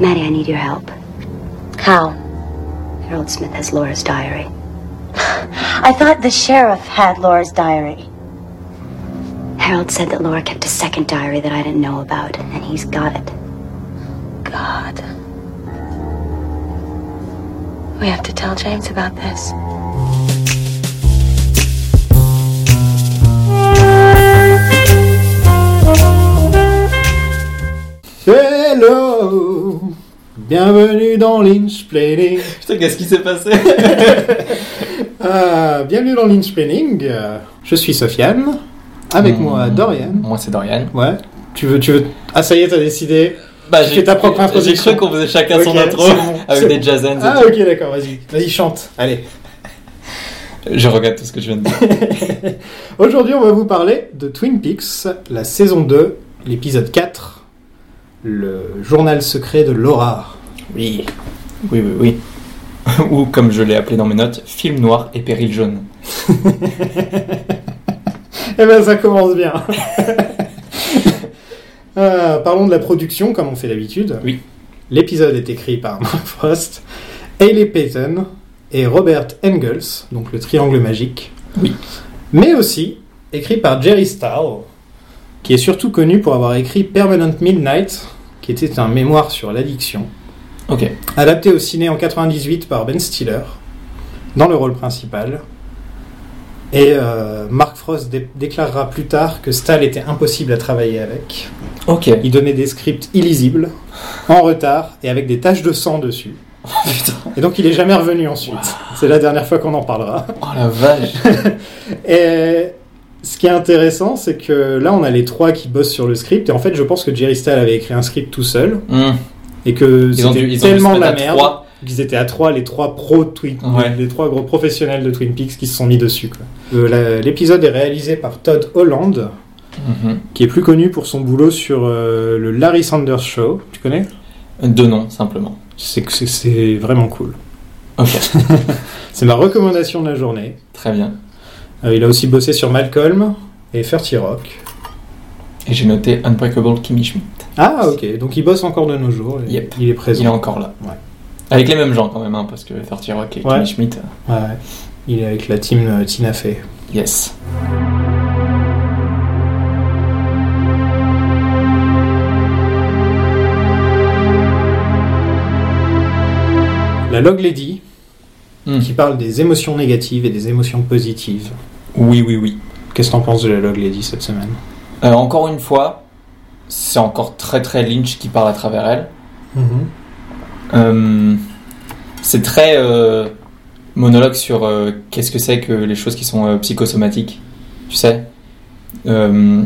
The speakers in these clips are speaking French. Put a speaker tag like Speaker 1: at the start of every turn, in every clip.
Speaker 1: Maddie, I need your help.
Speaker 2: How?
Speaker 1: Harold Smith has Laura's diary.
Speaker 2: I thought the sheriff had Laura's diary.
Speaker 1: Harold said that Laura kept a second diary that I didn't know about, and he's got it.
Speaker 2: God. We have to tell James about this.
Speaker 3: Hello Bienvenue dans l'Insplaining
Speaker 4: Putain, qu'est-ce qui s'est passé Ah,
Speaker 3: Euh, Bienvenue dans l'Insplaining Euh, Je suis Sofiane, avec
Speaker 4: Mm.
Speaker 3: moi Dorian.
Speaker 4: Moi, c'est Dorian.
Speaker 3: Ouais, tu veux, tu veux... Ah ça y est, t'as décidé
Speaker 4: Bah,
Speaker 3: Tu fais ta propre introduction.
Speaker 4: J'ai cru qu'on faisait chacun
Speaker 3: Ok,
Speaker 4: son intro
Speaker 3: c'est bon.
Speaker 4: avec
Speaker 3: C'est-
Speaker 4: des jazz hands et
Speaker 3: Ah ok, d'accord, vas-y. Vas-y, chante. Allez.
Speaker 4: tout. Je regarde tout ce que je viens de dire.
Speaker 3: Aujourd'hui, on va vous parler de Twin Peaks, la saison 2, l'épisode 4, le journal secret de Laura.
Speaker 4: Oui. Oui, oui, oui. Ou, comme je l'ai appelé dans mes notes, film noir et péril jaune.
Speaker 3: Eh ben ça commence bien. Euh, parlons de la production comme on fait d'habitude.
Speaker 4: Oui.
Speaker 3: L'épisode est écrit par Mark Frost, Hayley Payton et Robert Engels, donc le triangle magique.
Speaker 4: Oui.
Speaker 3: Mais aussi écrit par Jerry Stahl, qui est surtout connu pour avoir écrit Permanent Midnight, qui était un mémoire sur l'addiction,
Speaker 4: Ok.
Speaker 3: adapté au ciné en 98 par Ben Stiller, dans le rôle principal. Et euh, Mark Frost dé- déclarera plus tard que Stahl était impossible à travailler avec.
Speaker 4: Ok.
Speaker 3: Il donnait des scripts illisibles, en retard et avec des taches de sang dessus.
Speaker 4: Putain.
Speaker 3: Et donc il est jamais revenu ensuite. C'est la dernière fois qu'on en parlera.
Speaker 4: Oh la vache.
Speaker 3: Et ce qui est intéressant, c'est que là on a les trois qui bossent sur le script. Et en fait, je pense que Jerry Stahl avait écrit un script tout seul
Speaker 4: Hmm.
Speaker 3: et que
Speaker 4: Ils ont dû,
Speaker 3: c'était
Speaker 4: ils ont dû se
Speaker 3: tellement
Speaker 4: mettre
Speaker 3: la
Speaker 4: à
Speaker 3: merde.
Speaker 4: trois.
Speaker 3: Ils étaient à trois, les trois pros de Twin,
Speaker 4: Ouais.
Speaker 3: les trois gros professionnels de Twin Peaks qui se sont mis dessus. quoi. Euh, la- L'épisode est réalisé par Todd Holland,
Speaker 4: Mhm.
Speaker 3: qui est plus connu pour son boulot sur euh, le Larry Sanders Show. Tu connais
Speaker 4: Deux noms, simplement.
Speaker 3: C'est que c'est- c'est vraiment cool.
Speaker 4: Ok.
Speaker 3: C'est ma recommandation de la journée.
Speaker 4: Très bien.
Speaker 3: Euh, il a aussi bossé sur Malcolm et 30 Rock.
Speaker 4: Et j'ai noté Unbreakable Kimmy Schmidt.
Speaker 3: Ah ok, donc il bosse encore de nos jours. et
Speaker 4: Yep.
Speaker 3: Il est
Speaker 4: Il est
Speaker 3: présent.
Speaker 4: encore là.
Speaker 3: Ouais.
Speaker 4: Avec les mêmes gens, quand même, hein, parce que 30 Rock et
Speaker 3: Ouais.
Speaker 4: Kimmy Schmidt. euh,
Speaker 3: Ouais, ouais. Il est avec la team euh, Tina Fey.
Speaker 4: Yes.
Speaker 3: La Log Lady,
Speaker 4: Hmm.
Speaker 3: qui parle des émotions négatives et des émotions positives.
Speaker 4: Oui, oui, oui.
Speaker 3: Qu'est-ce que t'en penses de la Log Lady cette semaine
Speaker 4: Euh, encore une fois, c'est encore très très Lynch qui parle à travers elle.
Speaker 3: Mhm.
Speaker 4: Euh, c'est très euh, monologue sur euh, qu'est-ce que c'est que les choses qui sont euh, psychosomatiques, tu sais. Euh,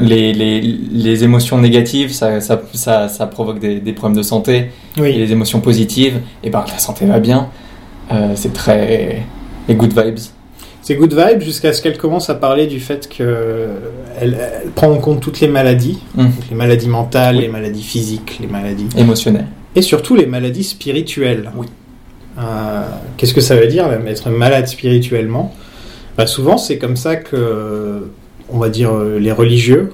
Speaker 4: les, les- les émotions négatives, ça, ça, ça- ça provoque des, des problèmes de santé. Et
Speaker 3: Oui,
Speaker 4: les émotions positives, et ben la santé va bien. Euh, c'est très. les good vibes.
Speaker 3: c'est good vibe jusqu'à ce qu'elle commence à parler du fait que euh, elle, elle prend en compte toutes les maladies,
Speaker 4: Mm.
Speaker 3: Donc les maladies mentales,
Speaker 4: Oui.
Speaker 3: les maladies physiques, les maladies
Speaker 4: Émotionnelles.
Speaker 3: et surtout les maladies spirituelles.
Speaker 4: Oui.
Speaker 3: Euh, Qu'est-ce que ça veut dire être malade spirituellement Bah, Souvent, c'est comme ça que, on va dire, euh, les religieux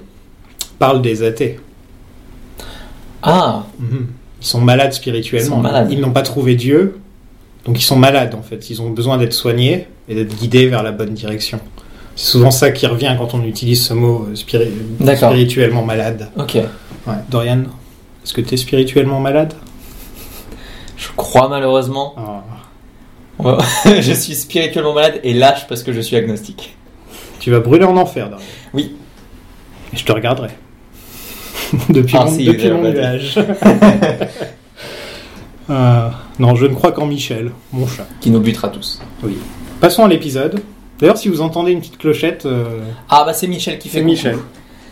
Speaker 3: parlent des athées.
Speaker 4: Ah,
Speaker 3: Mhm. Ils sont malades spirituellement.
Speaker 4: Ils sont malades.
Speaker 3: Ils n'ont pas trouvé Dieu, donc ils sont malades en fait. Ils ont besoin d'être soignés et d'être guidés vers la bonne direction. C'est souvent ça qui revient quand on utilise ce mot euh, spiri-
Speaker 4: D'accord.
Speaker 3: spirituellement malade.
Speaker 4: ok.
Speaker 3: Ouais. Dorian, est-ce que tu es spirituellement malade
Speaker 4: Je crois malheureusement.
Speaker 3: Ah.
Speaker 4: Ouais. je suis spirituellement malade et lâche parce que je suis agnostique.
Speaker 3: Tu vas brûler en enfer, Dorian.
Speaker 4: Oui.
Speaker 3: Et je te regarderai. depuis
Speaker 4: Ah,
Speaker 3: mon,
Speaker 4: si,
Speaker 3: depuis
Speaker 4: j'avais
Speaker 3: mon
Speaker 4: pas dit.
Speaker 3: nuage. Euh, non, je ne crois qu'en Michel, mon chat.
Speaker 4: Qui nous butera tous.
Speaker 3: Passons à l'épisode. D'ailleurs, si vous entendez une petite clochette, euh,
Speaker 4: Ah bah c'est Michel qui fait
Speaker 3: c'est
Speaker 4: coucou.
Speaker 3: Michel.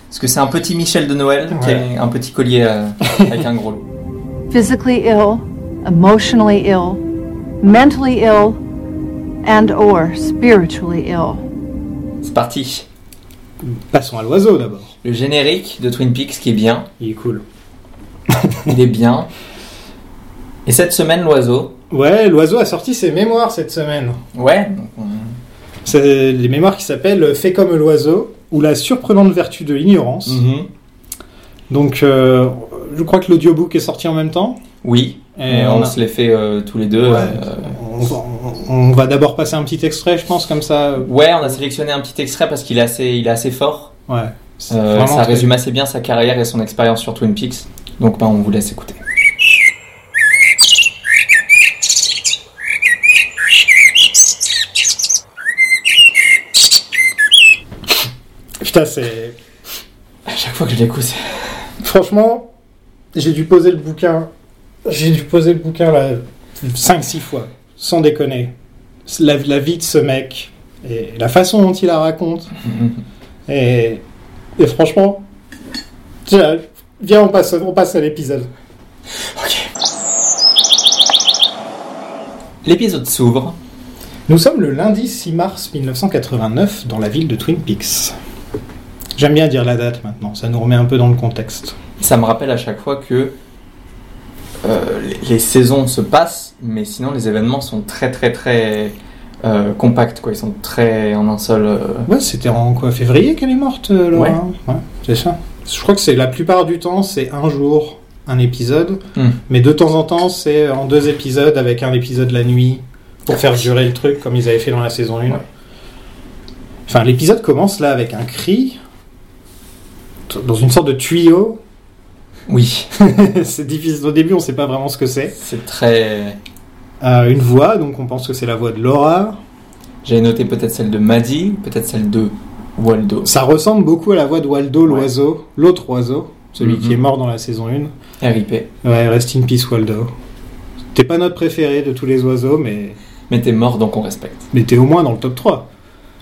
Speaker 4: Parce que c'est un petit Michel de Noël qui
Speaker 3: Ouais.
Speaker 4: a un petit collier euh, avec un gros loup.
Speaker 5: physically ill, emotionally ill, mentally ill, and or spiritually ill.
Speaker 4: C'est parti.
Speaker 3: Passons à l'oiseau d'abord.
Speaker 4: Le générique de Twin Peaks qui est bien.
Speaker 3: Il est cool.
Speaker 4: Il est bien. Et cette semaine, l'oiseau.
Speaker 3: Ouais, l'oiseau a sorti ses mémoires cette semaine.
Speaker 4: Ouais. donc on-
Speaker 3: C'est les mémoires qui s'appellent Fait comme Mm.
Speaker 4: Mm-hmm.
Speaker 3: l'oiseau ou la surprenante vertu de l'ignorance.
Speaker 4: Mhm.
Speaker 3: Donc, euh, je crois que l'audiobook est sorti en même temps.
Speaker 4: Oui,
Speaker 3: Et
Speaker 4: on,
Speaker 3: on a-
Speaker 4: se les fait euh, tous les deux.
Speaker 3: Ouais.
Speaker 4: euh,
Speaker 3: On, on- on va d'abord passer un petit extrait, je pense, comme ça. euh,
Speaker 4: Ouais, on a sélectionné un petit extrait parce qu'il est assez, il est assez fort.
Speaker 3: Ouais. C'est
Speaker 4: Euh,
Speaker 3: vraiment
Speaker 4: ça
Speaker 3: très-
Speaker 4: résume assez bien sa carrière et son expérience sur Twin Peaks. Donc bah, on vous laisse écouter.
Speaker 3: Putain, c'est.
Speaker 4: À chaque fois que je l'écoute, c'est-
Speaker 3: Franchement, j'ai dû poser le bouquin. J'ai dû poser le bouquin là 5-6 fois, sans déconner. La, la vie de ce mec et la façon dont il la raconte. et, et franchement, tiens, viens, on passe, on passe à l'épisode.
Speaker 4: l'épisode s'ouvre.
Speaker 3: Nous sommes le lundi 6 mars 1989 dans la ville de Twin Peaks. J'aime bien dire la date maintenant, ça nous remet un peu dans le contexte.
Speaker 4: Ça me rappelle à chaque fois que euh, les, les saisons se passent, mais sinon les événements sont très très très euh, compacts. Quoi. Ils sont très en un seul. euh,
Speaker 3: Ouais, c'était en quoi Février qu'elle est morte, euh, Laura
Speaker 4: Ouais.
Speaker 3: hein Ouais, c'est ça. Je crois que c'est la plupart du temps, c'est un jour, un épisode.
Speaker 4: Hmm.
Speaker 3: Mais de temps en temps, c'est en deux épisodes avec un épisode la nuit pour faire durer le truc comme ils avaient fait dans la saison 1.
Speaker 4: Ouais.
Speaker 3: Enfin, l'épisode commence là avec un cri t- dans une sorte de tuyau.
Speaker 4: Oui,
Speaker 3: c'est difficile. Au début, on sait pas vraiment ce que c'est.
Speaker 4: c'est très.
Speaker 3: Euh, une voix, donc on pense que c'est la voix de Laura.
Speaker 4: J'avais noté peut-être celle de Maddy, peut-être celle de Waldo.
Speaker 3: Ça ressemble beaucoup à la voix de Waldo,
Speaker 4: Ouais.
Speaker 3: l'oiseau, l'autre oiseau, celui
Speaker 4: Mhm.
Speaker 3: qui est mort dans la saison 1.
Speaker 4: RIP.
Speaker 3: Ouais, rest in peace Waldo. T'es pas notre préféré de tous les oiseaux, mais,
Speaker 4: Mais t'es mort donc on respecte.
Speaker 3: mais t'es au moins dans le top 3.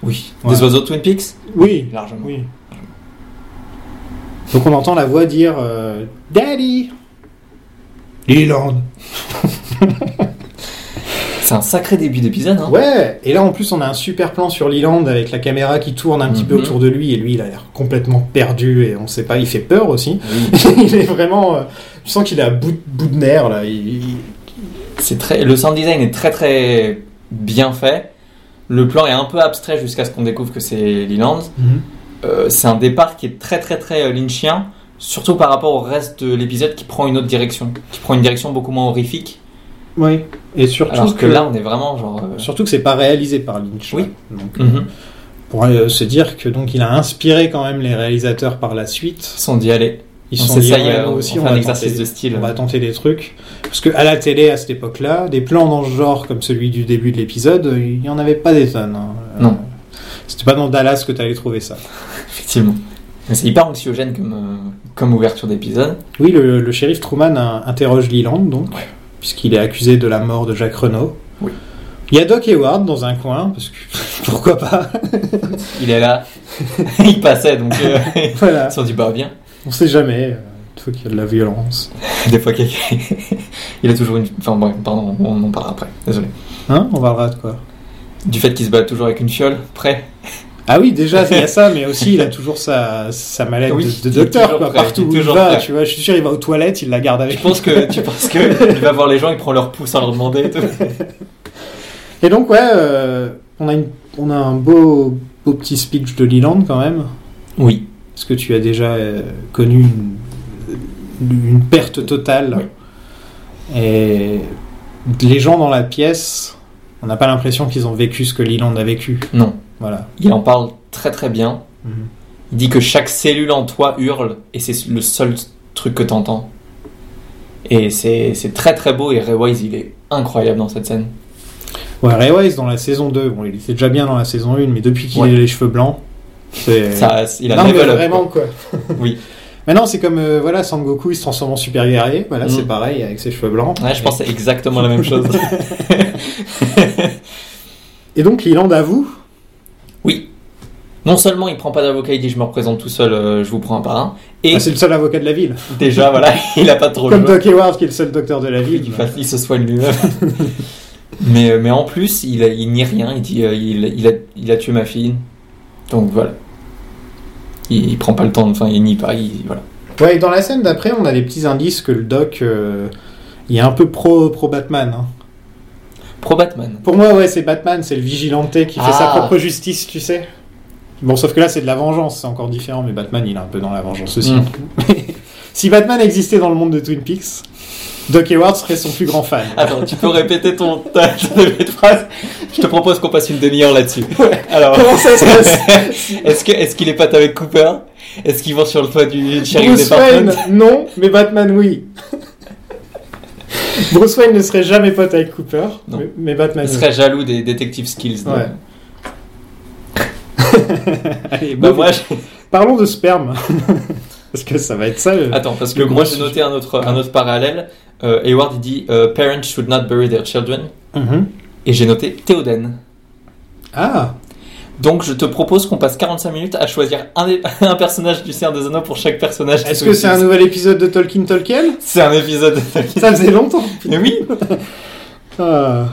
Speaker 4: Oui.
Speaker 3: Ouais.
Speaker 4: Des oiseaux de Twin Peaks
Speaker 3: Oui,
Speaker 4: Largement.
Speaker 3: oui. Donc on entend la voix dire euh, Daddy Leland
Speaker 4: C'est un sacré début d'épisode, hein
Speaker 3: Ouais Et là en plus on a un super plan sur Leland avec la caméra qui tourne un petit peu
Speaker 4: Mhm.
Speaker 3: autour de lui et lui il a l'air complètement perdu et on sait pas, il fait peur aussi.
Speaker 4: Oui.
Speaker 3: il est vraiment... euh, tu sens qu'il est à bout, de- bout de nerfs là. Il- il-
Speaker 4: C'est très, le sound design est très très bien fait. Le plan est un peu abstrait jusqu'à ce qu'on découvre que c'est Leland. Euh, c'est un départ qui est très très très euh, lynchien, surtout par rapport au reste de l'épisode qui prend une autre direction, qui prend une direction beaucoup moins horrifique.
Speaker 3: Oui. Et surtout
Speaker 4: Alors que, là, on est vraiment genre. euh,
Speaker 3: Surtout que c'est pas réalisé par Lynch.
Speaker 4: Oui.
Speaker 3: là. Donc,
Speaker 4: mhm.
Speaker 3: pour euh, se dire que donc il a inspiré quand même les réalisateurs par la
Speaker 4: Ils
Speaker 3: suite.
Speaker 4: sont d'y aller.
Speaker 3: Ils
Speaker 4: On
Speaker 3: se sont
Speaker 4: sait
Speaker 3: dit
Speaker 4: ça,
Speaker 3: ouais,
Speaker 4: il y a-
Speaker 3: nous
Speaker 4: on
Speaker 3: aussi
Speaker 4: fait
Speaker 3: on,
Speaker 4: un
Speaker 3: va
Speaker 4: exercice
Speaker 3: tenter,
Speaker 4: de style.
Speaker 3: on va tenter des trucs parce que à la télé à cette époque-là, des plans dans ce genre comme celui du début de l'épisode, euh, il y en avait pas des tonnes. hein. Euh,
Speaker 4: Non.
Speaker 3: C'était pas dans Dallas que t'allais trouver ça.
Speaker 4: Effectivement. Mais c'est hyper anxiogène comme, euh, comme ouverture d'épisode.
Speaker 3: Oui, le, le shérif Truman euh, interroge Leland donc
Speaker 4: Ouais.
Speaker 3: puisqu'il est accusé de la mort de Jacques Renault.
Speaker 4: Oui.
Speaker 3: Il y a Doc Hayward dans un coin parce que pourquoi pas.
Speaker 4: Il est là, il passait donc. euh, ils
Speaker 3: voilà.
Speaker 4: se sont dit bah bien.
Speaker 3: On sait jamais. euh, Il faut qu'il y a de la violence.
Speaker 4: Des fois, quelqu'un- il a toujours une. Enfin, bref, pardon, on en parle après. Désolé.
Speaker 3: Hein On parlera de quoi
Speaker 4: Du fait qu'il se bat toujours avec une fiole, prêt.
Speaker 3: Ah oui, déjà, il y a ça, mais aussi, il a toujours sa, sa mallette
Speaker 4: Oui,
Speaker 3: de, de
Speaker 4: il est
Speaker 3: docteur,
Speaker 4: toujours
Speaker 3: quoi,
Speaker 4: prêt,
Speaker 3: partout
Speaker 4: il est
Speaker 3: où il
Speaker 4: toujours
Speaker 3: va,
Speaker 4: prêt.
Speaker 3: tu vois. Je suis sûr, il va aux toilettes, il la garde
Speaker 4: Tu
Speaker 3: avec lui.
Speaker 4: penses que tu penses que il va voir les gens, il prend leur pouce sans leur demander. et tout.
Speaker 3: Et donc, ouais, euh, on, a une- on a un beau, beau petit speech de Leland, quand même.
Speaker 4: Oui.
Speaker 3: Parce que tu as déjà euh, connu une, une perte totale. Et les gens dans la pièce, on n'a pas l'impression qu'ils ont vécu ce que Leland a vécu.
Speaker 4: Non.
Speaker 3: Voilà.
Speaker 4: Il en parle très très bien.
Speaker 3: Mhm.
Speaker 4: Il dit que chaque cellule en toi hurle et c'est le seul truc que t'entends. Et c'est c'est très très beau et Ray Wise il est incroyable dans cette scène.
Speaker 3: Ouais, Ray Wise, dans la saison 2, bon, il était déjà bien dans la saison 1, mais depuis qu'il
Speaker 4: Ouais.
Speaker 3: a les cheveux blancs, c'est...
Speaker 4: Ça, il a
Speaker 3: non, mais
Speaker 4: level up,
Speaker 3: vraiment
Speaker 4: quoi.
Speaker 3: quoi.
Speaker 4: Oui.
Speaker 3: Maintenant, c'est comme euh, voilà, Sangoku, il se transforme en super guerrier. Voilà,
Speaker 4: Mm.
Speaker 3: c'est pareil avec ses cheveux blancs.
Speaker 4: Ouais, je pense que c'est exactement la même chose.
Speaker 3: Et donc, Leland avoue.
Speaker 4: non seulement il prend pas d'avocat, il dit je me représente tout seul, euh, je vous prends un par un. Et
Speaker 3: Ah, c'est le seul avocat de la ville.
Speaker 4: déjà voilà, il a pas trop le
Speaker 3: Comme
Speaker 4: choix.
Speaker 3: Doc Hayward, qui est le seul docteur de la
Speaker 4: Il,
Speaker 3: ville.
Speaker 4: fasse- il se soigne lui-même. mais, euh, mais en plus, il, a- il nie rien. Il dit euh, il, il a, il a tué ma fille. Donc voilà. Il, il prend pas le temps, enfin il nie pas. Il, voilà.
Speaker 3: Ouais, et dans la scène d'après, on a des petits indices que le Doc, euh, il est un peu pro pro Batman. hein.
Speaker 4: Pro Batman.
Speaker 3: Pour moi, ouais, c'est Batman, c'est le vigilante qui fait
Speaker 4: Ah.
Speaker 3: sa propre justice, tu sais. Bon, sauf que là, c'est de la vengeance, c'est encore différent, mais Batman, il est un peu dans la vengeance aussi.
Speaker 4: Mm.
Speaker 3: Si Batman existait dans le monde de Twin Peaks, Doc Hayward serait son plus grand fan.
Speaker 4: Attends, tu peux répéter ton ta, ta début de phrase Je te propose qu'on passe une demi-heure là-dessus. Alors,
Speaker 3: Comment ça se passe
Speaker 4: est-ce que est-ce qu'il est pas avec Cooper Est-ce qu'ils vont sur le toit du shérif
Speaker 3: Bruce
Speaker 4: département
Speaker 3: Wayne, non, mais Batman, oui. Bruce Wayne ne serait jamais pote avec Cooper,
Speaker 4: Non.
Speaker 3: mais, mais Batman,
Speaker 4: Il
Speaker 3: oui.
Speaker 4: serait jaloux des détectives skills. non
Speaker 3: Ouais. Allez,
Speaker 4: Bah
Speaker 3: bon,
Speaker 4: moi, je-
Speaker 3: Parlons de sperme. Parce que ça va être ça. le-
Speaker 4: attends, parce que
Speaker 3: Le
Speaker 4: moi
Speaker 3: gros
Speaker 4: j'ai noté un autre un autre parallèle. Euh, Hayward il dit euh, parents should not bury their children
Speaker 3: Mhm.
Speaker 4: et j'ai noté Théoden.
Speaker 3: Ah,
Speaker 4: Donc je te propose qu'on passe 45 minutes à choisir un, des- un personnage du Seigneur des Anneaux pour chaque personnage. de
Speaker 3: est-ce
Speaker 4: Twin
Speaker 3: que c'est un
Speaker 4: Peaks.
Speaker 3: nouvel épisode de Tolkien Tolkien
Speaker 4: c'est un épisode
Speaker 3: Ça faisait longtemps.
Speaker 4: Mais oui,
Speaker 3: Ah.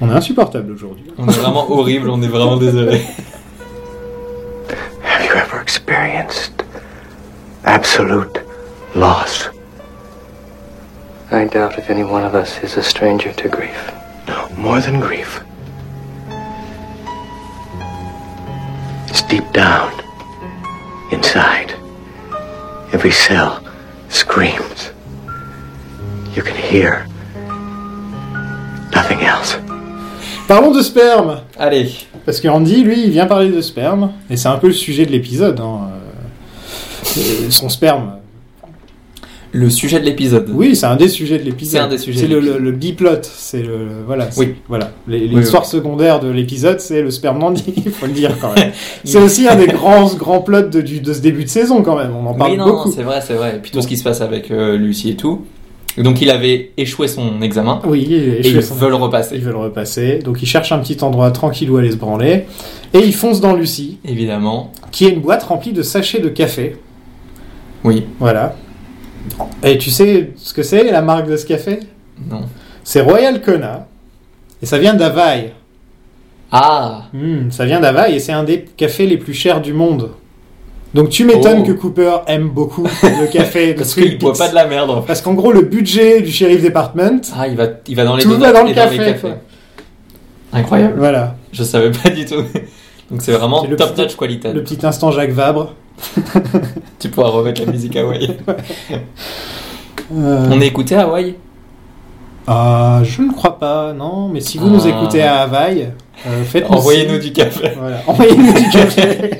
Speaker 3: On est insupportable aujourd'hui.
Speaker 4: on est vraiment horrible, on est vraiment désolé.
Speaker 6: Have you ever experienced absolute loss?
Speaker 7: I doubt if any one of us is a stranger to grief.
Speaker 6: No, more than grief. It's deep down, inside. Every cell screams. You can hear nothing else.
Speaker 3: Parlons de sperme
Speaker 4: Allez,
Speaker 3: Parce que Andy, lui, il vient parler de sperme. Et c'est un peu le sujet de l'épisode. hein, euh, et Son sperme.
Speaker 4: le sujet de l'épisode.
Speaker 3: Oui, c'est un des sujets de l'épisode.
Speaker 4: C'est un des sujets
Speaker 3: C'est
Speaker 4: de
Speaker 3: le, le,
Speaker 4: l'épisode.
Speaker 3: le biplot. C'est le, le- Voilà. c'est-
Speaker 4: Oui.
Speaker 3: Voilà. Les-
Speaker 4: oui.
Speaker 3: L'histoire secondaire de l'épisode, c'est le sperme d'Andy, il faut le dire quand même. c'est aussi un des grands, grands plots de, du- de ce début de saison quand même. On en parle
Speaker 4: Oui, non,
Speaker 3: beaucoup.
Speaker 4: c'est vrai, c'est vrai. Et puis tout ce qui se passe avec euh, Lucie et tout. Et Donc il avait échoué son examen
Speaker 3: Oui, et
Speaker 4: et
Speaker 3: je
Speaker 4: ils
Speaker 3: fais son-
Speaker 4: veulent le repasser.
Speaker 3: Ils veulent repasser, donc ils cherchent un petit endroit tranquille où aller se branler, et ils foncent dans Lucie,
Speaker 4: Évidemment.
Speaker 3: qui est une boîte remplie de sachets de café.
Speaker 4: Oui.
Speaker 3: Voilà. Et tu sais ce que c'est la marque de ce café
Speaker 4: Non.
Speaker 3: C'est Royal Kona, et ça vient d'Havaï.
Speaker 4: Ah
Speaker 3: Hmm, ça vient d'Havaï, et c'est un des cafés les plus chers du monde. Donc tu m'étonnes
Speaker 4: Oh.
Speaker 3: que Cooper aime beaucoup le café de
Speaker 4: Parce
Speaker 3: Twin
Speaker 4: qu'il boit
Speaker 3: Peaks.
Speaker 4: pas de la merde. en fait.
Speaker 3: Parce qu'en gros, le budget du shérif department,
Speaker 4: Ah, il va, il va dans les
Speaker 3: Tout
Speaker 4: donuts
Speaker 3: va dans
Speaker 4: et
Speaker 3: le
Speaker 4: les
Speaker 3: café,
Speaker 4: cafés.
Speaker 3: quoi.
Speaker 4: Incroyable.
Speaker 3: voilà,
Speaker 4: Je savais pas du tout. Donc c'est vraiment
Speaker 3: C'est le
Speaker 4: top
Speaker 3: petit-
Speaker 4: notch qualité.
Speaker 3: le petit instant Jacques Vabre.
Speaker 4: Tu pourras remettre la musique Hawaii.
Speaker 3: Euh,
Speaker 4: On est écouté à Hawaï
Speaker 3: Ah, je ne crois pas, non. Mais si vous nous
Speaker 4: Ah.
Speaker 3: écoutez à Havaï, euh, faites-nous.
Speaker 4: Envoyez-nous du café.
Speaker 3: Voilà, envoyez-nous du café.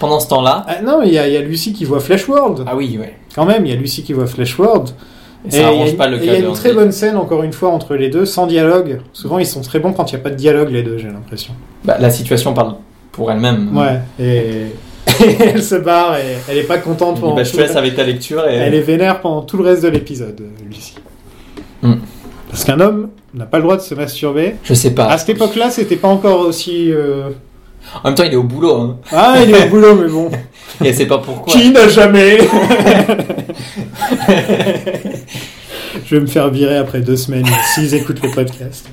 Speaker 4: Pendant ce temps-là.
Speaker 3: ah, non, il y, a- il y a Lucie qui voit Flash World.
Speaker 4: Ah oui, ouais.
Speaker 3: Quand même, il y a Lucie qui voit Flash World.
Speaker 4: Et
Speaker 3: Et
Speaker 4: ça
Speaker 3: il y
Speaker 4: arrange
Speaker 3: a-
Speaker 4: pas le
Speaker 3: et Il y
Speaker 4: cas
Speaker 3: a
Speaker 4: de
Speaker 3: une très
Speaker 4: Andy.
Speaker 3: bonne scène, encore une fois, entre les deux, sans dialogue. Souvent, ils sont très bons quand il n'y a pas de dialogue, les deux, j'ai l'impression.
Speaker 4: Bah, la situation parle pour elle-même.
Speaker 3: Ouais, et... et elle se barre et elle est pas contente
Speaker 4: Il dit,
Speaker 3: pendant.
Speaker 4: bah, je
Speaker 3: tout
Speaker 4: te
Speaker 3: le-
Speaker 4: laisse avec ta lecture et.
Speaker 3: Elle est vénère pendant tout le reste de l'épisode, euh, Lucie.
Speaker 4: Hmm.
Speaker 3: Parce qu'un homme n'a pas le droit de se masturber.
Speaker 4: Je sais pas.
Speaker 3: À cette époque-là, c'était pas encore aussi. euh,
Speaker 4: En même temps, il est au boulot. Hein.
Speaker 3: Ah, il est au boulot, mais bon.
Speaker 4: Et c'est pas pourquoi.
Speaker 3: Qui n'a jamais Je vais me faire virer après deux semaines s'ils écoutent le podcast.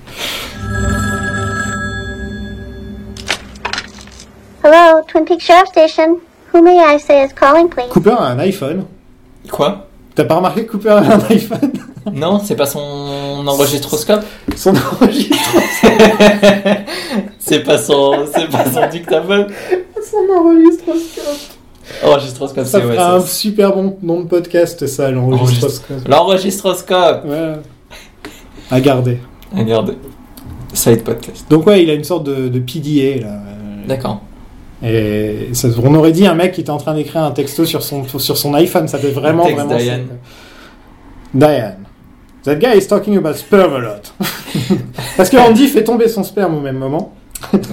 Speaker 8: Hello, Twin Peaks Sheriff Station. Who may I say is calling, please?
Speaker 3: Cooper a un iPhone.
Speaker 4: Quoi
Speaker 3: T'as pas remarqué que Cooper a un iPhone
Speaker 4: Non, c'est pas son enregistroscope
Speaker 3: Son enregistre-
Speaker 4: C'est pas son. C'est pas son dictaphone
Speaker 3: son enregistroscope.
Speaker 4: Enregistroscope,
Speaker 3: Ça
Speaker 4: c'est
Speaker 3: fera
Speaker 4: ouais.
Speaker 3: un
Speaker 4: ça, c'est-
Speaker 3: super bon nom de podcast, ça, l'enregistroscope.
Speaker 4: L'enregistroscope
Speaker 3: Ouais. À garder.
Speaker 4: Regarde. Side podcast.
Speaker 3: Donc, ouais, il a une sorte de, de PDA, là.
Speaker 4: D'accord.
Speaker 3: Et ça- on aurait dit un mec qui était en train d'écrire un texto sur son, sur son iPhone, ça fait vraiment,
Speaker 4: Le texte
Speaker 3: vraiment.
Speaker 4: Diane.
Speaker 3: Diane. That guy is talking about sperm a lot. Parce que Andy fait tomber son sperme au même moment.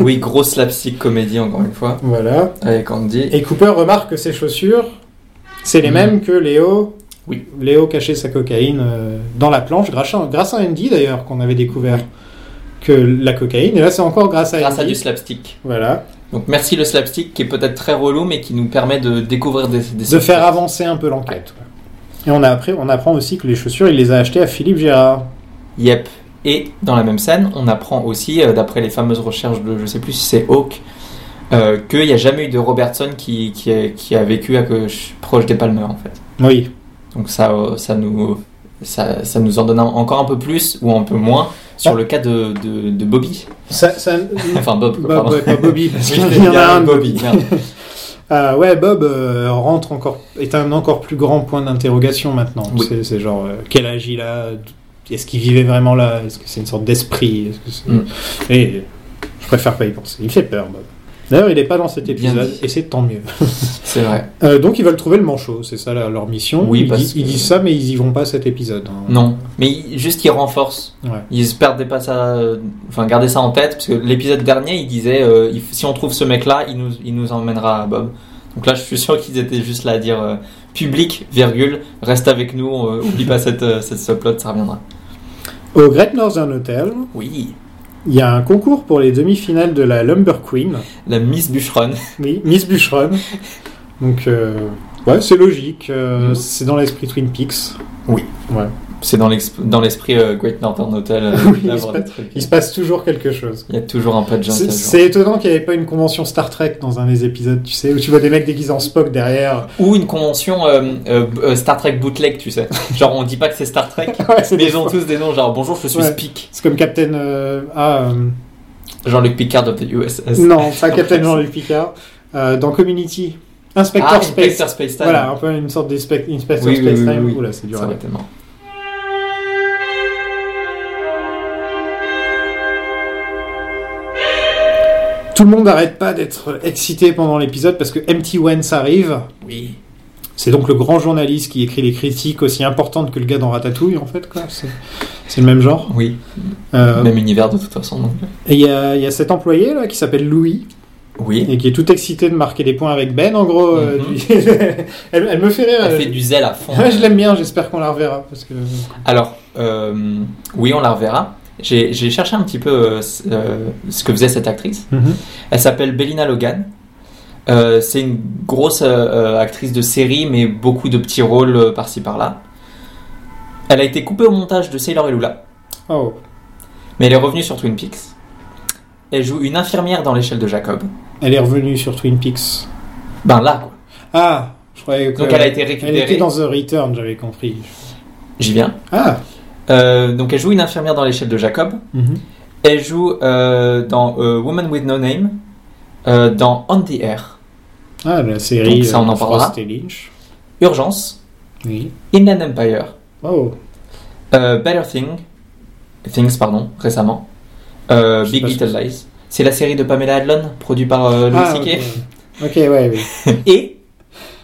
Speaker 4: Oui, grosse slapstick comédie encore une fois.
Speaker 3: Voilà.
Speaker 4: Avec Andy.
Speaker 3: Et Cooper remarque que ses chaussures, c'est les
Speaker 4: Mhm.
Speaker 3: mêmes que Léo.
Speaker 4: Oui.
Speaker 3: Léo cachait sa cocaïne euh, dans la planche, grâce à, grâce à Andy d'ailleurs, qu'on avait découvert que la cocaïne. Et là, c'est encore grâce à
Speaker 4: Grâce à
Speaker 3: Andy.
Speaker 4: du slapstick.
Speaker 3: Voilà.
Speaker 4: Donc merci le slapstick qui est peut-être très relou mais qui nous permet de découvrir des. des
Speaker 3: de faire avancer un peu l'enquête. quoi. Et on, a appris, on apprend aussi que les chaussures, il les a achetées à Philippe Gérard.
Speaker 4: Yep. Et dans la même scène, on apprend aussi, euh, d'après les fameuses recherches de, je sais plus si c'est Hawk, euh, qu'il n'y a jamais eu de Robertson qui, qui, a, qui a vécu à, que- proche des Palmer en fait.
Speaker 3: Oui,
Speaker 4: Donc ça, euh, ça nous, ça, ça nous en donne un- encore un peu plus ou un peu moins sur le cas de, de, de Bobby.
Speaker 3: ça, ça-
Speaker 4: Enfin Bob. quoi,
Speaker 3: Bob,
Speaker 4: pardon.
Speaker 3: ouais, pas Bobby, parce
Speaker 4: Oui,
Speaker 3: qu'il
Speaker 4: c'est
Speaker 3: y en a
Speaker 4: bien
Speaker 3: un de
Speaker 4: Bobby.
Speaker 3: Bobby.
Speaker 4: merde.
Speaker 3: Euh, ouais, Bob euh, rentre encore est un encore plus grand point d'interrogation maintenant.
Speaker 4: Oui.
Speaker 3: C'est, c'est genre euh, quel âge il a Est-ce qu'il vivait vraiment là Est-ce que c'est une sorte d'esprit Est-ce que c'est-
Speaker 4: Mm.
Speaker 3: Et je préfère pas y penser. Il fait peur, Bob. D'ailleurs, il n'est pas dans cet
Speaker 4: Bien
Speaker 3: épisode
Speaker 4: dit.
Speaker 3: et c'est tant mieux.
Speaker 4: C'est vrai.
Speaker 3: Euh, donc ils veulent trouver le manchot, c'est ça leur leur mission.
Speaker 4: Oui,
Speaker 3: ils,
Speaker 4: parce
Speaker 3: disent, ils
Speaker 4: que-
Speaker 3: disent ça, mais ils y vont pas cet épisode. hein.
Speaker 4: Non. Mais il- juste qu'ils renforcent.
Speaker 3: Ouais.
Speaker 4: Ils perdent pas ça. euh, Enfin, gardez ça en tête. Parce que l'épisode dernier, ils disaient euh, il- si on trouve ce mec-là, il nous, il nous emmènera à Bob. Donc là, je suis sûr qu'ils étaient juste là à dire euh, public, virgule, reste avec nous, euh, oublie pas cette, euh, cette subplot, ça reviendra.
Speaker 3: Au Great Northern Hotel,
Speaker 4: Oui.
Speaker 3: il y a un concours pour les demi-finales de la Lumber Queen.
Speaker 4: La Miss Bûcheronne.
Speaker 3: Oui, Miss Bûcheron. Donc, euh, ouais, c'est logique.
Speaker 4: Mhm.
Speaker 3: euh, C'est dans l'esprit Twin Peaks.
Speaker 4: C'est dans l'exp- dans l'esprit euh, Great Northern Hotel. euh,
Speaker 3: Oui, il se
Speaker 4: d'avoir
Speaker 3: passe-
Speaker 4: des trucs.
Speaker 3: Il se passe toujours quelque chose.
Speaker 4: Il y a toujours un peu de gens.
Speaker 3: C'est c'est étonnant qu'il n'y avait pas une convention Star Trek dans un des épisodes, tu sais, où tu vois des mecs déguisés en Spock derrière.
Speaker 4: Ou une convention euh, euh, euh, Star Trek bootleg, tu sais. Genre, on dit pas que c'est Star Trek,
Speaker 3: Ouais, c'est
Speaker 4: mais
Speaker 3: des
Speaker 4: ils ont
Speaker 3: fois-
Speaker 4: tous des noms, genre bonjour, je suis
Speaker 3: Ouais.
Speaker 4: Speak.
Speaker 3: C'est comme Captain. euh, ah, euh,
Speaker 4: Jean-Luc Picard of the USS.
Speaker 3: non, pas Captain Jean-Luc Picard. euh, dans Community. Inspector
Speaker 4: Ah,
Speaker 3: Space.
Speaker 4: Inspector Space Time.
Speaker 3: Voilà, un peu une sorte d'inspecteur Space
Speaker 4: Oui, oui, oui,
Speaker 3: Time.
Speaker 4: oui, oui.
Speaker 3: Oula, c'est dur
Speaker 4: Ça
Speaker 3: à
Speaker 4: va
Speaker 3: dire.
Speaker 4: tellement.
Speaker 3: Tout le monde n'arrête pas d'être excité pendant l'épisode parce que Empty Wens arrive.
Speaker 4: Oui.
Speaker 3: C'est donc le grand journaliste qui écrit les critiques aussi importantes que le gars dans Ratatouille, en fait, quoi. C'est, c'est le même genre.
Speaker 4: Oui.
Speaker 3: Euh,
Speaker 4: Même univers de toute façon. donc.
Speaker 3: et il y a, il y a cet employé, là, qui s'appelle Louis,
Speaker 4: Oui.
Speaker 3: et qui est tout excité de marquer des points avec Ben, en gros. euh,
Speaker 4: Mhm.
Speaker 3: du- elle, elle me fait rire.
Speaker 4: Elle
Speaker 3: elle-
Speaker 4: fait du zèle à fond.
Speaker 3: euh, Ouais, je l'aime bien, j'espère qu'on la reverra. Parce que...
Speaker 4: Alors, euh, oui, on la reverra. J'ai j'ai cherché un petit peu euh, c- euh, ce que faisait cette actrice. Elle s'appelle Bellina Logan. Euh, c'est une grosse euh, euh, actrice de série, mais beaucoup de petits rôles euh, par-ci par-là. Elle a été coupée au montage de Sailor et Lula,
Speaker 3: Oh,
Speaker 4: mais elle est revenue sur Twin Peaks. Elle joue une infirmière dans l'échelle de Jacob.
Speaker 3: elle est revenue sur Twin Peaks.
Speaker 4: Ben là, quoi.
Speaker 3: Ah, je croyais que.
Speaker 4: Donc elle a été
Speaker 3: Elle était
Speaker 4: récupérée.
Speaker 3: dans The Return, j'avais compris.
Speaker 4: J'y viens.
Speaker 3: Ah
Speaker 4: Euh, donc elle joue une infirmière dans l'échelle de Jacob.
Speaker 3: Mhm.
Speaker 4: Elle joue euh, dans euh, Woman with No Name, euh, dans On the Air,
Speaker 3: Ah, la série
Speaker 4: Donc ça, on en
Speaker 3: euh,
Speaker 4: parlera.
Speaker 3: Frost et Lynch.
Speaker 4: Urgence,
Speaker 3: Oui.
Speaker 4: Inland Empire,
Speaker 3: Oh,
Speaker 4: Euh, Better Thing, Things, pardon, récemment. Euh,
Speaker 3: Je sais
Speaker 4: Big
Speaker 3: pas ce
Speaker 4: Little
Speaker 3: que
Speaker 4: Lies. C'est la série de Pamela Adlon, produit par euh, Louis
Speaker 3: Ah,
Speaker 4: C.K.
Speaker 3: ok. Ok, ouais, oui.
Speaker 4: Et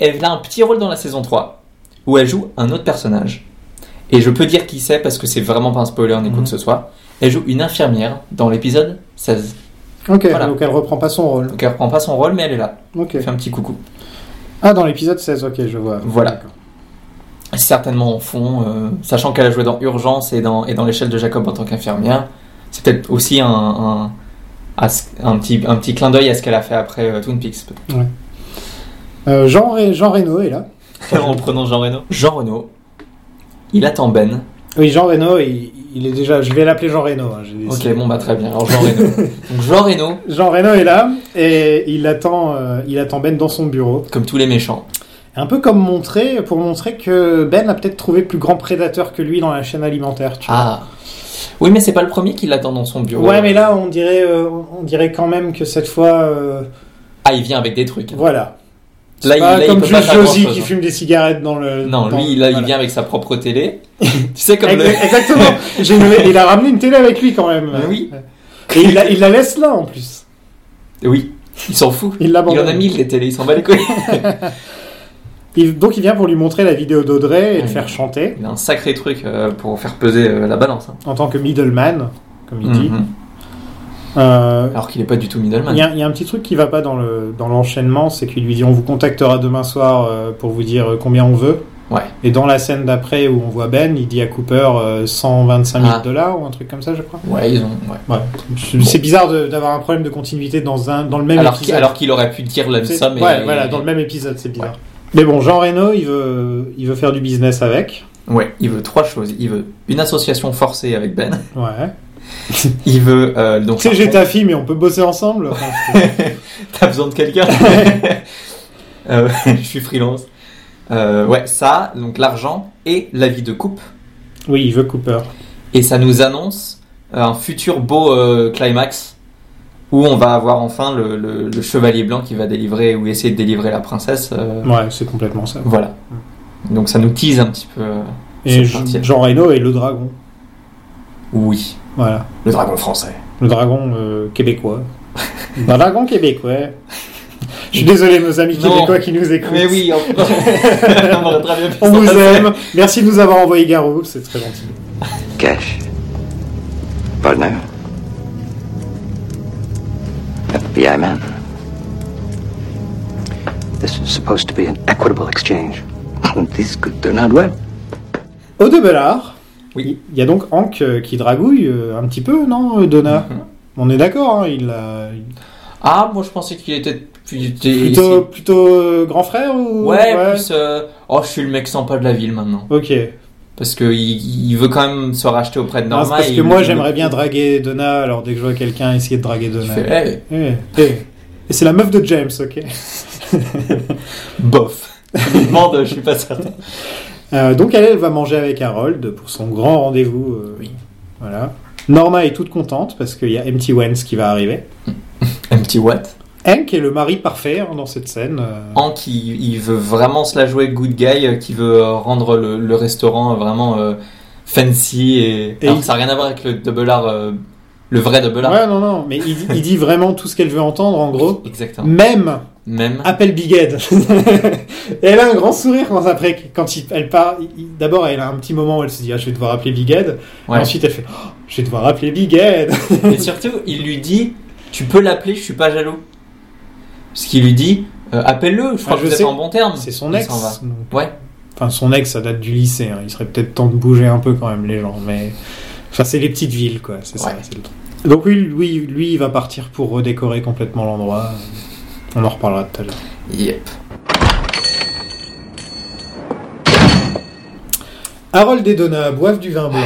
Speaker 4: elle a un petit rôle dans la saison 3, où elle joue un autre personnage. Et je peux dire qui c'est parce que c'est vraiment pas un spoiler ni quoi
Speaker 3: Mhm.
Speaker 4: que ce soit. Elle joue une infirmière dans l'épisode 16.
Speaker 3: Ok,
Speaker 4: Voilà.
Speaker 3: donc elle reprend pas son rôle.
Speaker 4: Donc elle reprend pas son rôle, mais elle est là.
Speaker 3: Ok.
Speaker 4: Elle fait un petit coucou.
Speaker 3: Ah, dans l'épisode 16, ok, je vois.
Speaker 4: Voilà.
Speaker 3: D'accord.
Speaker 4: Certainement en fond, euh, sachant qu'elle a joué dans Urgence et dans, et dans l'échelle de Jacob en tant qu'infirmière. C'est peut-être aussi un, un, à ce- un petit, un petit clin d'œil à ce qu'elle a fait après euh, Twin Peaks, peut-être.
Speaker 3: Euh, Jean, Ré- Jean Reno est là.
Speaker 4: en prenant Jean Reno. Jean Reno, il attend Ben.
Speaker 3: Oui, Jean Reno, il, il est déjà. Je vais l'appeler Jean Reno. hein, j'ai
Speaker 4: Ok,
Speaker 3: décidé.
Speaker 4: bon, bah très bien. Alors Jean Reno. Donc Jean Reno,
Speaker 3: Jean Reno est là et il attend, euh, il attend Ben dans son bureau.
Speaker 4: comme tous les méchants.
Speaker 3: Un peu comme montrer, pour montrer que Ben a peut-être trouvé plus grand prédateur que lui dans la chaîne alimentaire. Tu vois.
Speaker 4: Ah. Oui, mais c'est pas le premier qui l'attend dans son bureau.
Speaker 3: Ouais, mais là, on dirait, euh, on dirait quand même que cette fois, euh,
Speaker 4: Ah, il vient avec des trucs.
Speaker 3: voilà. C'est
Speaker 4: Là, il-
Speaker 3: pas
Speaker 4: là, il
Speaker 3: Bah, comme
Speaker 4: peut pas
Speaker 3: juste
Speaker 4: faire
Speaker 3: Josie
Speaker 4: grand-chose,
Speaker 3: qui
Speaker 4: hein.
Speaker 3: fume des cigarettes dans le.
Speaker 4: Non,
Speaker 3: dans-
Speaker 4: lui, là, il
Speaker 3: voilà.
Speaker 4: vient avec sa propre télé. tu sais, comme le...
Speaker 3: Ex- Exactement. J'ai une- Il a ramené une télé avec lui quand même.
Speaker 4: Mais oui.
Speaker 3: Et il la, il la laisse là en plus.
Speaker 4: Oui, il s'en fout.
Speaker 3: Il
Speaker 4: Il
Speaker 3: l'abandonne.
Speaker 4: en a mille, les télés, il s'en bat les couilles.
Speaker 3: Il- donc il vient pour lui montrer la vidéo d'Audrey et le
Speaker 4: Ah Oui.
Speaker 3: faire chanter
Speaker 4: Il a un sacré truc euh, pour faire peser euh, la balance. hein.
Speaker 3: en tant que middleman, comme il dit.
Speaker 4: Mhm.
Speaker 3: Euh,
Speaker 4: Alors qu'il est pas du tout
Speaker 3: il
Speaker 4: middleman.
Speaker 3: y, a- il y a un petit truc qui va pas dans le dans l'enchaînement, c'est qu'il lui dit on vous contactera demain soir euh, pour vous dire euh, combien on veut.
Speaker 4: Ouais.
Speaker 3: Et dans la scène d'après où on voit Ben, il dit à Cooper euh, 125 000
Speaker 4: Ah.
Speaker 3: dollars ou un truc comme ça, je crois.
Speaker 4: Ouais, ils ont. ouais.
Speaker 3: C'est c'est bizarre de- d'avoir un problème de continuité dans un dans le même
Speaker 4: Alors, qu'il-
Speaker 3: épisode.
Speaker 4: alors qu'il aurait pu dire la même
Speaker 3: C'est-
Speaker 4: somme. et-
Speaker 3: ouais, voilà, dans le même épisode, c'est bizarre. Mais bon, Jean Reno, il veut, il veut faire du business avec.
Speaker 4: Ouais, il veut trois choses. Il veut une association forcée avec Ben.
Speaker 3: Ouais.
Speaker 4: Il veut. euh, donc.
Speaker 3: Tu sais, j'ai ta fille, mais on peut bosser ensemble.
Speaker 4: T'as besoin de quelqu'un Euh, Je suis freelance. Euh, ouais, ça, donc l'argent et la vie de coupe.
Speaker 3: oui, il veut Cooper.
Speaker 4: Et ça nous annonce un futur beau euh, climax où on va avoir enfin le, le- le chevalier blanc qui va délivrer ou essayer de délivrer la princesse. euh,
Speaker 3: Ouais, c'est complètement ça.
Speaker 4: Voilà. Donc ça nous tease un petit peu. euh,
Speaker 3: Et
Speaker 4: cette
Speaker 3: Jean-
Speaker 4: partie.
Speaker 3: Jean Reno est le dragon.
Speaker 4: Oui,
Speaker 3: Voilà.
Speaker 4: le dragon français.
Speaker 3: Le dragon euh, québécois. Le dragon québécois. Je suis désolé, nos amis
Speaker 4: Non.
Speaker 3: québécois qui nous écoutent.
Speaker 4: Mais oui, on, on aurait très bien pu
Speaker 3: On
Speaker 4: s'en
Speaker 3: vous
Speaker 4: passer.
Speaker 3: aime. Merci de nous avoir envoyé Garou. C'est très gentil.
Speaker 6: Cash. Partner. FBI man. This is supposed to be an equitable exchange. this could turn out well.
Speaker 3: Au de Belard,
Speaker 4: Oui.
Speaker 3: il y a donc Hank euh, qui dragouille euh, un petit peu, non, euh, Donna
Speaker 4: Mhm.
Speaker 3: On est d'accord, hein, il a il-
Speaker 4: Ah, moi je pensais qu'il était plus-
Speaker 3: plutôt,
Speaker 4: ici.
Speaker 3: plutôt euh, grand frère ou
Speaker 4: Ouais, plus. euh, Oh, je suis le mec sympa de la ville maintenant.
Speaker 3: Ok.
Speaker 4: Parce que il, il veut quand même se racheter auprès de
Speaker 3: Non,
Speaker 4: Norma.
Speaker 3: c'est parce
Speaker 4: et
Speaker 3: que
Speaker 4: il-
Speaker 3: moi
Speaker 4: il-
Speaker 3: j'aimerais bien draguer Donna, alors dès que je vois quelqu'un essayer de draguer
Speaker 4: il
Speaker 3: Donna.
Speaker 4: fait, hey,
Speaker 3: Eh, eh. Et c'est la meuf de James, ok
Speaker 4: bof. Il me demande, je suis pas certain.
Speaker 3: Euh, donc elle, elle va manger avec Harold pour son grand rendez-vous. euh, Voilà. Norma est toute contente parce qu'il y a Empty Wens qui va arriver.
Speaker 4: Un petit what
Speaker 3: Hank est le mari parfait hein, dans cette scène. euh,
Speaker 4: Hank, il, il veut vraiment se la jouer good guy, euh, qui veut euh, rendre le, le restaurant vraiment euh, fancy. Et...
Speaker 3: Et
Speaker 4: Alors
Speaker 3: il-
Speaker 4: que ça n'a rien à voir avec le double art, euh, le vrai double art.
Speaker 3: Ouais, non, non, mais il, il dit vraiment tout ce qu'elle veut entendre, en gros. Mm.
Speaker 4: Exactement.
Speaker 3: Même
Speaker 4: Même.
Speaker 3: appelle Big Ed. Et elle a un grand sourire quand après, quand il- elle part. il- il- D'abord, elle a un petit moment où elle se dit, ah, je vais devoir appeler Big Ed.
Speaker 4: Ouais.
Speaker 3: Et ensuite, elle fait, Oh, je vais devoir appeler Big Ed.
Speaker 4: Et surtout, il lui dit Tu peux l'appeler, je suis pas jaloux. Parce qu'il lui dit euh, Appelle-le, je
Speaker 3: Ah,
Speaker 4: crois que
Speaker 3: je
Speaker 4: vous
Speaker 3: sais.
Speaker 4: êtes en bon terme.
Speaker 3: C'est son
Speaker 4: Il
Speaker 3: ex.
Speaker 4: s'en va.
Speaker 3: donc-
Speaker 4: Ouais.
Speaker 3: Enfin, son ex, ça date du lycée. hein. Il serait peut-être temps de bouger un peu quand même, les gens. Mais enfin, c'est les petites villes, quoi. C'est ça,
Speaker 4: Ouais.
Speaker 3: c'est le truc. Donc oui, lui, lui, il va partir pour redécorer complètement l'endroit. On en reparlera tout à l'heure.
Speaker 4: Yep.
Speaker 3: Harold et Donna boivent du vin blanc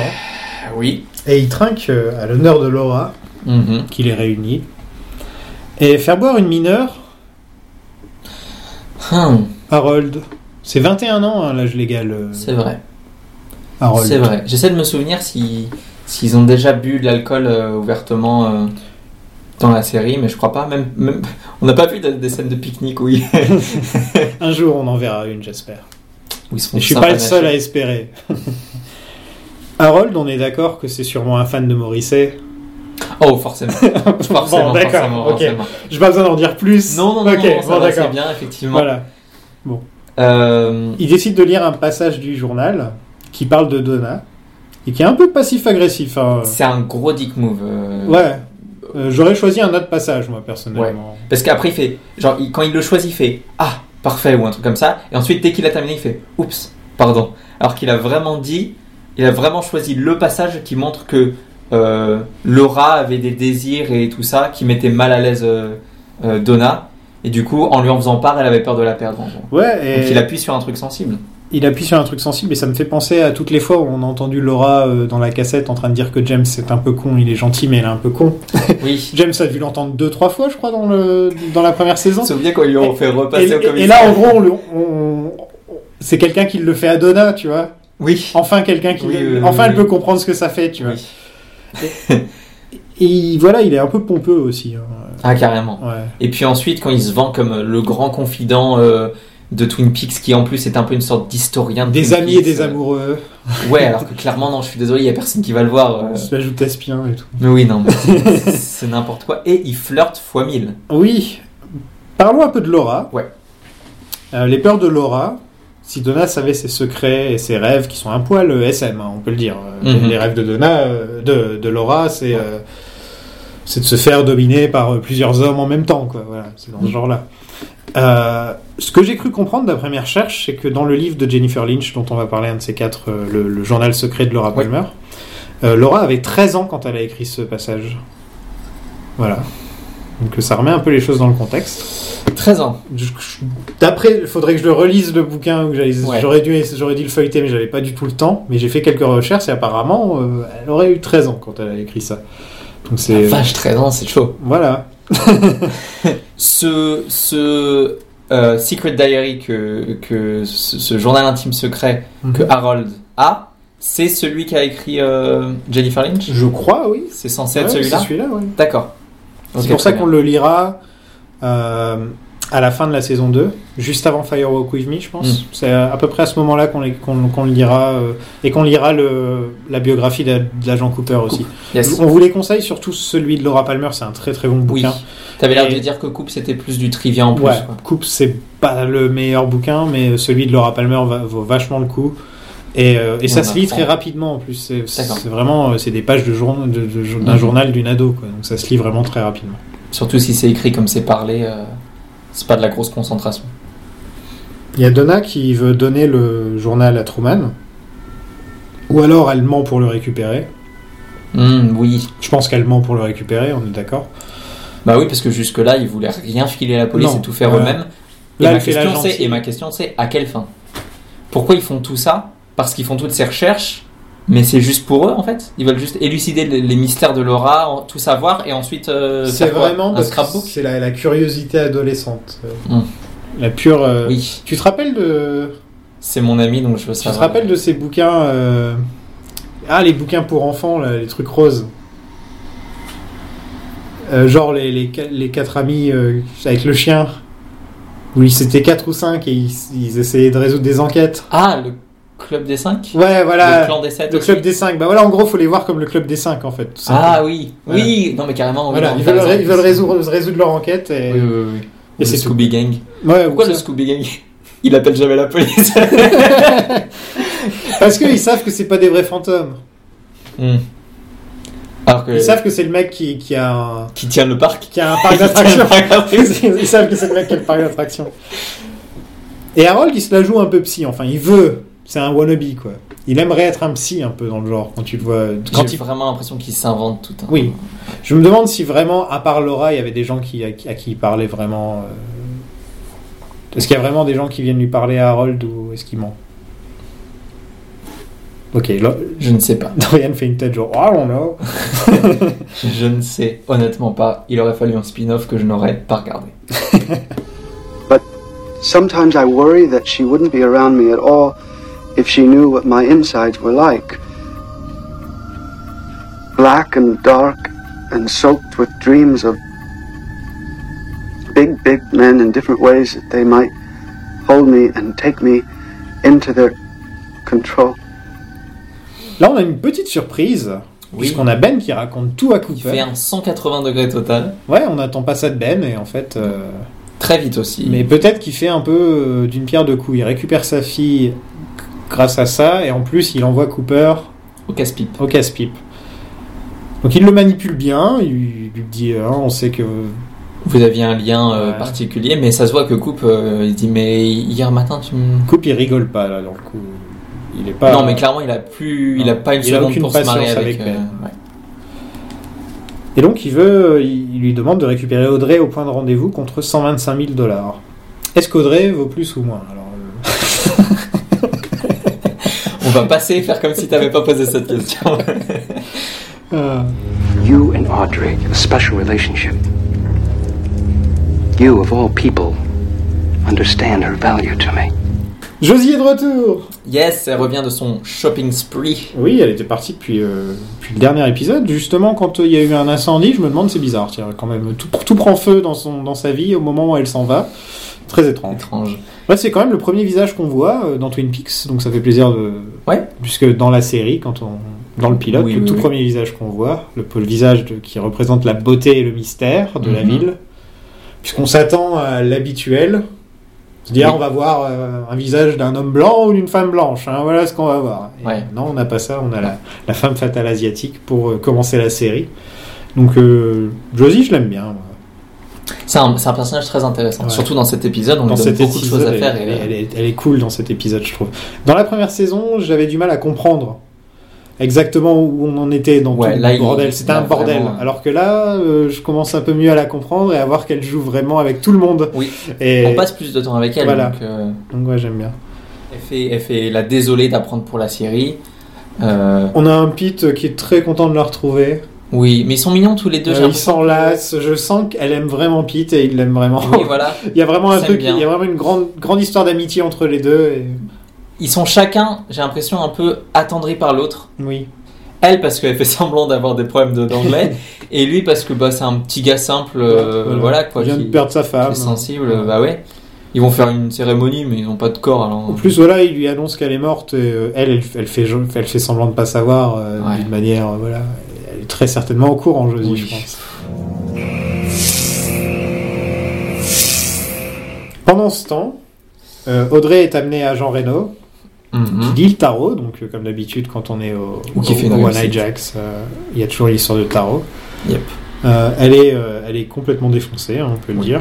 Speaker 4: Ah Oui.
Speaker 3: et ils trinquent euh, à l'honneur de Laura,
Speaker 4: Mhm.
Speaker 3: qui les réunit. Et faire boire une mineure,
Speaker 4: Hum,
Speaker 3: Harold, c'est 21 ans hein, l'âge légal. euh,
Speaker 4: C'est vrai.
Speaker 3: Harold.
Speaker 4: C'est vrai. J'essaie de me souvenir si- s'ils ont déjà bu de l'alcool euh, ouvertement. euh, Dans la série, mais je crois pas. Même, même- on n'a pas vu de- des scènes de pique-nique où, ils-
Speaker 3: Un jour, on en verra une, j'espère.
Speaker 4: où ils se font
Speaker 3: Je suis pas le seul à espérer. Harold, on est d'accord que c'est sûrement un fan de Morrissey.
Speaker 4: Oh, forcément, forcément,
Speaker 3: Bon, d'accord,
Speaker 4: forcément,
Speaker 3: ok.
Speaker 4: forcément.
Speaker 3: J'ai pas besoin d'en dire plus.
Speaker 4: Non, non, non,
Speaker 3: Ok,
Speaker 4: non, ça
Speaker 3: bon,
Speaker 4: va, c'est
Speaker 3: d'accord.
Speaker 4: bien, effectivement.
Speaker 3: Voilà.
Speaker 4: Euh,
Speaker 3: Il décide de lire un passage du journal qui parle de Donna et qui est un peu passif-agressif. hein.
Speaker 4: c'est un gros dick move. euh,
Speaker 3: Ouais. Euh, J'aurais choisi un autre passage, moi, personnellement.
Speaker 4: Parce qu'après, il fait. Genre, il- quand il le choisit, il fait Ah, parfait, ou un truc comme ça. Et ensuite, dès qu'il a terminé, il fait Oups, pardon. Alors qu'il a vraiment dit. Il a vraiment choisi le passage qui montre que euh, Laura avait des désirs et tout ça qui mettait mal à l'aise euh, euh, Donna. Et du coup, en lui en faisant part, elle avait peur de la perdre. en gros.
Speaker 3: Ouais, et
Speaker 4: Donc, il appuie sur un truc sensible.
Speaker 3: il appuie sur un truc sensible et ça me fait penser à toutes les fois où on a entendu Laura euh, dans la cassette en train de dire que James c'est un peu con, il est gentil mais il est un peu con.
Speaker 4: Oui.
Speaker 3: James a dû l'entendre deux trois fois je crois dans, le, dans la première saison.
Speaker 4: Je me souviens quand ils l'ont fait
Speaker 3: Et,
Speaker 4: repasser au
Speaker 3: et-
Speaker 4: commissaire.
Speaker 3: et là en gros on le- on- on- c'est quelqu'un qui le fait à Donna, tu vois.
Speaker 4: Oui.
Speaker 3: Enfin quelqu'un qui
Speaker 4: Oui,
Speaker 3: le-
Speaker 4: oui, oui,
Speaker 3: enfin elle
Speaker 4: oui.
Speaker 3: peut comprendre ce que ça fait, tu vois.
Speaker 4: Oui.
Speaker 3: Et il- voilà, il est un peu pompeux aussi. hein.
Speaker 4: Ah, carrément.
Speaker 3: Ouais.
Speaker 4: Et puis ensuite, quand il se vend comme le grand confident euh, de Twin Peaks, qui en plus est un peu une sorte d'historien. de
Speaker 3: Des
Speaker 4: Twin
Speaker 3: amis et
Speaker 4: Peaks,
Speaker 3: des
Speaker 4: euh,
Speaker 3: amoureux,
Speaker 4: Ouais, alors que clairement, non, je suis désolé, il n'y a personne qui va le voir. euh.
Speaker 3: se l'ajoute Aspien et tout.
Speaker 4: Mais oui, non, mais c'est- c'est n'importe quoi. Et il flirte fois 1000.
Speaker 3: Oui, parlons un peu de Laura.
Speaker 4: Ouais.
Speaker 3: Euh, les peurs de Laura, si Donna savait ses secrets et ses rêves qui sont un poil euh, SM, hein, on peut le dire. Euh,
Speaker 4: Mhm.
Speaker 3: Les rêves de Donna, euh, de, de Laura, c'est euh, c'est de se faire dominer par euh, plusieurs hommes en même temps, quoi. Voilà, c'est
Speaker 4: Mhm.
Speaker 3: dans ce genre-là. Euh, ce que j'ai cru comprendre d'après mes recherches, c'est que dans le livre de Jennifer Lynch, dont on va parler un de ces quatre, euh, le, le journal secret de Laura
Speaker 4: Ouais.
Speaker 3: Palmer, euh, Laura avait 13 ans quand elle a écrit ce passage. Voilà. Donc ça remet un peu les choses dans le contexte.
Speaker 4: 13 ans.
Speaker 3: Je- je- D'après, il faudrait que je le relise le bouquin. ou que j'aille-
Speaker 4: Ouais.
Speaker 3: J'aurais dû, j'aurais dû le feuilleter, mais j'avais pas du tout le temps. Mais j'ai fait quelques recherches et apparemment, euh, elle aurait eu 13 ans quand elle a écrit ça. Donc
Speaker 4: La
Speaker 3: c'est
Speaker 4: Ah, Vache, 13 ans, c'est chaud.
Speaker 3: voilà.
Speaker 4: Ce, ce euh, Secret Diary, que, que ce, ce journal intime secret que Harold a, c'est celui qu'a écrit euh, Jennifer Lynch
Speaker 3: Je crois, oui.
Speaker 4: C'est censé être
Speaker 3: Ouais,
Speaker 4: celui-là
Speaker 3: c'est celui-là, ouais.
Speaker 4: D'accord.
Speaker 3: C'est
Speaker 4: Ok,
Speaker 3: pour ça
Speaker 4: très
Speaker 3: qu'on
Speaker 4: bien.
Speaker 3: le lira euh, à la fin de la saison 2, juste avant Firewalk With Me, je pense.
Speaker 4: Mm.
Speaker 3: C'est à peu près à ce moment-là qu'on les- qu'on- qu'on le lira euh, et qu'on lira le, la biographie de- de l'agent Cooper aussi.
Speaker 4: Yes.
Speaker 3: On vous les conseille surtout celui de Laura Palmer, c'est un très très bon
Speaker 4: Oui.
Speaker 3: bouquin.
Speaker 4: T'avais l'air de
Speaker 3: Et-
Speaker 4: dire que Coupe c'était plus du trivia en plus.
Speaker 3: Ouais,
Speaker 4: quoi.
Speaker 3: Coupe, c'est pas le meilleur bouquin, mais celui de Laura Palmer va- vaut vachement le coup. Et, euh, et
Speaker 4: Et
Speaker 3: ça
Speaker 4: on
Speaker 3: se lit
Speaker 4: apprend.
Speaker 3: très rapidement en plus. C'est
Speaker 4: D'accord.
Speaker 3: c'est vraiment euh, c'est des pages de jour- de- de jour- d'un
Speaker 4: Mhm.
Speaker 3: journal d'une ado, quoi. donc ça se lit vraiment très rapidement.
Speaker 4: Surtout si c'est écrit comme c'est parlé, euh, c'est pas de la grosse concentration.
Speaker 3: Il y a Donna qui veut donner le journal à Truman, ou alors elle ment pour le récupérer.
Speaker 4: Hmm, oui.
Speaker 3: Je pense qu'elle ment pour le récupérer, on est d'accord.
Speaker 4: Bah oui, parce que jusque-là, ils voulaient rien filer à la police
Speaker 3: Non,
Speaker 4: et tout faire
Speaker 3: voilà.
Speaker 4: eux-mêmes. Et,
Speaker 3: Là,
Speaker 4: ma
Speaker 3: elle fait la
Speaker 4: question, c'est-
Speaker 3: gentille.
Speaker 4: et ma question, c'est à quelle fin Pourquoi ils font tout ça Parce qu'ils font toutes ces recherches, mais c'est juste pour eux en fait Ils veulent juste élucider les, les mystères de Laura, en- tout savoir et ensuite euh,
Speaker 3: C'est
Speaker 4: faire quoi
Speaker 3: vraiment
Speaker 4: un
Speaker 3: parce que
Speaker 4: scrapbook
Speaker 3: c'est la, la curiosité adolescente, euh,
Speaker 4: Mm.
Speaker 3: la pure. euh,
Speaker 4: Oui,
Speaker 3: Tu te rappelles de
Speaker 4: c'est mon ami donc je veux
Speaker 3: Tu te
Speaker 4: savoir.
Speaker 3: rappelles de ces bouquins euh, Ah, les bouquins pour enfants, là, les trucs roses. Euh, genre les, les, qu- les quatre amis euh, avec le chien. Oui, c'était quatre ou cinq et ils, ils essayaient de résoudre des enquêtes.
Speaker 4: Ah, le club des 5
Speaker 3: Ouais, voilà.
Speaker 4: Le clan des 7
Speaker 3: Le club des cinq. Bah voilà, en gros, faut les voir comme le club des cinq en fait. tout simplement.
Speaker 4: Ah oui,
Speaker 3: Voilà.
Speaker 4: oui, non mais carrément. oui,
Speaker 3: Voilà,
Speaker 4: non,
Speaker 3: ils
Speaker 4: t'as
Speaker 3: veulent,
Speaker 4: raison.
Speaker 3: ils veulent résoudre, résoudre leur enquête et.
Speaker 4: Oui, oui, oui, oui.
Speaker 3: Et
Speaker 4: Et
Speaker 3: c'est
Speaker 4: c'est
Speaker 3: tout.
Speaker 4: Scooby Gang.
Speaker 3: Ouais,
Speaker 4: Pourquoi
Speaker 3: ou
Speaker 4: le
Speaker 3: ça.
Speaker 4: Scooby Gang Il appelle jamais la police.
Speaker 3: Parce qu'ils savent que c'est pas des vrais fantômes.
Speaker 4: Hmm. Alors que
Speaker 3: Ils savent que c'est le mec qui, qui a un,
Speaker 4: qui tient le parc.
Speaker 3: qui a un parc d'attractions.
Speaker 4: Attraction.
Speaker 3: ils savent que c'est le mec qui a le parc d'attractions. Et Harold, il se la joue un peu psy. Enfin, il veut. C'est un wannabe, quoi. Il aimerait être un psy, un peu, dans le genre, quand tu le vois.
Speaker 4: Quand
Speaker 3: J'ai-
Speaker 4: il vraiment l'impression qu'il s'invente tout. hein. Un...
Speaker 3: Oui. Je me demande si vraiment, à part Laura, il y avait des gens qui, à, qui- à qui il parlait vraiment. euh, Est-ce qu'il y a vraiment des gens qui viennent lui parler à Harold ou est-ce qu'il ment Ok, là,
Speaker 4: Je ne sais pas.
Speaker 3: Dorian fait une tête genre, oh, on know.
Speaker 4: Je ne sais honnêtement pas. Il aurait fallu un spin-off que je n'aurais pas regardé.
Speaker 9: Sometimes I worry that she wouldn't be around me at all if she knew what my insides were like. Black and dark and soaked with dreams of big, big men in different ways that they might hold me and take me into their control.
Speaker 3: Là, on a une petite surprise.
Speaker 4: Oui.
Speaker 3: Puisqu'on a Ben qui raconte tout à
Speaker 4: Il
Speaker 3: Cooper.
Speaker 4: fait un 180 degrés total.
Speaker 3: Ouais, on n'attend pas ça de Ben, et en fait. euh,
Speaker 4: Très vite aussi.
Speaker 3: Mais peut-être qu'il fait un peu euh, d'une pierre deux coups. Il récupère sa fille grâce à ça, et en plus, il envoie Cooper
Speaker 4: Au casse-pipe.
Speaker 3: au casse-pipe. Donc il le manipule bien, il lui dit euh, on sait que.
Speaker 4: Vous aviez un lien euh,
Speaker 3: Ouais.
Speaker 4: particulier, mais ça se voit que Coupe, euh, il dit Mais hier matin, tu me.
Speaker 3: Coupe, il rigole pas, là, dans le coup. Il est pas.
Speaker 4: Non, mais clairement, il a plus. Il a
Speaker 3: Non.
Speaker 4: pas une
Speaker 3: Il a
Speaker 4: seconde
Speaker 3: aucune
Speaker 4: pour se marrer
Speaker 3: patience
Speaker 4: avec. euh,
Speaker 3: avec Ben.
Speaker 4: ouais.
Speaker 3: Et donc, il veut. euh, Il il lui demande de récupérer Audrey au point de rendez-vous contre 125 000 dollars. Est-ce qu'Audrey vaut plus ou moins Alors, euh,
Speaker 4: On va passer et faire comme si t'avais pas posé cette question.
Speaker 3: euh,
Speaker 6: You and Audrey have a special relationship. You, of all people, understand her value to me.
Speaker 3: Josie est de retour
Speaker 4: yes, elle revient de son shopping spree.
Speaker 3: Oui, elle était partie depuis, euh, depuis le dernier épisode. Justement, quand euh, il y a eu un incendie, je me demande, c'est bizarre, tiens, quand même. Tout, tout prend feu dans, son, dans sa vie au moment où elle s'en va. Très étrange.
Speaker 4: Étrange.
Speaker 3: Ouais, c'est quand même le premier visage qu'on voit euh, dans Twin Peaks, donc ça fait plaisir de.
Speaker 4: Ouais.
Speaker 3: Puisque dans la série, quand on. Dans le pilote,
Speaker 4: Oui,
Speaker 3: le
Speaker 4: oui,
Speaker 3: tout
Speaker 4: oui.
Speaker 3: premier visage qu'on voit, le, le visage de- qui représente la beauté et le mystère de la
Speaker 4: Mhm.
Speaker 3: ville, puisqu'on s'attend à l'habituel. C'est-à-dire,
Speaker 4: Oui.
Speaker 3: on va voir euh, un visage d'un homme blanc ou d'une femme blanche. hein, voilà ce qu'on va voir. Et
Speaker 4: Ouais.
Speaker 3: Non, on n'a pas ça. On a la, la femme fatale asiatique pour euh, commencer la série. Donc, euh, Josie, je l'aime bien. moi.
Speaker 4: C'est un, c'est un personnage très intéressant.
Speaker 3: Ouais.
Speaker 4: Surtout dans cet épisode, on
Speaker 3: dans
Speaker 4: lui donne
Speaker 3: cet
Speaker 4: beaucoup de
Speaker 3: épisode,
Speaker 4: choses à
Speaker 3: elle,
Speaker 4: faire.
Speaker 3: elle-
Speaker 4: et-
Speaker 3: elle est, elle est cool dans cet épisode, je trouve. Dans la première saison, j'avais du mal à comprendre exactement où on en était dans
Speaker 4: Ouais,
Speaker 3: tout
Speaker 4: là,
Speaker 3: le
Speaker 4: il-
Speaker 3: bordel. C'était
Speaker 4: là,
Speaker 3: un bordel.
Speaker 4: vraiment.
Speaker 3: Alors que là, euh, je commence un peu mieux à la comprendre et à voir qu'elle joue vraiment avec tout le monde.
Speaker 4: Oui,
Speaker 3: Et
Speaker 4: euh, on passe plus de temps avec elle.
Speaker 3: Voilà.
Speaker 4: donc, euh,
Speaker 3: donc ouais, j'aime bien.
Speaker 4: elle, fait, elle fait la désolée d'apprendre pour la série. Euh,
Speaker 3: On a un Pete qui est très content de la retrouver.
Speaker 4: oui, mais ils sont mignons tous les deux.
Speaker 3: Euh,
Speaker 4: j'ai
Speaker 3: il
Speaker 4: l'impression.
Speaker 3: s'enlace. Je sens qu'elle aime vraiment Pete et il l'aime vraiment.
Speaker 4: Oui, voilà.
Speaker 3: il y a vraiment un
Speaker 4: Ils
Speaker 3: truc.
Speaker 4: s'aiment bien.
Speaker 3: Il y a vraiment une grande grande histoire d'amitié entre les deux. et-
Speaker 4: Ils sont chacun, j'ai l'impression, un peu attendris par l'autre.
Speaker 3: Oui.
Speaker 4: Elle parce qu'elle fait semblant d'avoir des problèmes de- d'anglais et lui parce que bah, c'est un petit gars simple, euh, voilà, quoi,
Speaker 3: Il vient
Speaker 4: qui,
Speaker 3: de perdre sa
Speaker 4: qui
Speaker 3: femme. hein.
Speaker 4: est sensible. euh, Bah ouais. Ils vont faire une cérémonie mais ils n'ont pas de corps alors.
Speaker 3: En plus, voilà, il lui annonce qu'elle est morte. Et, euh, elle, elle, elle fait, je- elle fait semblant de pas savoir euh,
Speaker 4: Ouais.
Speaker 3: d'une manière, euh, voilà. Elle est très certainement au courant, Josie,
Speaker 4: Oui.
Speaker 3: je pense. Pendant ce temps, euh, Audrey est amenée à Jean Reno, qui
Speaker 4: Mhm.
Speaker 3: lit le tarot. Donc, euh, comme d'habitude, quand on est au,
Speaker 4: Ou qui
Speaker 3: au-
Speaker 4: fait une
Speaker 3: au One
Speaker 4: réussite.
Speaker 3: Eye Jacks, euh, il y a toujours l'histoire de tarot.
Speaker 4: Yep.
Speaker 3: Euh, elle, est, euh, elle est complètement défoncée, hein, on peut le
Speaker 4: Oui.
Speaker 3: dire.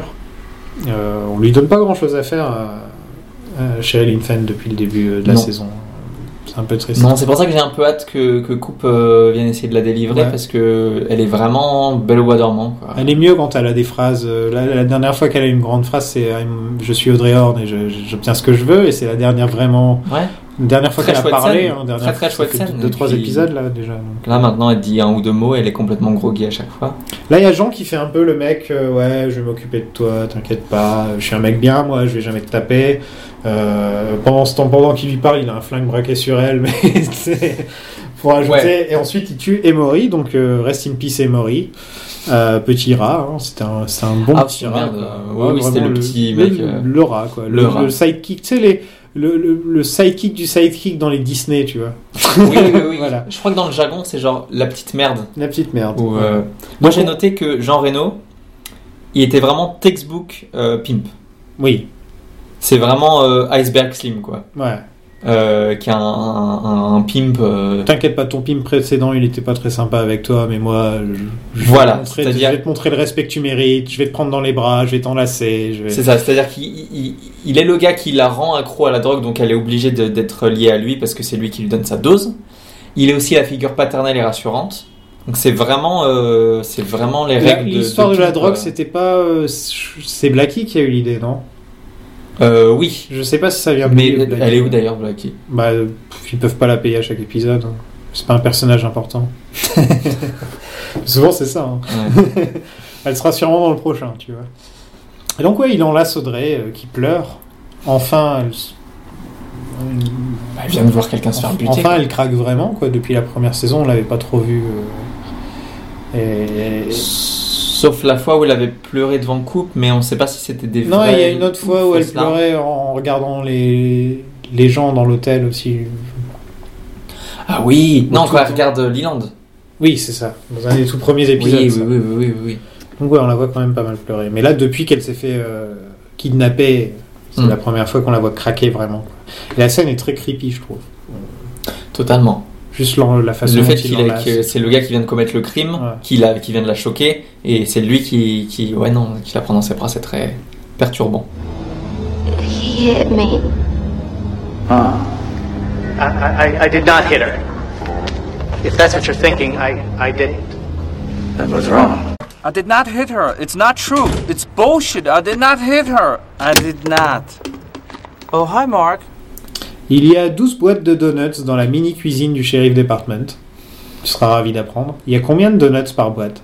Speaker 3: Euh, on lui donne pas grand chose à faire euh, à Cheryl Infant depuis le début euh, de la
Speaker 4: Non.
Speaker 3: saison. C'est un peu triste.
Speaker 4: Non, c'est pour ça que j'ai un peu hâte que, que Coupe euh, vienne essayer de la délivrer
Speaker 3: Ouais.
Speaker 4: parce que elle est vraiment belle au bois dormant. Quoi.
Speaker 3: Elle est mieux quand elle a des phrases. euh, La, la dernière fois qu'elle a eu une grande phrase, c'est I'm- Je suis Audrey Horn et je- je- j'obtiens ce que je veux. Et c'est la dernière vraiment.
Speaker 4: Ouais.
Speaker 3: la dernière fois
Speaker 4: Très
Speaker 3: qu'elle a
Speaker 4: chouette
Speaker 3: parlé.
Speaker 4: scène.
Speaker 3: hein, dernière
Speaker 4: Très, très
Speaker 3: ça
Speaker 4: chouette
Speaker 3: fait
Speaker 4: scène.
Speaker 3: Deux,
Speaker 4: Et
Speaker 3: trois
Speaker 4: puis-
Speaker 3: épisodes là déjà. donc.
Speaker 4: Là maintenant, elle dit un ou deux mots, elle est complètement groggy à chaque fois.
Speaker 3: Là, il y a Jean qui fait un peu le mec, euh, ouais, je vais m'occuper de toi, t'inquiète pas, je suis un mec bien, moi, je vais jamais te taper. Euh, pendant ce temps, pendant qu'il lui parle, il a un flingue braqué sur elle, mais c'est pour ajouter.
Speaker 4: Ouais.
Speaker 3: Et ensuite, il tue Emory, donc euh, rest in peace Emory. Euh, petit rat, hein, c'était un, c'était un bon
Speaker 4: Ah,
Speaker 3: petit
Speaker 4: putain,
Speaker 3: rat.
Speaker 4: merde,
Speaker 3: quoi.
Speaker 4: ouais, oui, c'était
Speaker 3: vraiment
Speaker 4: le petit mec,
Speaker 3: Le,
Speaker 4: euh,
Speaker 3: le rat, quoi. Le,
Speaker 4: le rat.
Speaker 3: le sidekick, tu sais, les, le, le, le sidekick du sidekick dans les Disney, tu vois.
Speaker 4: Oui, oui, oui. oui.
Speaker 3: Voilà.
Speaker 4: Je crois que dans le jargon, c'est genre la petite merde.
Speaker 3: La petite merde.
Speaker 4: Ou, euh, Moi,
Speaker 3: Donc,
Speaker 4: j'ai
Speaker 3: on-
Speaker 4: noté que Jean Reno, il était vraiment textbook euh, pimp.
Speaker 3: Oui,
Speaker 4: C'est vraiment euh, iceberg slim, quoi.
Speaker 3: ouais.
Speaker 4: Euh, qui est un, un- un- un pimp. euh,
Speaker 3: T'inquiète pas, ton pim précédent, il était pas très sympa avec toi, mais moi, je, je vais,
Speaker 4: Voilà,
Speaker 3: te montrer,
Speaker 4: c'est-à-dire-
Speaker 3: je vais te montrer le respect que tu mérites, je vais te prendre dans les bras, je vais t'enlacer, je vais...
Speaker 4: C'est ça, c'est-à-dire qu'il il- il est le gars qui la rend accro à la drogue, donc elle est obligée de- d'être liée à lui parce que c'est lui qui lui donne sa dose. Il est aussi la figure paternelle et rassurante. Donc c'est vraiment, euh, c'est vraiment les
Speaker 3: La-
Speaker 4: règles de-
Speaker 3: L'histoire de, la
Speaker 4: pimp,
Speaker 3: drogue,
Speaker 4: euh.
Speaker 3: c'était pas... euh, c'est Blackie qui a eu l'idée, non
Speaker 4: Euh, oui,
Speaker 3: Je sais pas si ça vient de
Speaker 4: mais
Speaker 3: lui, Blackie.
Speaker 4: elle est où d'ailleurs, Blackie
Speaker 3: Bah, euh, pff, ils peuvent pas la payer à chaque épisode. hein. C'est pas un personnage important. Souvent, c'est ça. hein.
Speaker 4: Ouais.
Speaker 3: Elle sera sûrement dans le prochain, tu vois. Et donc, ouais, il enlace Audrey, euh, qui pleure. Enfin, elle... s-
Speaker 4: Bah, Elle vient de voir quelqu'un se faire buter.
Speaker 3: Enfin, elle craque vraiment, quoi. Depuis la première saison, on l'avait pas trop vue. euh, Et...
Speaker 4: Sauf la fois où elle avait pleuré devant Coupe, mais on sait pas si c'était des
Speaker 3: Non,
Speaker 4: vraies
Speaker 3: il y a une autre fois où elle
Speaker 4: fausses larmes.
Speaker 3: pleurait en regardant les, les gens dans l'hôtel aussi.
Speaker 4: Ah oui
Speaker 3: Ou
Speaker 4: Non,
Speaker 3: tout
Speaker 4: quand
Speaker 3: le
Speaker 4: elle
Speaker 3: temps.
Speaker 4: regarde Leland.
Speaker 3: Oui, c'est ça. Dans un des tout premiers
Speaker 4: Oui,
Speaker 3: épisodes.
Speaker 4: oui,
Speaker 3: ça.
Speaker 4: oui, oui, oui, oui.
Speaker 3: Donc ouais, on la voit quand même pas mal pleurer. Mais là, depuis qu'elle s'est fait euh, kidnapper, c'est
Speaker 4: Mm.
Speaker 3: la première fois qu'on la voit craquer vraiment. quoi. Et la scène est très creepy, je trouve.
Speaker 4: Totalement.
Speaker 3: Juste l'en- la façon
Speaker 4: Le
Speaker 3: dont
Speaker 4: fait
Speaker 3: il
Speaker 4: qu'il a-
Speaker 3: enlace.
Speaker 4: que c'est le gars qui vient de commettre le crime,
Speaker 3: Ouais.
Speaker 4: qui, la- qui vient de la choquer, et c'est lui qui, qui, ouais, non, qui la prend dans ses bras, c'est très perturbant.
Speaker 1: He hit me.
Speaker 10: I, I, I did not hit her. If that's what you're thinking, I, I didn't.
Speaker 6: That was wrong.
Speaker 7: I did not hit her. It's not true. It's bullshit. Oh, I did not hit her. I did not. Oh, hi, Mark.
Speaker 3: Il y a 12 boîtes de donuts dans la mini cuisine du shérif department. Tu seras ravi d'apprendre. Il y a combien de donuts par boîte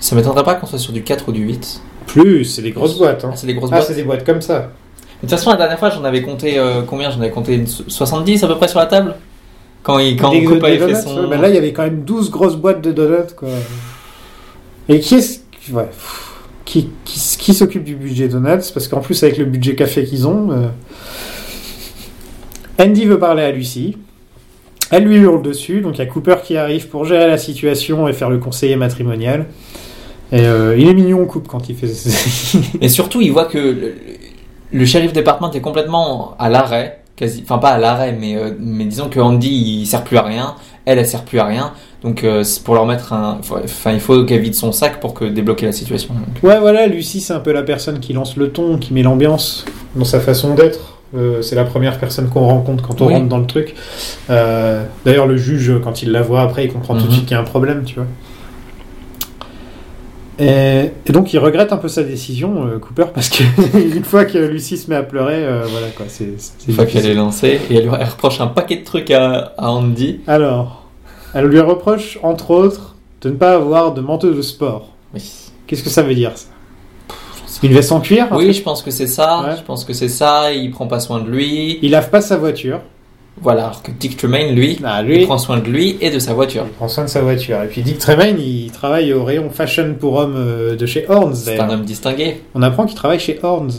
Speaker 4: Ça m'étonnerait pas qu'on soit sur du 4 ou du 8.
Speaker 3: Plus, c'est des grosses boîtes. Hein.
Speaker 4: Ah, c'est des grosses
Speaker 3: Ah,
Speaker 4: boîtes.
Speaker 3: c'est des boîtes comme ça.
Speaker 4: De toute façon, la dernière fois, j'en avais compté euh, combien J'en avais compté une so- 70 à peu près sur la table Quand, il, quand
Speaker 3: Des-
Speaker 4: Coupe
Speaker 3: des
Speaker 4: avait fait
Speaker 3: donuts,
Speaker 4: son.
Speaker 3: ouais. Ben là, il y avait quand même 12 grosses boîtes de donuts, quoi. Et qui est-ce ouais, pff, qui, qui, s- qui s'occupe du budget donuts Parce qu'en plus, avec le budget café qu'ils ont... euh, Andy veut parler à Lucie. Elle lui hurle dessus, donc il y a Cooper qui arrive pour gérer la situation et faire le conseiller matrimonial. Et euh, il est mignon, Coupe, quand il fait...
Speaker 4: Et surtout, il voit que le, le shérif département est complètement à l'arrêt, quasi, enfin pas à l'arrêt, mais, euh, mais disons que Andy il sert plus à rien, elle elle sert plus à rien, donc euh, c'est pour leur mettre un, faut- enfin il faut qu'elle vide son sac pour que débloquer la situation. donc.
Speaker 3: Ouais, voilà, Lucie, c'est un peu la personne qui lance le ton, qui met l'ambiance dans sa façon d'être. Euh, c'est la première personne qu'on rencontre quand on
Speaker 4: Oui.
Speaker 3: rentre dans le truc. Euh, D'ailleurs, le juge, quand il la voit après, il comprend tout de
Speaker 4: Mhm.
Speaker 3: suite qu'il y a un problème, tu vois. Et, et donc, il regrette un peu sa décision, euh, Cooper, parce que une fois que Lucie se met à pleurer, euh, voilà quoi, c'est. c'est
Speaker 4: Une fois qu'elle
Speaker 3: difficile.
Speaker 4: est lancée, et elle, lui- elle reproche un paquet de trucs à, à Andy.
Speaker 3: Alors, elle lui reproche, entre autres, de ne pas avoir de manteau de sport.
Speaker 4: Oui.
Speaker 3: Qu'est-ce que ça veut dire, ça Une veste en cuir un
Speaker 4: Oui, je pense que c'est ça.
Speaker 3: Ouais.
Speaker 4: Je pense que c'est ça. Il prend pas soin de lui.
Speaker 3: Il lave pas sa voiture.
Speaker 4: Voilà, alors que Dick Tremaine, lui,
Speaker 3: Ah, lui- Bah,
Speaker 4: il prend soin de lui et de sa voiture.
Speaker 3: Il prend soin de sa voiture. Et puis Dick Tremaine, il travaille au rayon fashion pour hommes euh, de chez Horns.
Speaker 4: C'est un homme distingué.
Speaker 3: On apprend qu'il travaille chez Horns,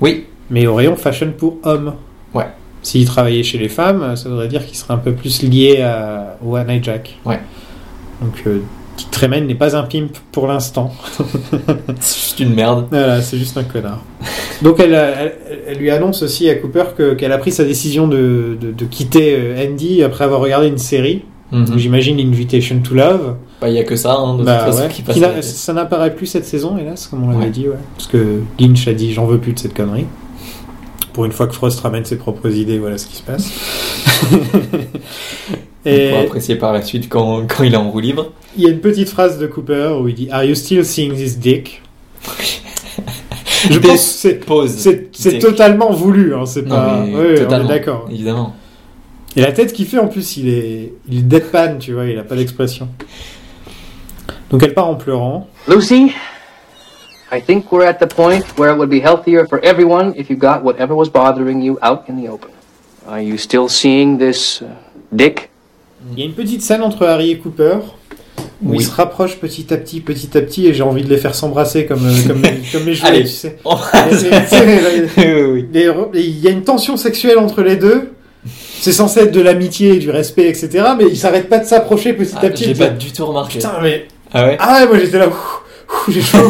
Speaker 4: Oui,
Speaker 3: mais au rayon fashion pour hommes.
Speaker 4: Ouais.
Speaker 3: S'il travaillait chez les femmes, ça voudrait dire qu'il serait un peu plus lié à, au Anna et Jack.
Speaker 4: Ouais.
Speaker 3: Donc euh, Dick Tremaine n'est pas un pimp pour l'instant.
Speaker 4: c'est juste une merde.
Speaker 3: Voilà, c'est juste un connard. Donc elle, a- elle, elle lui annonce aussi à Cooper que- qu'elle a pris sa décision de, de- de quitter euh, Andy après avoir regardé une série,
Speaker 4: Mhm.
Speaker 3: donc j'imagine Invitation to Love.
Speaker 4: Bah, il y a que ça, hein, de
Speaker 3: Bah
Speaker 4: toute façon,
Speaker 3: ouais.
Speaker 4: qui passe.
Speaker 3: Qui n'a-
Speaker 4: à la tête.
Speaker 3: ça n'apparaît plus cette saison, hélas, comme on l'avait
Speaker 4: Ouais.
Speaker 3: dit, ouais. parce que Lynch a dit j'en veux plus de cette connerie. Pour une fois que Frost ramène ses propres idées, voilà ce qui se passe.
Speaker 4: On pourra
Speaker 3: Et
Speaker 4: apprécier par la suite quand, quand il est en roue libre.
Speaker 3: il y a une petite phrase de Cooper où il dit Are you still seeing this dick Je
Speaker 4: Des-
Speaker 3: pense que c'est-
Speaker 4: Pause.
Speaker 3: c'est c'est
Speaker 4: Dick.
Speaker 3: totalement voulu, hein, c'est
Speaker 4: Non,
Speaker 3: pas.
Speaker 4: mais
Speaker 3: Ouais, ouais, on est
Speaker 4: totalement,
Speaker 3: d'accord.
Speaker 4: Évidemment.
Speaker 3: Et la tête qu'il fait en plus, il est, il est deadpan, tu vois, il a pas d'expression. Donc elle part en pleurant.
Speaker 6: Lucy, I think we're at the point where it would be healthier for everyone if you got whatever was bothering you out in the open. Are you still seeing this uh, dick?
Speaker 3: Il y a une petite scène entre Harry et Cooper où ils
Speaker 4: Oui.
Speaker 3: se rapprochent petit à petit, petit à petit, et j'ai envie de les faire s'embrasser comme, euh, comme, les- comme les jouets,
Speaker 4: Allez.
Speaker 3: tu sais.
Speaker 4: Oh,
Speaker 3: Et c'est- c'est-
Speaker 4: oui, oui.
Speaker 3: les- et Il y a une tension sexuelle entre les deux. C'est censé être de l'amitié, et du respect, etc. Mais ils s'arrêtent pas de s'approcher petit
Speaker 4: Ah,
Speaker 3: à petit.
Speaker 4: J'ai
Speaker 3: Ils disent,
Speaker 4: pas du tout remarqué.
Speaker 3: Putain, mais
Speaker 4: Ah ouais
Speaker 3: ah ouais, moi j'étais là, ouh, ouh, j'ai chaud.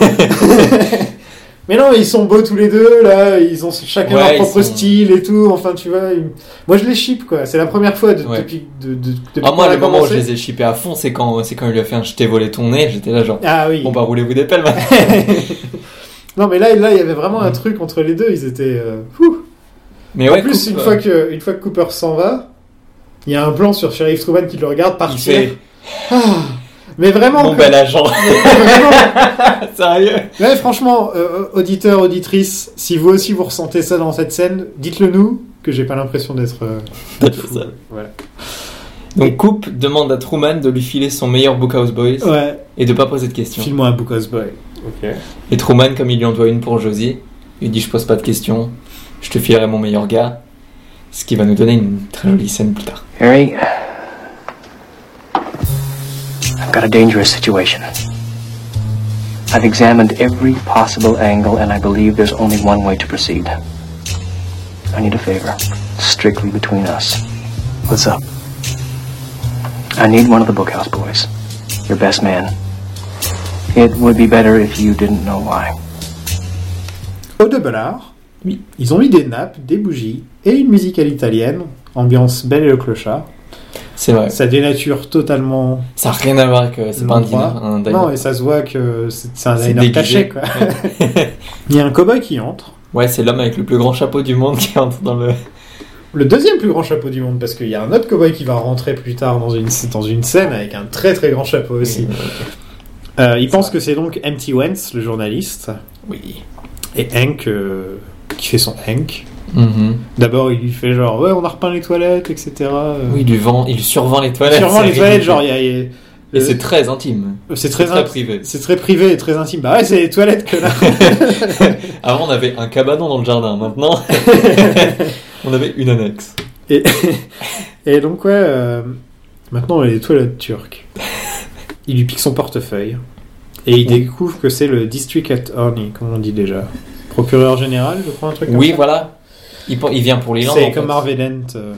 Speaker 3: mais non, ils sont beaux tous les deux, là, ils ont chacun
Speaker 4: Ouais,
Speaker 3: leur propre
Speaker 4: ils sont-
Speaker 3: style et tout, enfin tu vois. ils- Moi je les chip quoi, c'est la première fois de-
Speaker 4: Ouais.
Speaker 3: depuis, de, de- depuis
Speaker 4: Ah,
Speaker 3: qu'on
Speaker 4: moi,
Speaker 3: a
Speaker 4: le moment où je
Speaker 3: commencé.
Speaker 4: les ai chippés à fond, c'est quand, c'est quand il lui a fait un je t'ai volé ton nez, j'étais là genre,
Speaker 3: Ah oui.
Speaker 4: bon bah roulez-vous des pelles maintenant.
Speaker 3: non mais là, là, il y avait vraiment un truc entre les deux, ils étaient. euh, ouh.
Speaker 4: Mais
Speaker 3: en
Speaker 4: ouais,
Speaker 3: plus,
Speaker 4: coupe,
Speaker 3: une,
Speaker 4: euh,
Speaker 3: fois que, une fois que Cooper s'en va, il y a un plan sur Sheriff Truman qui le regarde
Speaker 4: euh, il
Speaker 3: partir.
Speaker 4: fait
Speaker 3: Mais vraiment,
Speaker 4: bon
Speaker 3: quoi.
Speaker 4: bah l'agent.
Speaker 3: Vraiment,
Speaker 4: Sérieux
Speaker 3: Ouais, franchement, euh, auditeurs, auditrices, si vous aussi vous ressentez ça dans cette scène, dites-le nous, que j'ai pas l'impression d'être. euh,
Speaker 4: Pas tout ça.
Speaker 3: Voilà.
Speaker 4: Donc Coupe demande à Truman de lui filer son meilleur Bookhouse Boys
Speaker 3: Ouais,
Speaker 4: et de pas poser de questions.
Speaker 3: file-moi un Bookhouse Boy. Ok.
Speaker 4: Et Truman, comme il lui en doit une pour Josie, il dit je pose pas de questions, je te filerai mon meilleur gars. Ce qui va nous donner une très jolie scène plus tard.
Speaker 6: Harry, I've got a dangerous situation. I've examined every possible angle, and I believe there's only one way to proceed. I need a favor, strictly between us. What's up? I need one of the Bookhouse boys, your best man. It would be better if you didn't know why.
Speaker 3: Au double art,
Speaker 4: Oui.
Speaker 3: ils ont mis des nappes, des bougies et une musique à l'italienne, ambiance belle et le clochard.
Speaker 4: C'est vrai.
Speaker 3: Ça dénature totalement.
Speaker 4: Ça a rien à voir avec. euh, C'est pas un dîner.
Speaker 3: l'endroit.
Speaker 4: Un dîner.
Speaker 3: Non, et ça se voit que c'est c'est un
Speaker 4: C'est
Speaker 3: diner caché,
Speaker 4: déguisé.
Speaker 3: quoi. Il y a un cowboy qui entre.
Speaker 4: Ouais, c'est l'homme avec le plus grand chapeau du monde qui entre dans le.
Speaker 3: Le deuxième plus grand chapeau du monde, parce qu'il y a un autre cowboy qui va rentrer plus tard dans une, dans une scène avec un très très grand chapeau aussi. Euh, il pense que c'est donc Empty Wentz, le journaliste,
Speaker 4: Oui.
Speaker 3: et Hank, euh, qui fait son Hank.
Speaker 4: Mhm.
Speaker 3: D'abord, il lui fait genre, ouais, on a repeint les toilettes, etc. Euh,
Speaker 4: Oui, il lui vend, il lui survend les toilettes.
Speaker 3: Sûrement
Speaker 4: c'est
Speaker 3: les toilettes,
Speaker 4: ridicule.
Speaker 3: genre, il y a. il y a-
Speaker 4: Et
Speaker 3: le-
Speaker 4: c'est très intime.
Speaker 3: c'est très,
Speaker 4: très
Speaker 3: int-
Speaker 4: privé.
Speaker 3: C'est très privé et très intime. Bah ouais, c'est les toilettes que là.
Speaker 4: Avant, on avait un cabanon dans le jardin. Maintenant, on avait une annexe.
Speaker 3: et, et donc, ouais, euh, maintenant, on a les toilettes turques. Il lui pique son portefeuille. Et il découvre que c'est le district attorney, comme on dit déjà. Procureur général, je crois, un truc comme
Speaker 4: Oui,
Speaker 3: ça.
Speaker 4: voilà. Il, pen- il vient pour l'Irlande.
Speaker 3: C'est
Speaker 4: en
Speaker 3: comme
Speaker 4: fait.
Speaker 3: Harvey Dent. euh,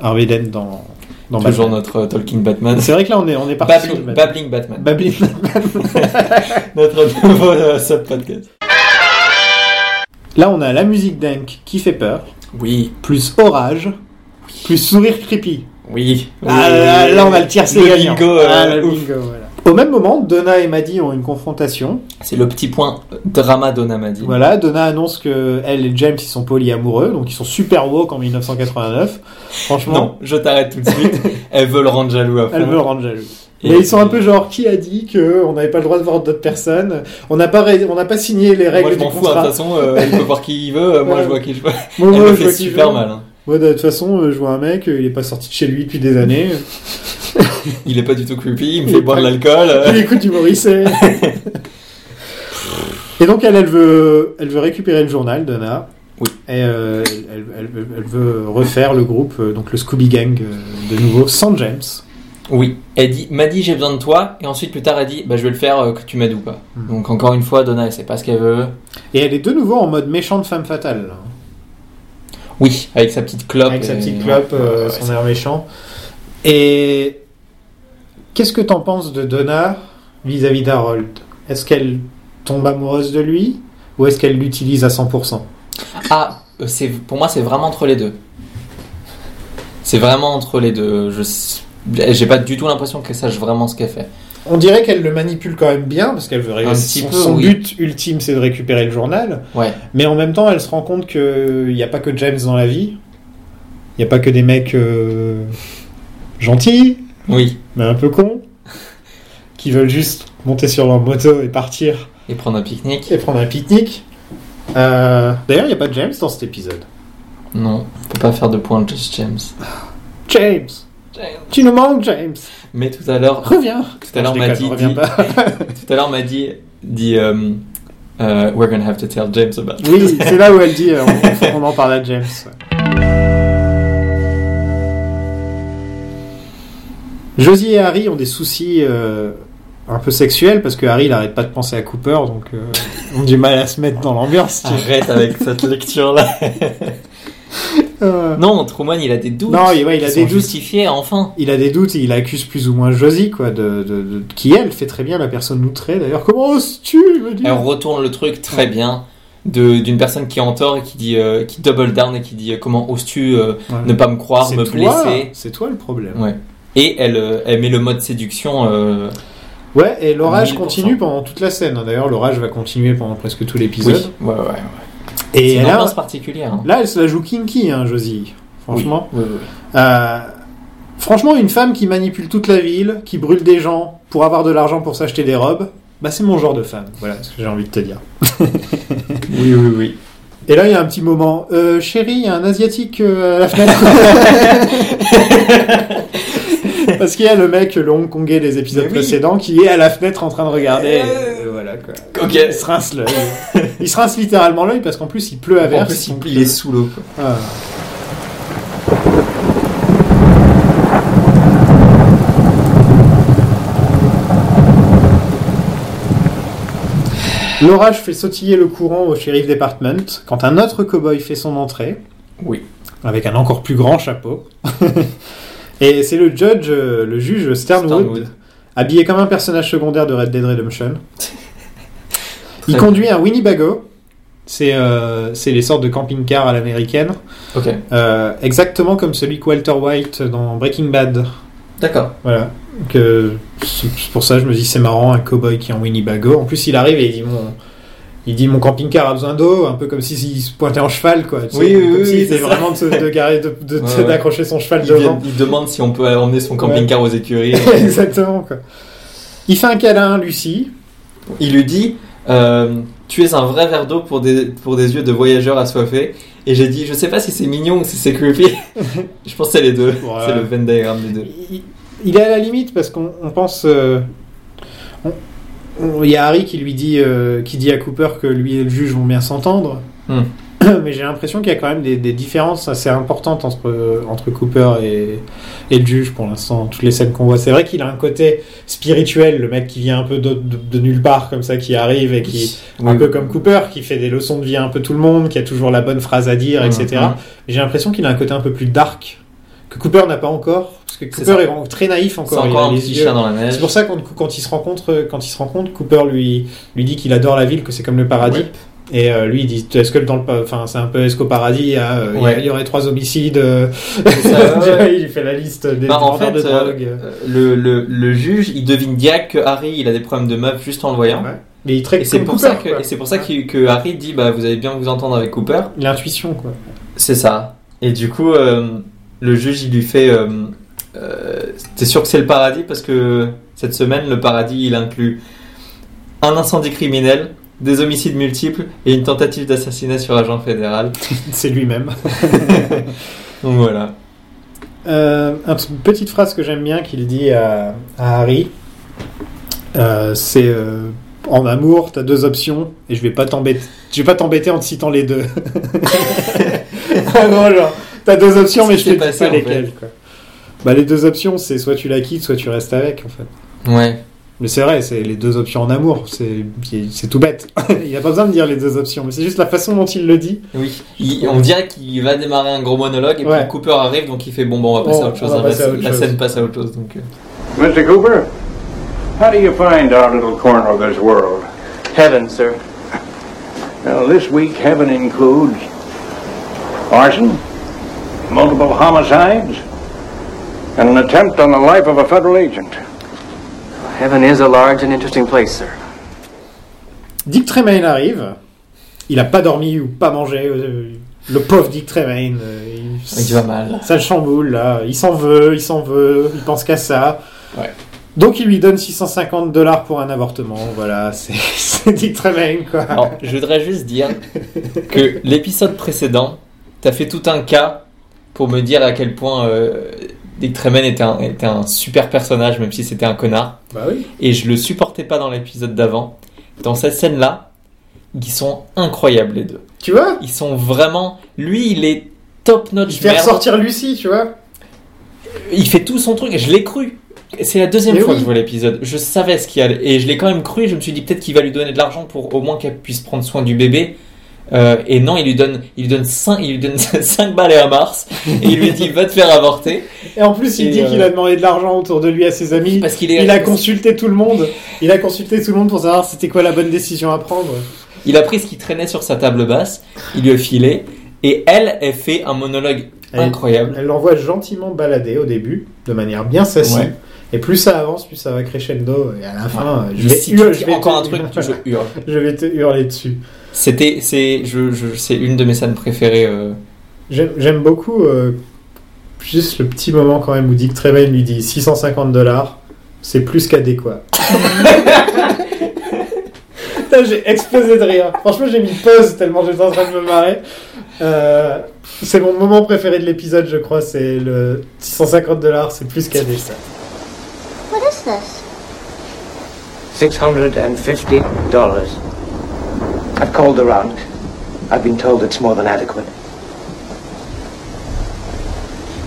Speaker 3: Harvey Dent dans, dans
Speaker 4: Toujours
Speaker 3: Batman.
Speaker 4: notre euh, Talking Batman.
Speaker 3: C'est vrai que là, on est, on est parti sur
Speaker 4: Babbling,
Speaker 3: le Batman.
Speaker 4: Babbling Batman.
Speaker 3: Babbling.
Speaker 4: notre nouveau euh, sub-podcast.
Speaker 3: Là, on a la musique d'Hank qui fait peur,
Speaker 4: Oui,
Speaker 3: plus orage, plus sourire creepy.
Speaker 4: oui.
Speaker 3: Ah, là, là, on a le tiercé
Speaker 4: Le
Speaker 3: gagnant.
Speaker 4: bingo, euh,
Speaker 3: Ah, le
Speaker 4: ouf.
Speaker 3: bingo, voilà. Au même moment, Donna et Maddie ont une confrontation.
Speaker 4: C'est le petit point drama d'Onamadi.
Speaker 3: Voilà, Donna annonce que elle et James ils sont polyamoureux, donc ils sont super woke en 1989. Franchement,
Speaker 4: Non, je t'arrête tout de suite. Elle veut le rendre jaloux à fond.
Speaker 3: elle veut le rendre jaloux.
Speaker 4: Et-
Speaker 3: Mais ils sont un peu genre qui a dit que on n'avait pas le droit de voir d'autres personnes, on n'a pas ré- on n'a pas signé les règles
Speaker 4: Moi, je
Speaker 3: du
Speaker 4: m'en fous, hein, de
Speaker 3: contrat.
Speaker 4: toute façon, euh, il peut voir qui il veut, euh, moi,
Speaker 3: Ouais.
Speaker 4: je vois qui je veux.
Speaker 3: Moi,
Speaker 4: Elle
Speaker 3: moi,
Speaker 4: me
Speaker 3: je
Speaker 4: fait
Speaker 3: vois qui je
Speaker 4: super
Speaker 3: veux.
Speaker 4: mal. hein.
Speaker 3: Moi, de toute façon, euh, je vois un mec, euh, il est pas sorti de chez lui depuis des années.
Speaker 4: Il est pas du tout creepy, il me
Speaker 3: Il
Speaker 4: fait
Speaker 3: est
Speaker 4: boire de
Speaker 3: pas-
Speaker 4: l'alcool.
Speaker 3: Il
Speaker 4: euh.
Speaker 3: écoute du Morrissey. Et donc, elle, elle veut, elle veut récupérer le journal, Donna. Et euh, elle, elle- elle- elle veut refaire le groupe, euh, donc le Scooby Gang, euh, de nouveau, sans James.
Speaker 4: Oui, elle dit, m'a dit j'ai besoin de toi, et ensuite plus tard elle dit bah je vais le faire euh, que tu m'aides ou pas.
Speaker 3: Mhm.
Speaker 4: Donc encore une fois, Donna elle sait pas ce qu'elle veut.
Speaker 3: Et elle est de nouveau en mode méchante femme fatale. là.
Speaker 4: Oui, avec sa petite clope.
Speaker 3: Avec sa
Speaker 4: et-
Speaker 3: petite clope, euh,
Speaker 4: Ouais,
Speaker 3: son air méchant. Et qu'est-ce que t'en penses de Donna vis-à-vis d'Harold Est-ce qu'elle tombe amoureuse de lui ou est-ce qu'elle l'utilise à 100%
Speaker 4: Ah, euh, c'est pour moi c'est vraiment entre les deux. C'est vraiment entre les deux. Je s- j'ai pas du tout l'impression qu'elle sache vraiment ce qu'elle fait.
Speaker 3: On dirait qu'elle le manipule quand même bien parce qu'elle veut
Speaker 4: Un
Speaker 3: réussir.
Speaker 4: petit
Speaker 3: Son,
Speaker 4: peu,
Speaker 3: son
Speaker 4: oui.
Speaker 3: but ultime, c'est de récupérer le journal.
Speaker 4: Ouais.
Speaker 3: Mais en même temps, elle se rend compte qu'il n'y a pas que James dans la vie. Il n'y a pas que des mecs euh, gentils,
Speaker 4: Oui.
Speaker 3: mais un peu cons, qui veulent juste monter sur leur moto et partir.
Speaker 4: Et prendre un pique-nique.
Speaker 3: et prendre un pique-nique. Euh, D'ailleurs, il n'y a pas de James dans cet épisode.
Speaker 4: Non, on peut pas faire de point Just James.
Speaker 3: James Tu nous manques, James
Speaker 4: Mais tout à l'heure,
Speaker 3: Reviens
Speaker 4: tout à l'heure
Speaker 3: Je
Speaker 4: m'a
Speaker 3: déconne,
Speaker 4: dit,
Speaker 3: reviens
Speaker 4: dit-
Speaker 3: pas.
Speaker 4: tout à l'heure m'a dit, dit euh, euh, we're gonna have to tell James about. it.
Speaker 3: Oui, c'est là où elle dit euh, on, on en parle à James. Josie et Harry ont des soucis euh, un peu sexuels parce que Harry n'arrête pas de penser à Cooper, donc euh, ils ont du mal à se mettre dans l'ambiance. tu vois.
Speaker 4: Arrête avec cette lecture là.
Speaker 3: Euh,
Speaker 4: non, Truman il a des doutes.
Speaker 3: Non, il- ouais, il a
Speaker 4: Ils
Speaker 3: des
Speaker 4: sont
Speaker 3: doutes.
Speaker 4: Justifiés enfin.
Speaker 3: il a des doutes et il accuse plus ou moins Josie, quoi, de, de- de- qui elle fait très bien la personne outrée d'ailleurs. Comment oses-tu me
Speaker 4: Elle
Speaker 3: dire
Speaker 4: retourne le truc très bien de- d'une personne qui est en tort et qui dit euh, qui double down et qui dit euh, comment oses-tu euh,
Speaker 3: Ouais.
Speaker 4: ne pas me croire,
Speaker 3: Mm. C'est
Speaker 4: me
Speaker 3: toi,
Speaker 4: blesser.
Speaker 3: C'est toi le problème.
Speaker 4: Ouais. Et elle, euh, elle met le mode séduction. euh,
Speaker 3: Ouais, et l'orage
Speaker 4: 1000%.
Speaker 3: continue pendant toute la scène. hein. D'ailleurs, l'orage va continuer pendant presque tout
Speaker 4: oui.
Speaker 3: l'épisode.
Speaker 4: Ouais, ouais, ouais. C'est
Speaker 3: Et
Speaker 4: une
Speaker 3: là,
Speaker 4: ambiance particulière. hein.
Speaker 3: là, elle se la joue kinky, hein, Josie. Franchement.
Speaker 4: Oui, oui, oui.
Speaker 3: Euh, franchement, une femme qui manipule toute la ville, qui brûle des gens pour avoir de l'argent pour s'acheter des robes, bah c'est mon genre de femme. Voilà ce que j'ai envie de te dire.
Speaker 4: Oui, oui, oui.
Speaker 3: Et là, il y a un petit moment. Euh, chérie, il y a un Asiatique euh, à la fenêtre. Parce qu'il y a le mec, le Hongkongais des épisodes
Speaker 4: Mais oui.
Speaker 3: précédents, qui est à la fenêtre en train de regarder.
Speaker 4: Euh,
Speaker 3: Et voilà quoi.
Speaker 4: Ok.
Speaker 3: Il se rince l'œil. il se rince littéralement l'œil parce qu'en plus il pleut à
Speaker 4: En
Speaker 3: verse.
Speaker 4: plus, il,
Speaker 3: donc,
Speaker 4: il est sous l'eau. quoi.
Speaker 3: euh, L'orage fait sautiller le courant au shérif department quand un autre cow-boy fait son entrée.
Speaker 4: Oui.
Speaker 3: Avec un encore plus grand chapeau. Et c'est le judge, euh, le juge Sternwood,
Speaker 4: Sternwood.
Speaker 3: habillé comme un personnage secondaire de Red Dead Redemption. Il
Speaker 4: Très
Speaker 3: conduit un Winnebago. C'est euh, c'est les sortes de camping-cars à l'américaine.
Speaker 4: Ok.
Speaker 3: Euh, exactement comme celui que Walter White dans Breaking Bad.
Speaker 4: D'accord.
Speaker 3: Voilà. Donc, euh, c'est c'est pour ça que je me dis c'est marrant, un cowboy qui est en Winnebago. En plus, il arrive et il dit mon, il dit, mon camping-car a besoin d'eau, un peu comme s'il se pointait en cheval, quoi. Tu
Speaker 4: Oui,
Speaker 3: sais,
Speaker 4: oui,
Speaker 3: comme
Speaker 4: oui,
Speaker 3: s'il
Speaker 4: oui,
Speaker 3: était
Speaker 4: c'est ça.
Speaker 3: vraiment de, se- de garer, de- de-
Speaker 4: Ouais, ouais.
Speaker 3: d'accrocher son cheval
Speaker 4: Il,
Speaker 3: devant.
Speaker 4: vient- il demande si on peut emmener son camping-car aux écuries.
Speaker 3: Exactement, quoi. Il fait un câlin à Lucie.
Speaker 4: Il lui dit euh, Tu es un vrai verre d'eau pour des, pour des yeux de voyageurs assoiffés. Et j'ai dit Je sais pas si c'est mignon ou si c'est creepy. je pense que c'est les deux.
Speaker 3: Ouais.
Speaker 4: C'est le Venn diagram des deux.
Speaker 3: Il, il est à la limite parce qu'on on pense. euh, on- on- Il y a Harry qui lui dit, euh, qui dit à Cooper que lui et le juge vont bien s'entendre.
Speaker 4: Hmm.
Speaker 3: Mais j'ai l'impression qu'il y a quand même des, des différences assez importantes entre, euh, entre Cooper et, et le juge pour l'instant, toutes les scènes qu'on voit. C'est vrai qu'il a un côté spirituel, le mec qui vient un peu de, de- de nulle part comme ça, qui arrive et qui, un
Speaker 4: Oui,
Speaker 3: peu
Speaker 4: oui.
Speaker 3: comme Cooper, qui fait des leçons de vie à un peu tout le monde, qui a toujours la bonne phrase à dire,
Speaker 4: Mhm.
Speaker 3: etc. J'ai l'impression qu'il a un côté un peu plus dark que Cooper n'a pas encore, parce que
Speaker 4: C'est
Speaker 3: Cooper est,
Speaker 4: ça.
Speaker 3: vraiment très naïf
Speaker 4: C'est
Speaker 3: encore. il
Speaker 4: encore
Speaker 3: a
Speaker 4: un
Speaker 3: les
Speaker 4: petit
Speaker 3: yeux-
Speaker 4: chat dans la neige.
Speaker 3: C'est pour ça quand, quand il se rencontre, quand il se rencontre, Cooper lui lui dit qu'il adore la ville, que c'est comme le paradis.
Speaker 4: Ouais.
Speaker 3: Et euh, lui il dit est-ce que dans le pa- enfin c'est un peu est-ce qu'au paradis il y, a, euh, il y a-
Speaker 4: Ouais.
Speaker 3: il y aurait trois homicides euh,
Speaker 4: ça, ouais, ouais.
Speaker 3: il fait la liste des
Speaker 4: Bah, en
Speaker 3: vendeurs
Speaker 4: fait,
Speaker 3: de
Speaker 4: euh,
Speaker 3: drogue.
Speaker 4: euh, le, le, le juge, il devine direct que Harry, il a des problèmes de meuf juste en le voyant.
Speaker 3: Ouais. Mais il traite
Speaker 4: Et c'est
Speaker 3: comme
Speaker 4: pour
Speaker 3: Cooper,
Speaker 4: ça que,
Speaker 3: quoi.
Speaker 4: et c'est pour ça qu'il- que, Harry dit bah vous allez bien vous entendre avec Cooper.
Speaker 3: l'intuition quoi.
Speaker 4: C'est ça. Et du coup, euh, le juge il lui fait euh, euh, t'es sûr que c'est le paradis parce que cette semaine le paradis il inclut un incendie criminel, des homicides multiples et une tentative d'assassinat sur agent fédéral.
Speaker 3: C'est lui-même.
Speaker 4: Donc voilà.
Speaker 3: Euh, un t- une petite phrase que j'aime bien qu'il dit à, à Harry, euh, c'est euh, En amour, t'as deux options et je vais pas t'embêter. Je vais pas t'embêter en te citant les deux. en gros, genre, t'as deux options, mais
Speaker 4: Qu'est-ce
Speaker 3: je
Speaker 4: qui
Speaker 3: te dis
Speaker 4: s'est passé,
Speaker 3: pas
Speaker 4: en fait
Speaker 3: lesquelles. quoi. Bah, les deux options, c'est soit tu la quittes, soit tu restes avec, en fait.
Speaker 4: Ouais.
Speaker 3: Mais c'est vrai, c'est les deux options en amour. C'est c'est tout bête. il a pas besoin de dire les deux options, mais c'est juste la façon dont il le dit.
Speaker 4: Oui. Il- on dirait qu'il va démarrer un gros monologue et
Speaker 3: Ouais.
Speaker 4: puis Cooper arrive donc il fait bon bon on va passer
Speaker 3: Bon,
Speaker 4: à autre chose.
Speaker 3: on va
Speaker 4: hein, la,
Speaker 3: passer à autre
Speaker 4: la
Speaker 3: chose.
Speaker 4: scène passe à autre chose donc. euh.
Speaker 11: Mr. Cooper, how do you find our little corner of this world? Heaven, sir. Now, this week, heaven includes arson, multiple homicides, and an attempt on the life of a federal agent.
Speaker 6: Heaven is a large and interesting place, sir.
Speaker 3: Dick Tremaine arrive. Il a pas dormi ou pas mangé. euh, Le pauvre Dick Tremaine. euh, Il,
Speaker 4: Il va mal.
Speaker 3: Ça le chamboule, là. Il s'en veut, il s'en veut, il pense qu'à ça.
Speaker 4: Ouais.
Speaker 3: Donc il lui donne 650 dollars pour un avortement. Voilà, c'est- c'est Dick Tremaine, quoi.
Speaker 4: Alors, je voudrais juste dire que l'épisode précédent, t'as fait tout un cas pour me dire à quel point euh, Dick Tremaine était un, était un super personnage, même si c'était un connard.
Speaker 3: Bah oui.
Speaker 4: Et je le supportais pas dans l'épisode d'avant. Dans cette scène-là, ils sont incroyables les deux.
Speaker 3: Tu vois
Speaker 4: Ils sont vraiment. Lui, il est top notch.
Speaker 3: Il fait ressortir Lucie, tu vois.
Speaker 4: Il fait tout son truc. Je l'ai cru. C'est la deuxième
Speaker 3: Mais
Speaker 4: fois
Speaker 3: Eh oui.
Speaker 4: que je vois l'épisode. Je savais ce qu'il y allait. Et je l'ai quand même cru. Je me suis dit peut-être qu'il va lui donner de l'argent pour au moins qu'elle puisse prendre soin du bébé. Euh, et non, il lui donne, il lui donne 5, il lui donne cinq balles et un Mars. Et il lui dit va te faire avorter.
Speaker 3: Et en plus, il
Speaker 4: Et,
Speaker 3: dit
Speaker 4: euh,
Speaker 3: qu'il a demandé de l'argent autour de lui à ses amis.
Speaker 4: Parce qu'il est-
Speaker 3: Il a consulté tout le monde. Il a consulté tout le monde pour savoir c'était quoi la bonne décision à prendre.
Speaker 4: Il a pris ce qui traînait sur sa table basse. Il lui a filé. Et elle, elle fait un monologue
Speaker 3: Elle-
Speaker 4: incroyable.
Speaker 3: Elle l'envoie gentiment balader au début, de manière bien sassy.
Speaker 4: Ouais.
Speaker 3: Et plus ça avance, plus ça va crescendo. Et à la fin,
Speaker 4: Ouais.
Speaker 3: je vais,
Speaker 4: Si tu
Speaker 3: hurler-
Speaker 4: dis
Speaker 3: je vais
Speaker 4: encore un
Speaker 3: te-
Speaker 4: truc, tu- je hurle.
Speaker 3: je vais te hurler dessus.
Speaker 4: C'était, c'est, je, je- c'est une de mes scènes préférées. euh,
Speaker 3: J'aime j'aime beaucoup euh, juste le petit moment quand même où Dick Tremaine lui dit 650 dollars, c'est plus qu'adéquat. Putain, j'ai explosé de rire. Franchement, j'ai mis pause tellement j'étais en train de me marrer. Euh, c'est mon moment préféré de l'épisode, je crois. C'est le 650 dollars, c'est plus qu'adéquat.
Speaker 8: What is this?
Speaker 6: $650. I've called around. I've been told it's more than adequate.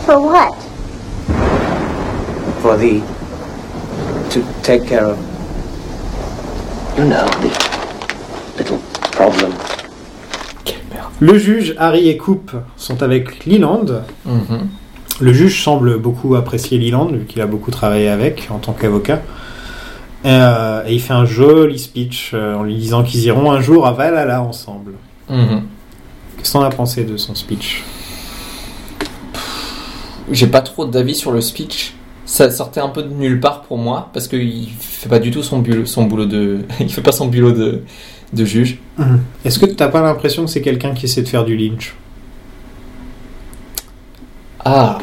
Speaker 8: For what?
Speaker 6: for thee to take care of. You know, the little problem.
Speaker 3: Le juge, Harry et Coupe sont avec Leland.
Speaker 4: mhm.
Speaker 3: Le juge semble beaucoup apprécier Leland, vu qu'il a beaucoup travaillé avec en tant qu'avocat. Euh, et il fait un joli speech euh, en lui disant qu'ils iront un jour à Valhalla ensemble.
Speaker 4: Mhm.
Speaker 3: Qu'est-ce qu'on a pensé de son speech
Speaker 4: J'ai pas trop d'avis sur le speech. Ça sortait un peu de nulle part pour moi parce qu'il fait pas du tout son, bulo- son boulot de. Il fait pas son boulot de, de juge.
Speaker 3: Est-ce que t'as pas l'impression que c'est quelqu'un qui essaie de faire du lynch
Speaker 4: Ah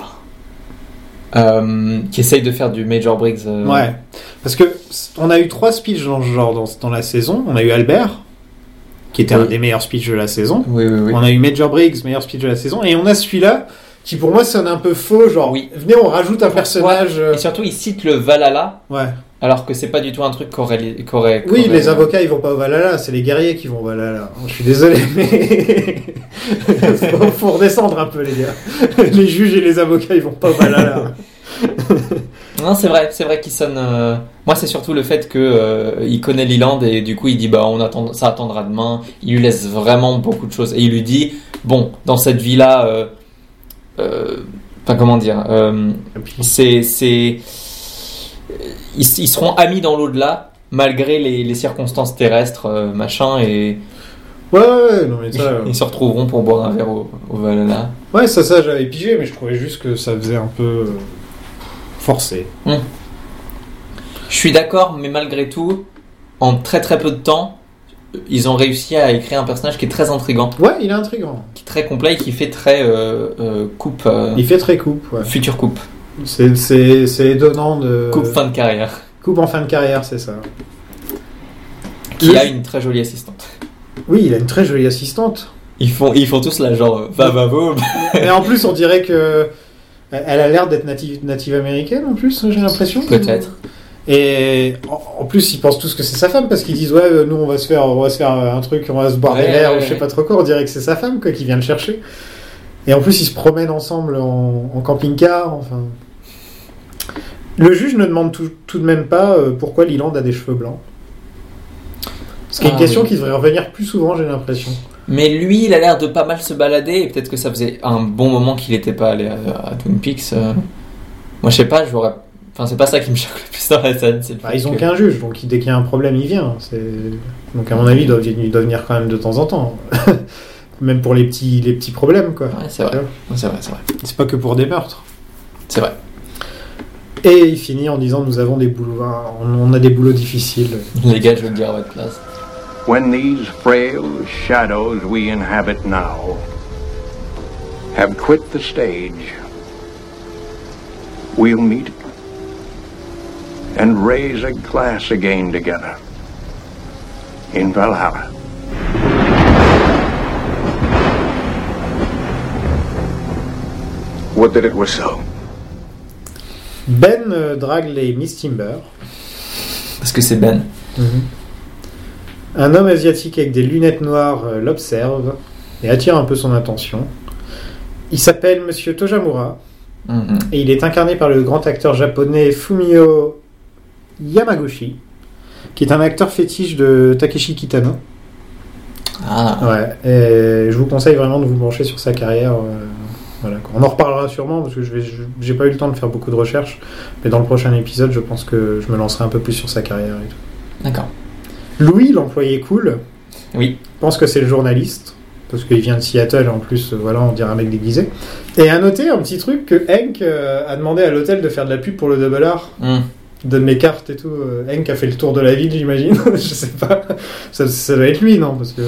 Speaker 4: Euh, Qui essaye de faire du Major Briggs. euh,
Speaker 3: Ouais. Parce que c- on a eu trois speeches dans ce genre dans, dans la saison. On a eu Albert, qui était
Speaker 4: Oui.
Speaker 3: un des meilleurs speeches de la saison.
Speaker 4: Oui, oui, oui.
Speaker 3: On a eu Major Briggs, meilleur speech de la saison. Et on a celui-là, qui pour moi sonne un peu faux. Genre,
Speaker 4: Oui.
Speaker 3: venez, on rajoute un personnage. euh,
Speaker 4: Et surtout, il cite le Valhalla
Speaker 3: Ouais.
Speaker 4: alors que c'est pas du tout un truc qu'aurait. li- qu'aurait-
Speaker 3: Oui,
Speaker 4: qu'aurait-
Speaker 3: les avocats, ils vont pas au Valhalla, c'est les guerriers qui vont au Valhalla. Je suis désolé, mais faut, faut redescendre un peu, les gars. Les juges et les avocats, ils vont pas au Valhalla.
Speaker 4: Non, c'est vrai, c'est vrai qu'il sonne. euh, Moi, c'est surtout le fait que euh, il connaît Leland et du coup, il dit bah on attend, ça attendra demain. Il lui laisse vraiment beaucoup de choses et il lui dit bon dans cette vie là, euh, euh, enfin comment dire, euh, c'est c'est euh, ils, ils seront amis dans l'au-delà malgré les, les circonstances terrestres euh, machin et
Speaker 3: Ouais, ouais, ouais, non mais ça, euh,
Speaker 4: ils se retrouveront pour boire un verre au, au Valhalla.
Speaker 3: ouais, ça, ça, j'avais pigé, mais je trouvais juste que ça faisait un peu euh, forcé.
Speaker 4: Je suis d'accord, mais malgré tout, en très très peu de temps, ils ont réussi à écrire un personnage qui est très intrigant.
Speaker 3: Ouais, il est intrigant.
Speaker 4: qui est très complet et qui fait très euh, euh, coupe, euh,
Speaker 3: Il fait très coupe, ouais.
Speaker 4: future coupe, euh,
Speaker 3: C'est, c'est, c'est étonnant de.
Speaker 4: coupe fin de carrière,
Speaker 3: Coupe en fin de carrière, c'est ça.
Speaker 4: qui a une très jolie assistante.
Speaker 3: Oui, il a une très jolie assistante.
Speaker 4: Ils font, ils font tous là genre euh, va va va.
Speaker 3: Mais en plus, on dirait que. Elle a l'air d'être native, native américaine en plus, j'ai l'impression.
Speaker 4: Peut-être.
Speaker 3: Et en- en plus, ils pensent tous que c'est sa femme parce qu'ils disent ouais, euh, nous on va se faire, on va se faire euh, un truc, on va se boire
Speaker 4: Ouais,
Speaker 3: des verres
Speaker 4: ouais,
Speaker 3: ou je sais
Speaker 4: ouais.
Speaker 3: pas trop quoi. On dirait que c'est sa femme quoi qui vient le chercher. Et en plus, ils se promènent ensemble en, en camping-car. Enfin, le juge ne demande tout, tout de même pas euh, pourquoi Liland a des cheveux blancs. Ce qui est une
Speaker 4: Ah,
Speaker 3: question
Speaker 4: oui.
Speaker 3: qui devrait revenir plus souvent, j'ai l'impression.
Speaker 4: Mais lui, il a l'air de pas mal se balader et peut-être que ça faisait un bon moment qu'il n'était pas allé à, à Twin Peaks. euh. Moi, je sais pas, j'aurais. Enfin, c'est pas ça qui me choque le plus dans la scène. c'est le
Speaker 3: Bah,
Speaker 4: fait
Speaker 3: ils ont
Speaker 4: que-
Speaker 3: qu'un juge, donc dès qu'il y a un problème, il vient. C'est- Donc à mon avis, il doit, il doit venir quand même de temps en temps. même pour les petits, les petits problèmes, quoi.
Speaker 4: Ouais, c'est vrai. Ouais, C'est vrai, c'est vrai.
Speaker 3: C'est pas que pour des meurtres.
Speaker 4: C'est vrai.
Speaker 3: Et il finit en disant nous avons des boulots, on on a des boulots difficiles.
Speaker 4: Les gars, je veux dire à votre place.
Speaker 11: when these frail shadows we inhabit now have quit the stage, we'll meet and raise a glass again together in Valhalla. Would that it was so.
Speaker 3: Ben euh, drague les Miss Timber,
Speaker 4: Parce que c'est Ben.
Speaker 3: Mhm. un homme asiatique avec des lunettes noires euh, l'observe et attire un peu son attention. Il s'appelle Monsieur Tojamura
Speaker 4: Mhm.
Speaker 3: et il est incarné par le grand acteur japonais Fumio Yamaguchi, qui est un acteur fétiche de Takeshi Kitano.
Speaker 4: Ah,
Speaker 3: Ouais, et je vous conseille vraiment de vous pencher sur sa carrière. euh, voilà, quoi. On en reparlera sûrement parce que je vais, je- j'ai pas eu le temps de faire beaucoup de recherches, mais dans le prochain épisode, je pense que je me lancerai un peu plus sur sa carrière. et tout.
Speaker 4: d'accord.
Speaker 3: Louis, l'employé cool,
Speaker 4: Oui.
Speaker 3: pense que c'est le journaliste parce qu'il vient de Seattle en plus. euh, Voilà, on dirait un mec déguisé. Et à noter un petit truc que Hank euh, a demandé à l'hôtel de faire de la pub pour le Double R.
Speaker 4: Mhm.
Speaker 3: Donne mes cartes et tout. euh, Hank a fait le tour de la ville, j'imagine. je sais pas. Ça, ça doit être lui, non Parce que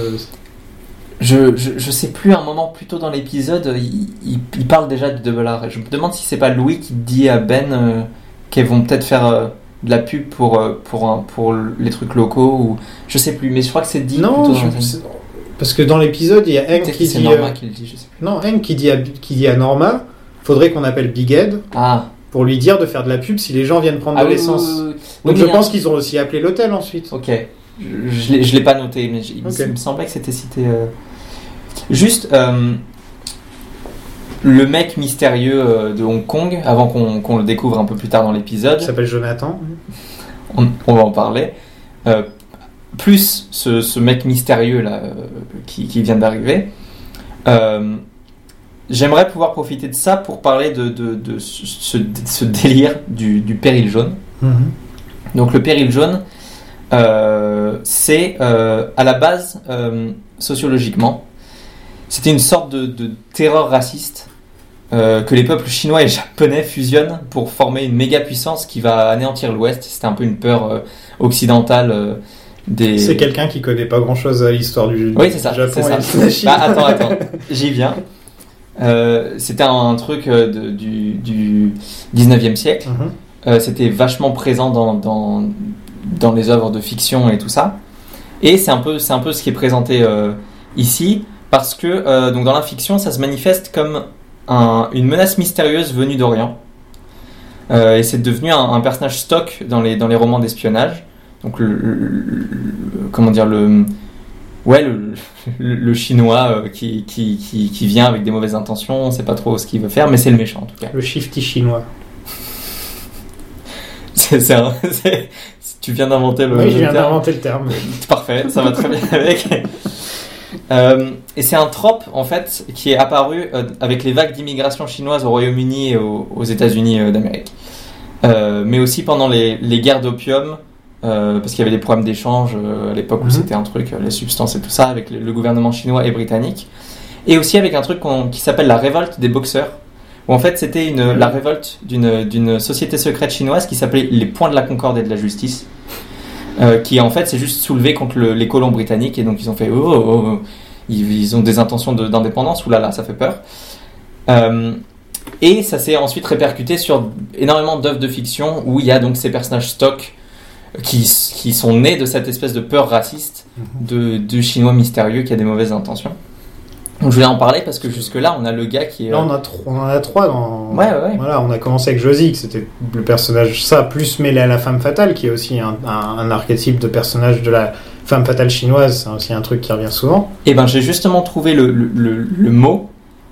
Speaker 4: Je, je, je sais plus, un moment plus tôt dans l'épisode, euh, il, il, il parle déjà du double R. Et je me demande si c'est pas Louis qui dit à Ben euh, qu'elles vont peut-être faire euh, de la pub pour, euh, pour, un- pour les trucs locaux ou. Je sais plus, mais je crois que c'est dit
Speaker 3: Non,
Speaker 4: plutôt dans
Speaker 3: je-
Speaker 4: la scène.
Speaker 3: c'est- parce que dans l'épisode, il y a Hank
Speaker 4: Peut-être que
Speaker 3: qui
Speaker 4: c'est
Speaker 3: dit.
Speaker 4: Norma
Speaker 3: euh,
Speaker 4: qui le dit, je sais plus.
Speaker 3: Non, Hank qui dit à, qui dit à Norma faudrait qu'on appelle Big Ed
Speaker 4: Ah,
Speaker 3: pour lui dire de faire de la pub si les gens viennent prendre
Speaker 4: ah
Speaker 3: de
Speaker 4: oui,
Speaker 3: l'essence.
Speaker 4: oui, oui, oui.
Speaker 3: euh, Donc
Speaker 4: Oui,
Speaker 3: je
Speaker 4: mais
Speaker 3: pense qu'ils ont aussi appelé l'hôtel ensuite.
Speaker 4: Ok, je je l'ai- je l'ai pas noté, mais j- il, me-
Speaker 3: Ok.
Speaker 4: il me semblait que c'était cité. euh. Juste, euh, le mec mystérieux euh, de Hong Kong, avant qu'on qu'on le découvre un peu plus tard dans l'épisode,
Speaker 3: Il s'appelle Jonathan.
Speaker 4: on, on va en parler. Euh, plus ce, ce mec mystérieux là euh, qui, qui vient d'arriver. Euh, J'aimerais pouvoir profiter de ça pour parler de, de- de ce, ce- ce délire du- du péril jaune.
Speaker 3: Mhm.
Speaker 4: Donc le péril jaune, euh, c'est euh, à la base, euh, sociologiquement, c'était une sorte de, de terreur raciste euh, que les peuples chinois et japonais fusionnent pour former une méga puissance qui va anéantir l'Ouest. C'était un peu une peur euh, occidentale euh, des...
Speaker 3: C'est quelqu'un qui connaît pas grand chose à l'histoire du
Speaker 4: Oui, c'est ça.
Speaker 3: Japon
Speaker 4: c'est ça.
Speaker 3: et de la Chine.
Speaker 4: Bah, attends, attends, j'y viens. Euh, c'était un, truc euh, de- du, du 19e siècle.
Speaker 3: Mhm.
Speaker 4: Euh, c'était vachement présent dans, dans, dans les œuvres de fiction et tout ça. Et c'est un peu, c'est un peu ce qui est présenté euh, ici, parce que euh, donc dans la fiction, ça se manifeste comme un- une menace mystérieuse venue d'Orient. Euh, et c'est devenu un, un personnage stock dans les, dans les romans d'espionnage. Donc, le, le- le- comment dire, le, ouais, le, le- le chinois euh, qui, qui, qui, qui vient avec des mauvaises intentions, on sait pas trop ce qu'il veut faire, mais c'est le méchant en tout cas.
Speaker 3: Le shifty chinois.
Speaker 4: C'est, c'est un- c'est- tu viens d'inventer le.
Speaker 3: oui, je
Speaker 4: le
Speaker 3: viens
Speaker 4: terme.
Speaker 3: d'inventer le terme.
Speaker 4: Parfait, ça va très bien avec. Euh, et c'est un trope en fait qui est apparu euh, avec les vagues d'immigration chinoise au Royaume-Uni et au- aux, États-Unis euh, d'Amérique, Euh, mais aussi pendant les, les guerres d'opium, euh, parce qu'il y avait des problèmes d'échange euh, à l'époque où
Speaker 3: Mhm.
Speaker 4: c'était un truc, euh, les substances et tout ça, avec le, le gouvernement chinois et britannique, et aussi avec un truc qu'on- qui s'appelle la révolte des boxeurs, où en fait c'était une, la révolte d'une d'une société secrète chinoise qui s'appelait les Points de la Concorde et de la Justice. Euh, qui en fait s'est juste soulevé contre le- les colons britanniques et donc ils ont fait oh, oh, oh, oh. Ils, ils ont des intentions de- d'indépendance, oulala, ça fait peur. Euh, et ça s'est ensuite répercuté sur énormément d'œuvres de fiction où il y a donc ces personnages stock qui, s- qui sont
Speaker 3: Mhm.
Speaker 4: nés de cette espèce de peur raciste de, du chinois mystérieux qui a des mauvaises intentions. Donc je voulais en parler parce que jusque-là, on a le gars qui est.
Speaker 3: Là, on, a trois- on en a trois dans.
Speaker 4: Ouais, ouais.
Speaker 3: Voilà, on a commencé avec Josie, que c'était le personnage, ça, plus mêlé à la femme fatale, qui est aussi un, un- un archétype de personnage de la femme fatale chinoise, c'est aussi un truc qui revient souvent.
Speaker 4: Et ben, j'ai justement trouvé le, le- le- le mot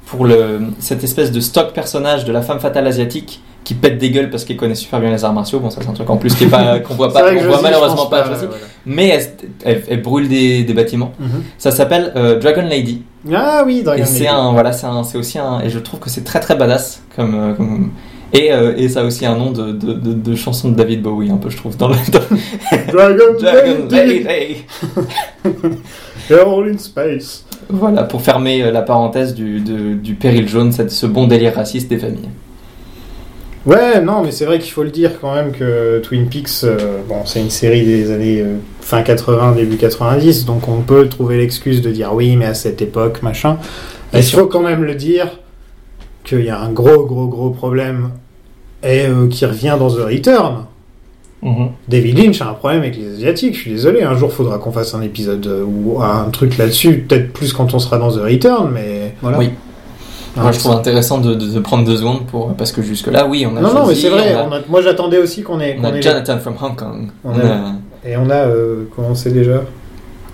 Speaker 4: pour le, cette espèce de stock personnage de la femme fatale asiatique qui pète des gueules parce qu'elle connaît super bien les arts martiaux. Bon, ça, c'est un truc en plus qui est pas- qu'on voit
Speaker 3: C'est
Speaker 4: pas,
Speaker 3: vrai
Speaker 4: qu'on
Speaker 3: que
Speaker 4: voit
Speaker 3: Josie, je
Speaker 4: malheureusement
Speaker 3: pense
Speaker 4: pas,
Speaker 3: pas, euh,
Speaker 4: Josie.
Speaker 3: voilà.
Speaker 4: Mais elle, elle- elle brûle des, des bâtiments.
Speaker 3: Mhm.
Speaker 4: Ça s'appelle euh, Dragon Lady.
Speaker 3: Ah oui, Dragon
Speaker 4: Et c'est
Speaker 3: Lady.
Speaker 4: un, voilà, c'est un- c'est aussi un, et je trouve que c'est très très badass comme, euh, comme- et, euh, et ça a aussi un nom de, de, de- de chanson de David Bowie un peu je trouve dans le dans-
Speaker 3: Dragon Lady.
Speaker 4: Lady.
Speaker 3: They're all in space.
Speaker 4: Voilà, pour fermer euh, la parenthèse du, de- du péril jaune, cette- ce bon délire raciste des familles.
Speaker 3: Ouais, non, mais c'est vrai qu'il faut le dire quand même que Twin Peaks, euh, bon, c'est une série des années euh, fin 80, début 90, donc on peut trouver l'excuse de dire oui, mais à cette époque, machin.
Speaker 4: Et
Speaker 3: Il
Speaker 4: sur-
Speaker 3: faut quand même le dire qu'il y a un gros, gros, gros problème et euh, qui revient dans The Return. David Lynch a un problème avec les Asiatiques, je suis désolé. Un jour, faudra qu'on fasse un épisode euh, ou un truc là-dessus, peut-être plus quand on sera dans The Return, mais voilà.
Speaker 4: Oui.
Speaker 3: Ah,
Speaker 4: Moi, je
Speaker 3: c'est-
Speaker 4: trouve intéressant de, de- de prendre deux secondes pour, parce que jusque-là, oui, on a
Speaker 3: non, non, mais
Speaker 4: choisi,
Speaker 3: c'est vrai.
Speaker 4: on a,
Speaker 3: on a- Moi, j'attendais aussi qu'on ait.
Speaker 4: on a
Speaker 3: qu'on ait-
Speaker 4: Jonathan from Hong Kong,
Speaker 3: On
Speaker 4: on
Speaker 3: a-
Speaker 4: a,
Speaker 3: Et on a. euh, comment c'est déjà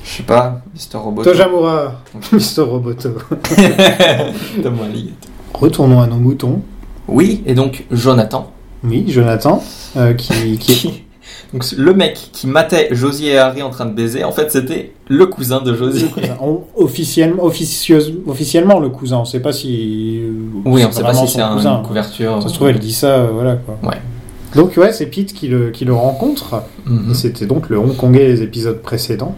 Speaker 4: je sais pas, Mr. Robot,
Speaker 3: Tojamura, Mr. Roboto.
Speaker 4: Tom Welling.
Speaker 3: Retournons à nos moutons.
Speaker 4: Oui, et donc Jonathan,
Speaker 3: Oui, Jonathan, euh, qui, qui...
Speaker 4: donc, le mec qui matait Josie et Harry en train de baiser, en fait, c'était le cousin de Josie.
Speaker 3: on- officiellement, officieuse- officiellement le cousin. On sait pas si. euh,
Speaker 4: Oui, on sait pas
Speaker 3: vraiment
Speaker 4: si
Speaker 3: son
Speaker 4: c'est un-
Speaker 3: cousin.
Speaker 4: une couverture.
Speaker 3: Ça se trouve, elle dit ça, euh, voilà quoi.
Speaker 4: Ouais.
Speaker 3: Donc ouais, c'est Pete qui le, qui le rencontre.
Speaker 4: Mhm.
Speaker 3: Et C'était donc le Hongkongais des épisodes précédents.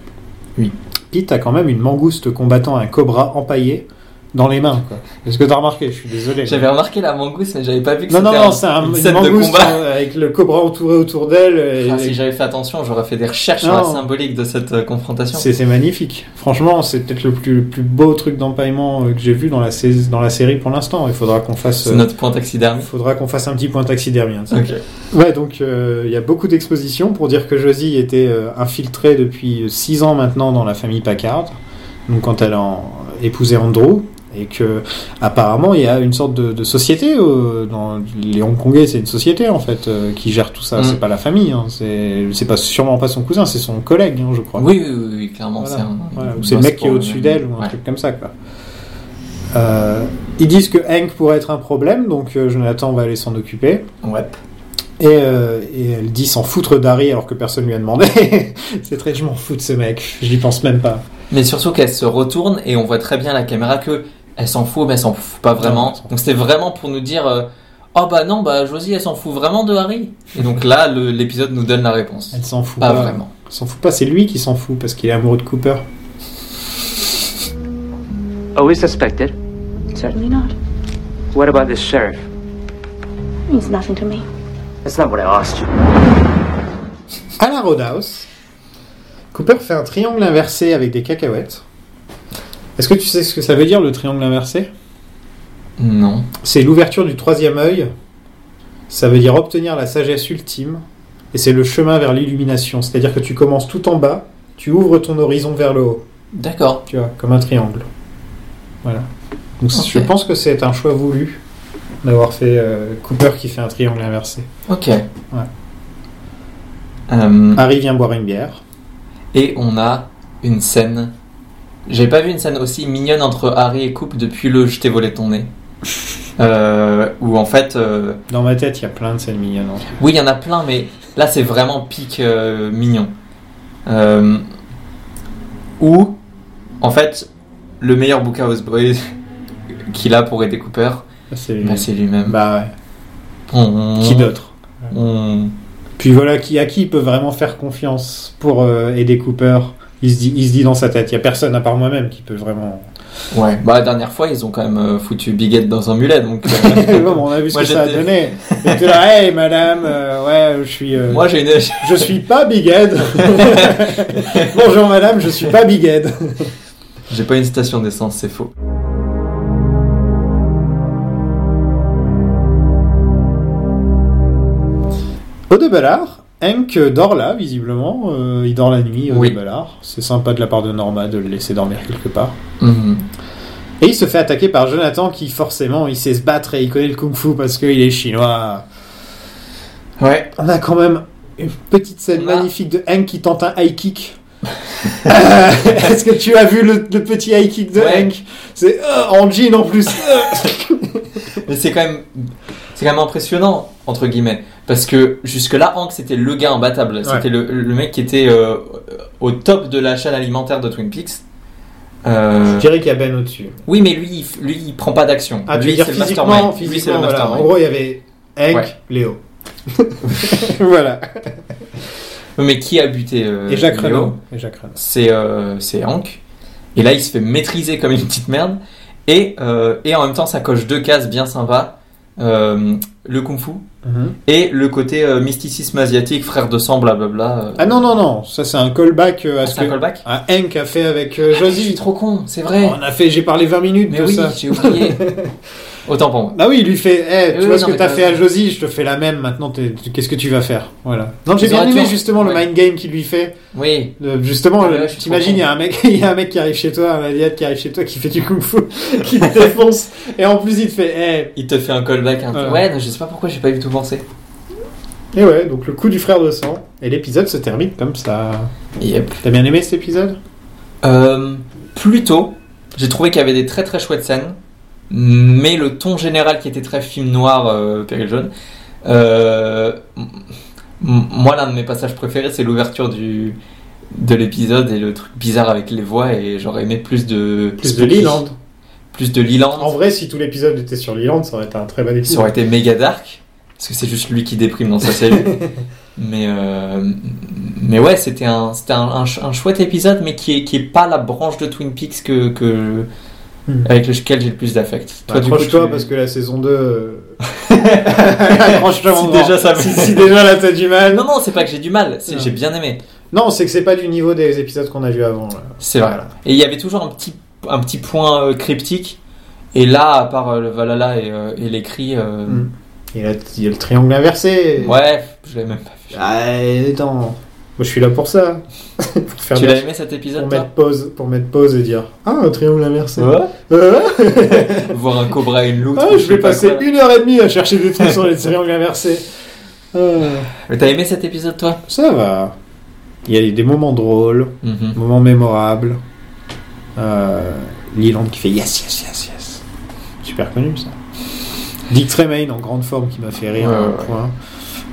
Speaker 4: Oui.
Speaker 3: Pete a quand même une mangouste combattant un cobra empaillé dans les mains. quoi. Est-ce que t'as remarqué Je suis désolé.
Speaker 4: J'avais remarqué la mangouste, mais j'avais pas vu que
Speaker 3: Non, non,
Speaker 4: c'était
Speaker 3: non,
Speaker 4: un-
Speaker 3: c'est un,
Speaker 4: une
Speaker 3: une
Speaker 4: scène de
Speaker 3: mangouste
Speaker 4: combat.
Speaker 3: euh, avec le cobra entouré autour d'elle. et-
Speaker 4: Ah, si j'avais fait attention, j'aurais fait des recherches sur
Speaker 3: Non.
Speaker 4: la symbolique de cette euh, confrontation.
Speaker 3: C'est c'est magnifique. Franchement, c'est peut-être le plus, le plus beau truc d'empaillement euh, que j'ai vu dans la, sais- dans la série pour l'instant. Il faudra qu'on fasse,
Speaker 4: C'est
Speaker 3: euh,
Speaker 4: notre point taxidermie.
Speaker 3: faudra qu'on fasse un petit point taxidermie. hein, ça.
Speaker 4: Ok.
Speaker 3: Ouais, donc euh, il y a beaucoup d'expositions pour dire que Josie était euh, infiltrée depuis 6 ans maintenant dans la famille Packard. Donc quand elle a en- épousé Andrew et que apparemment il y a une sorte de, de société euh, dans les Hongkongais, c'est une société en fait euh, qui gère tout ça.
Speaker 4: Mm.
Speaker 3: C'est pas la famille, hein, c'est c'est pas sûrement pas son cousin, c'est son collègue, hein, je crois.
Speaker 4: Oui, oui, oui, oui, clairement,
Speaker 3: Voilà.
Speaker 4: c'est un.
Speaker 3: Voilà,
Speaker 4: un
Speaker 3: ou c'est le
Speaker 4: boss
Speaker 3: mec qui est
Speaker 4: pour-
Speaker 3: au-dessus d'elle ou un
Speaker 4: Ouais.
Speaker 3: truc comme ça. Quoi. Euh, ils disent que Hank pourrait être un problème, donc euh, Jonathan va aller s'en occuper.
Speaker 4: Ouais.
Speaker 3: Et, euh, et elle dit s'en foutre d'Harry alors que personne lui a demandé. c'est très je m'en fous de ce mec, j'y pense même pas.
Speaker 4: Mais surtout qu'elle se retourne et on voit très bien à la caméra que elle s'en fout, mais elle s'en fout pas
Speaker 3: Non,
Speaker 4: vraiment.
Speaker 3: elle s'en fout.
Speaker 4: Donc c'était vraiment pour nous dire euh, Oh bah non, bah Josie, elle s'en fout vraiment de Harry. Et donc là, le- l'épisode nous donne la réponse.
Speaker 3: Elle s'en fout
Speaker 4: Pas
Speaker 3: pas.
Speaker 4: vraiment.
Speaker 3: Elle s'en fout pas, c'est lui qui s'en fout parce qu'il est amoureux de Cooper.
Speaker 6: Always suspected.
Speaker 8: Certainly not.
Speaker 6: What about this sheriff?
Speaker 8: Means nothing to me.
Speaker 6: That's not what I asked you.
Speaker 3: À la Roadhouse, Cooper fait un triangle inversé avec des cacahuètes. Est-ce que tu sais ce que ça veut dire le triangle inversé
Speaker 4: Non.
Speaker 3: C'est l'ouverture du troisième œil. Ça veut dire obtenir la sagesse ultime. Et c'est le chemin vers l'illumination. C'est-à-dire que tu commences tout en bas, tu ouvres ton horizon vers le haut.
Speaker 4: D'accord.
Speaker 3: Tu vois, comme un triangle. Voilà. Donc
Speaker 4: Ok.
Speaker 3: je pense que c'est un choix voulu d'avoir fait euh, Cooper qui fait un triangle inversé.
Speaker 4: Ok. Euh,
Speaker 3: Harry vient boire une bière.
Speaker 4: Et on a une scène. J'ai pas vu une scène aussi mignonne entre Harry et Coupe depuis le Je t'ai volé ton nez. Euh, où en fait, euh,
Speaker 3: Dans ma tête, il y a plein de scènes mignonnes. hein. entre eux.
Speaker 4: oui, il y en a plein, mais là c'est vraiment pique euh, mignon. Euh, où en fait, le meilleur Book House Boy qu'il a pour aider Cooper,
Speaker 3: C'est...
Speaker 4: bah, c'est lui-même.
Speaker 3: Bah
Speaker 4: On-
Speaker 3: ouais.
Speaker 4: Hein.
Speaker 3: Qui d'autre
Speaker 4: on-
Speaker 3: Puis voilà, qui, à qui il peut vraiment faire confiance pour euh, aider Cooper il se, dit, il se dit dans sa tête, il n'y a personne à part moi-même qui peut vraiment...
Speaker 4: Ouais, bah la dernière fois ils ont quand même euh, foutu Biguette dans un mulet donc. euh,
Speaker 3: Bon, on a vu ce
Speaker 4: Moi,
Speaker 3: que ça a
Speaker 4: j'étais-
Speaker 3: donné. Et t'es là, hey madame, euh, ouais, je suis... euh,
Speaker 4: Moi j'ai une.
Speaker 3: Je suis pas Big Ed. Bonjour madame, je suis pas Big Ed.
Speaker 4: J'ai pas une station d'essence, c'est faux.
Speaker 3: Au Debellard, Hank dort là, visiblement. Euh, il dort la nuit au
Speaker 4: Oui.
Speaker 3: Mm-hmm. Debellard. C'est sympa de la part de Norma de le laisser dormir quelque part. Et il se fait attaquer par Jonathan qui forcément il sait se battre et il connaît le kung fu parce qu'il est chinois.
Speaker 4: Ouais.
Speaker 3: On a quand même une petite scène magnifique de Hank qui tente un high kick. Euh, Est-ce que tu as vu le, le petit high kick de
Speaker 4: Ouais.
Speaker 3: Hank C'est euh, en jean en plus.
Speaker 4: Mais c'est quand même, c'est quand même impressionnant entre guillemets, parce que jusque là, Hank c'était le gars imbattable, c'était le, le mec qui était euh, au top de la chaîne alimentaire de Twin Peaks. Euh,
Speaker 3: Je dirais qu'il y a Ben au-dessus.
Speaker 4: Oui, mais lui, il f- lui, il prend pas d'action.
Speaker 3: Ah, tu
Speaker 4: lui,
Speaker 3: veux dire
Speaker 4: c'est le
Speaker 3: physiquement,
Speaker 4: mastermind. lui, c'est
Speaker 3: physiquement
Speaker 4: le
Speaker 3: voilà.
Speaker 4: mastermind.
Speaker 3: En gros, il y avait Hank,
Speaker 4: Ouais.
Speaker 3: Léo. voilà.
Speaker 4: Mais qui a buté euh,
Speaker 3: Et Jacques
Speaker 4: Léo
Speaker 3: Renaud. Et Jacques Renaud.
Speaker 4: C'est euh, c'est Hank. Et là, il se fait maîtriser comme une petite merde. Et, euh, et en même temps, ça coche deux cases bien sympas. Euh, le kung fu
Speaker 3: Mhm.
Speaker 4: et le côté euh, mysticisme asiatique, frère de sang, blablabla. euh.
Speaker 3: Ah non, non, non, ça c'est un callback euh, à ce
Speaker 4: Ah, c'est un
Speaker 3: que
Speaker 4: callback Ah,
Speaker 3: à Hank a fait avec euh, Josie. Je suis
Speaker 4: trop con, c'est vrai.
Speaker 3: On a fait, j'ai parlé 20 minutes
Speaker 4: mais
Speaker 3: de
Speaker 4: oui,
Speaker 3: ça.
Speaker 4: j'ai oublié. Autant pour moi.
Speaker 3: Ah oui, il lui fait, Eh,
Speaker 4: Eh
Speaker 3: tu
Speaker 4: oui,
Speaker 3: vois ce
Speaker 4: non,
Speaker 3: que
Speaker 4: mais
Speaker 3: t'as
Speaker 4: t'as
Speaker 3: fait à
Speaker 4: raison.
Speaker 3: Josie, je te fais la même, maintenant t'es- tu- qu'est-ce que tu vas faire Voilà. Non, j'ai
Speaker 4: Ils
Speaker 3: bien
Speaker 4: auraient
Speaker 3: aimé
Speaker 4: dû-
Speaker 3: justement le mind game qu'il lui fait.
Speaker 4: Oui.
Speaker 3: Euh, justement,
Speaker 4: Ah ouais,
Speaker 3: euh,
Speaker 4: je suis
Speaker 3: t'imagines, il y, a un mec- il y a un mec qui arrive chez toi, un alien qui arrive chez toi, qui fait du kung fu, qui te défonce, et en plus il te fait, eh,
Speaker 4: Il te fait un callback hein. un peu.
Speaker 3: Voilà.
Speaker 4: Ouais, non, je sais pas pourquoi j'ai pas du tout pensé.
Speaker 3: eh. Et ouais, donc le coup du frère de sang, et l'épisode se termine comme ça.
Speaker 4: Yep.
Speaker 3: T'as bien aimé cet épisode
Speaker 4: Euh, plutôt, j'ai trouvé qu'il y avait des très très chouettes scènes, mais le ton général qui était très film noir, euh, Péril Jaune. euh, m- m- moi, l'un de mes passages préférés, c'est l'ouverture du de l'épisode et le truc bizarre avec les voix et j'aurais aimé plus de
Speaker 3: Plus de hein, Leland.
Speaker 4: plus de Leland
Speaker 3: En vrai, si tout l'épisode était sur Leland, ça aurait été un très bon épisode.
Speaker 4: ça aurait été méga dark parce que c'est juste lui qui déprime dans sa cellule mais euh, mais ouais c'était un c'était un, un ch- un chouette épisode mais qui est qui est pas la branche de Twin Peaks que que
Speaker 3: Hmm.
Speaker 4: avec lequel j'ai le plus d'affect
Speaker 3: Bah,
Speaker 4: du coup,
Speaker 3: Accroche-toi
Speaker 4: tu-
Speaker 3: parce que la saison 2. euh, Accroche-toi
Speaker 4: Si
Speaker 3: mon
Speaker 4: déjà
Speaker 3: grand.
Speaker 4: ça me-
Speaker 3: si, si déjà là t'as du mal.
Speaker 4: non non c'est pas que j'ai du mal c'est
Speaker 3: Non.
Speaker 4: j'ai bien aimé
Speaker 3: Non, c'est que c'est pas du niveau des épisodes qu'on a vu avant. là.
Speaker 4: c'est vrai
Speaker 3: Voilà.
Speaker 4: et il y avait toujours un petit un petit point euh, cryptique et là à part euh, le Valhalla et, euh, et les cris euh,
Speaker 3: Hmm. Il y, a, il y a le triangle inversé.
Speaker 4: ouais je l'ai même pas vu
Speaker 3: Ah, attends. Moi je suis là pour ça. pour faire
Speaker 4: tu
Speaker 3: des-
Speaker 4: l'as aimé cet
Speaker 3: pour
Speaker 4: épisode toi
Speaker 3: mettre pause, pour mettre pause et dire ah un triangle inversé.
Speaker 4: Ouais.
Speaker 3: Euh,
Speaker 4: voir un cobra et une loutre
Speaker 3: ah,
Speaker 4: ou
Speaker 3: je
Speaker 4: sais
Speaker 3: vais
Speaker 4: pas
Speaker 3: passer
Speaker 4: quoi.
Speaker 3: une heure et demie à chercher des trucs sur les triangles inversés. Euh,
Speaker 4: Mais t'as aimé cet épisode toi
Speaker 3: ça va. Il y a des moments drôles.
Speaker 4: Mhm.
Speaker 3: Moment mémorable. Euh, Leland qui fait yes, yes, yes, yes. Super connu ça. Dick Tremaine en grande forme qui m'a fait rire.
Speaker 4: Ouais,
Speaker 3: un
Speaker 4: ouais, ouais.
Speaker 3: point.